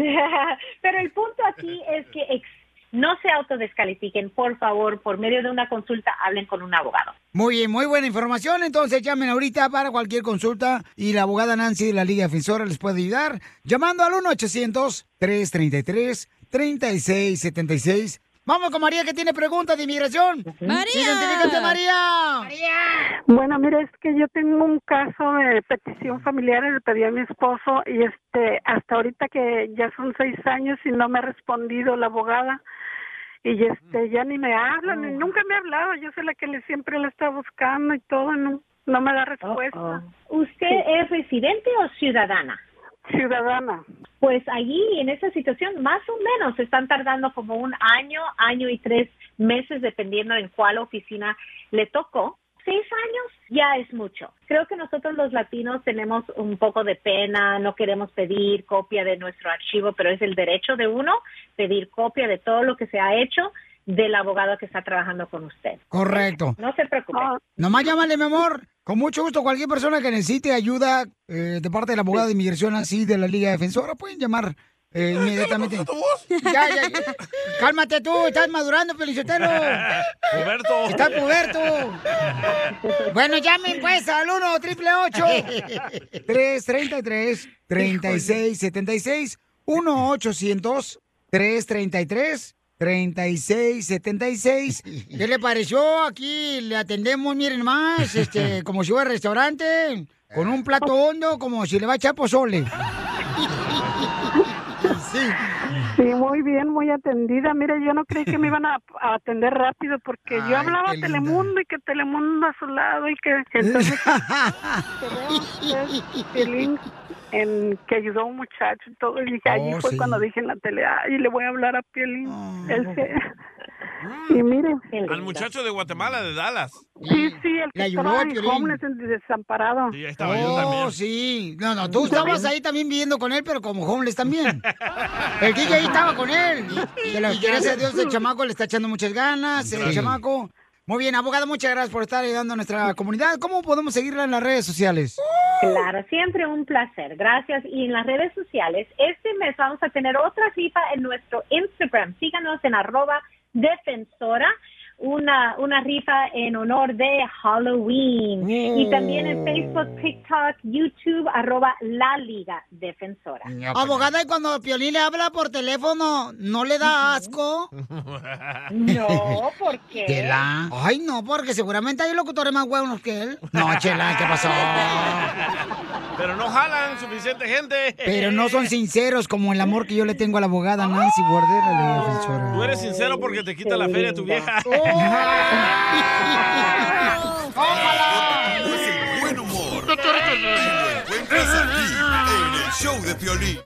[SPEAKER 15] Pero el punto aquí es que ex- no se autodescalifiquen, por favor, por medio de una consulta hablen con un abogado.
[SPEAKER 1] Muy bien, muy buena información. Entonces llamen ahorita para cualquier consulta y la abogada Nancy de la Liga Defensora les puede ayudar llamando al 1-800-333-3676. Vamos con María que tiene preguntas de inmigración.
[SPEAKER 2] María.
[SPEAKER 1] ¡Identifícate, María!
[SPEAKER 17] Bueno, mire, es que yo tengo un caso de petición familiar, le pedí a mi esposo y este, hasta ahorita que ya son seis años y no me ha respondido la abogada y este, ya ni me habla, ni- nunca me ha hablado, yo soy la que le siempre la está buscando y todo, no, no me da respuesta.
[SPEAKER 15] ¿Usted es residente o ciudadana?
[SPEAKER 17] Ciudadana.
[SPEAKER 15] Pues allí, en esa situación, más o menos están tardando como un año, año y tres meses, dependiendo en cuál oficina le tocó. Seis años ya es mucho. Creo que nosotros los latinos tenemos un poco de pena, no queremos pedir copia de nuestro archivo, pero es el derecho de uno pedir copia de todo lo que se ha hecho del abogado que está trabajando con usted.
[SPEAKER 1] Correcto.
[SPEAKER 15] No se preocupe.
[SPEAKER 1] Nomás llámale, mi amor. Con mucho gusto, cualquier persona que necesite ayuda eh, de parte del abogado de inmigración, así de la Liga Defensora, pueden llamar eh, inmediatamente. Ya, ya, ya. Cálmate tú, estás madurando, Felicitero.
[SPEAKER 2] Roberto.
[SPEAKER 1] Estás puberto. Bueno, llamen pues al 1 triple 333 3676 1 800 333 3676 ¿Qué le pareció? Aquí le atendemos, miren más, este, como si fuera restaurante, con un plato hondo, como si le va a echar pozole.
[SPEAKER 17] Sí. muy bien, muy atendida. Mira, yo no creí que me iban a, a atender rápido porque yo hablaba a
[SPEAKER 1] qué linda.
[SPEAKER 17] Telemundo y que Telemundo a su lado y que entonces Piolín, en que ayudó a un muchacho y todo y dije, allí
[SPEAKER 2] Oh,
[SPEAKER 17] fue
[SPEAKER 2] sí.
[SPEAKER 17] cuando dije en la tele, ay, le voy a hablar a Piolín. Él se- Y mire,
[SPEAKER 3] Al muchacho de Guatemala, de Dallas.
[SPEAKER 17] sí, sí, el que
[SPEAKER 3] Le ayudó
[SPEAKER 17] estaba
[SPEAKER 3] a
[SPEAKER 17] en
[SPEAKER 3] Piolín.
[SPEAKER 17] homeless, en desamparado.
[SPEAKER 3] Sí, ahí estaba yo también.
[SPEAKER 1] Oh, sí. No, no, tú estabas ahí también viviendo con él, pero como homeless también. El DJ ahí estaba con él. Y, y gracias a Dios, el chamaco le está echando muchas ganas. El
[SPEAKER 2] Sí.
[SPEAKER 1] chamaco. Muy bien, abogado, muchas gracias por estar ayudando a nuestra comunidad. ¿Cómo podemos seguirla en las redes sociales?
[SPEAKER 15] Claro, siempre un placer. Gracias. Y en las redes sociales, este mes vamos a tener otra rifa en nuestro Instagram. Síganos en arroba defensora. Una, una rifa en honor de Halloween. Y también en Facebook, TikTok, YouTube, arroba la Liga Defensora.
[SPEAKER 1] Abogada, y cuando Piolín le habla por teléfono, ¿no le da asco?
[SPEAKER 15] No, ¿por qué?
[SPEAKER 1] Chela. Ay, no, porque seguramente hay locutores más buenos que él. No, Chela, ¿qué pasó?
[SPEAKER 3] Pero no jalan suficiente gente.
[SPEAKER 1] Pero no son sinceros como el amor que yo le tengo a la abogada Nancy Guardera, la defensora.
[SPEAKER 3] Tú eres sincero porque te quita la feria tu vieja.
[SPEAKER 1] Oh.
[SPEAKER 10] Buen humor. Y lo encuentras aquí, en el show de Piolín.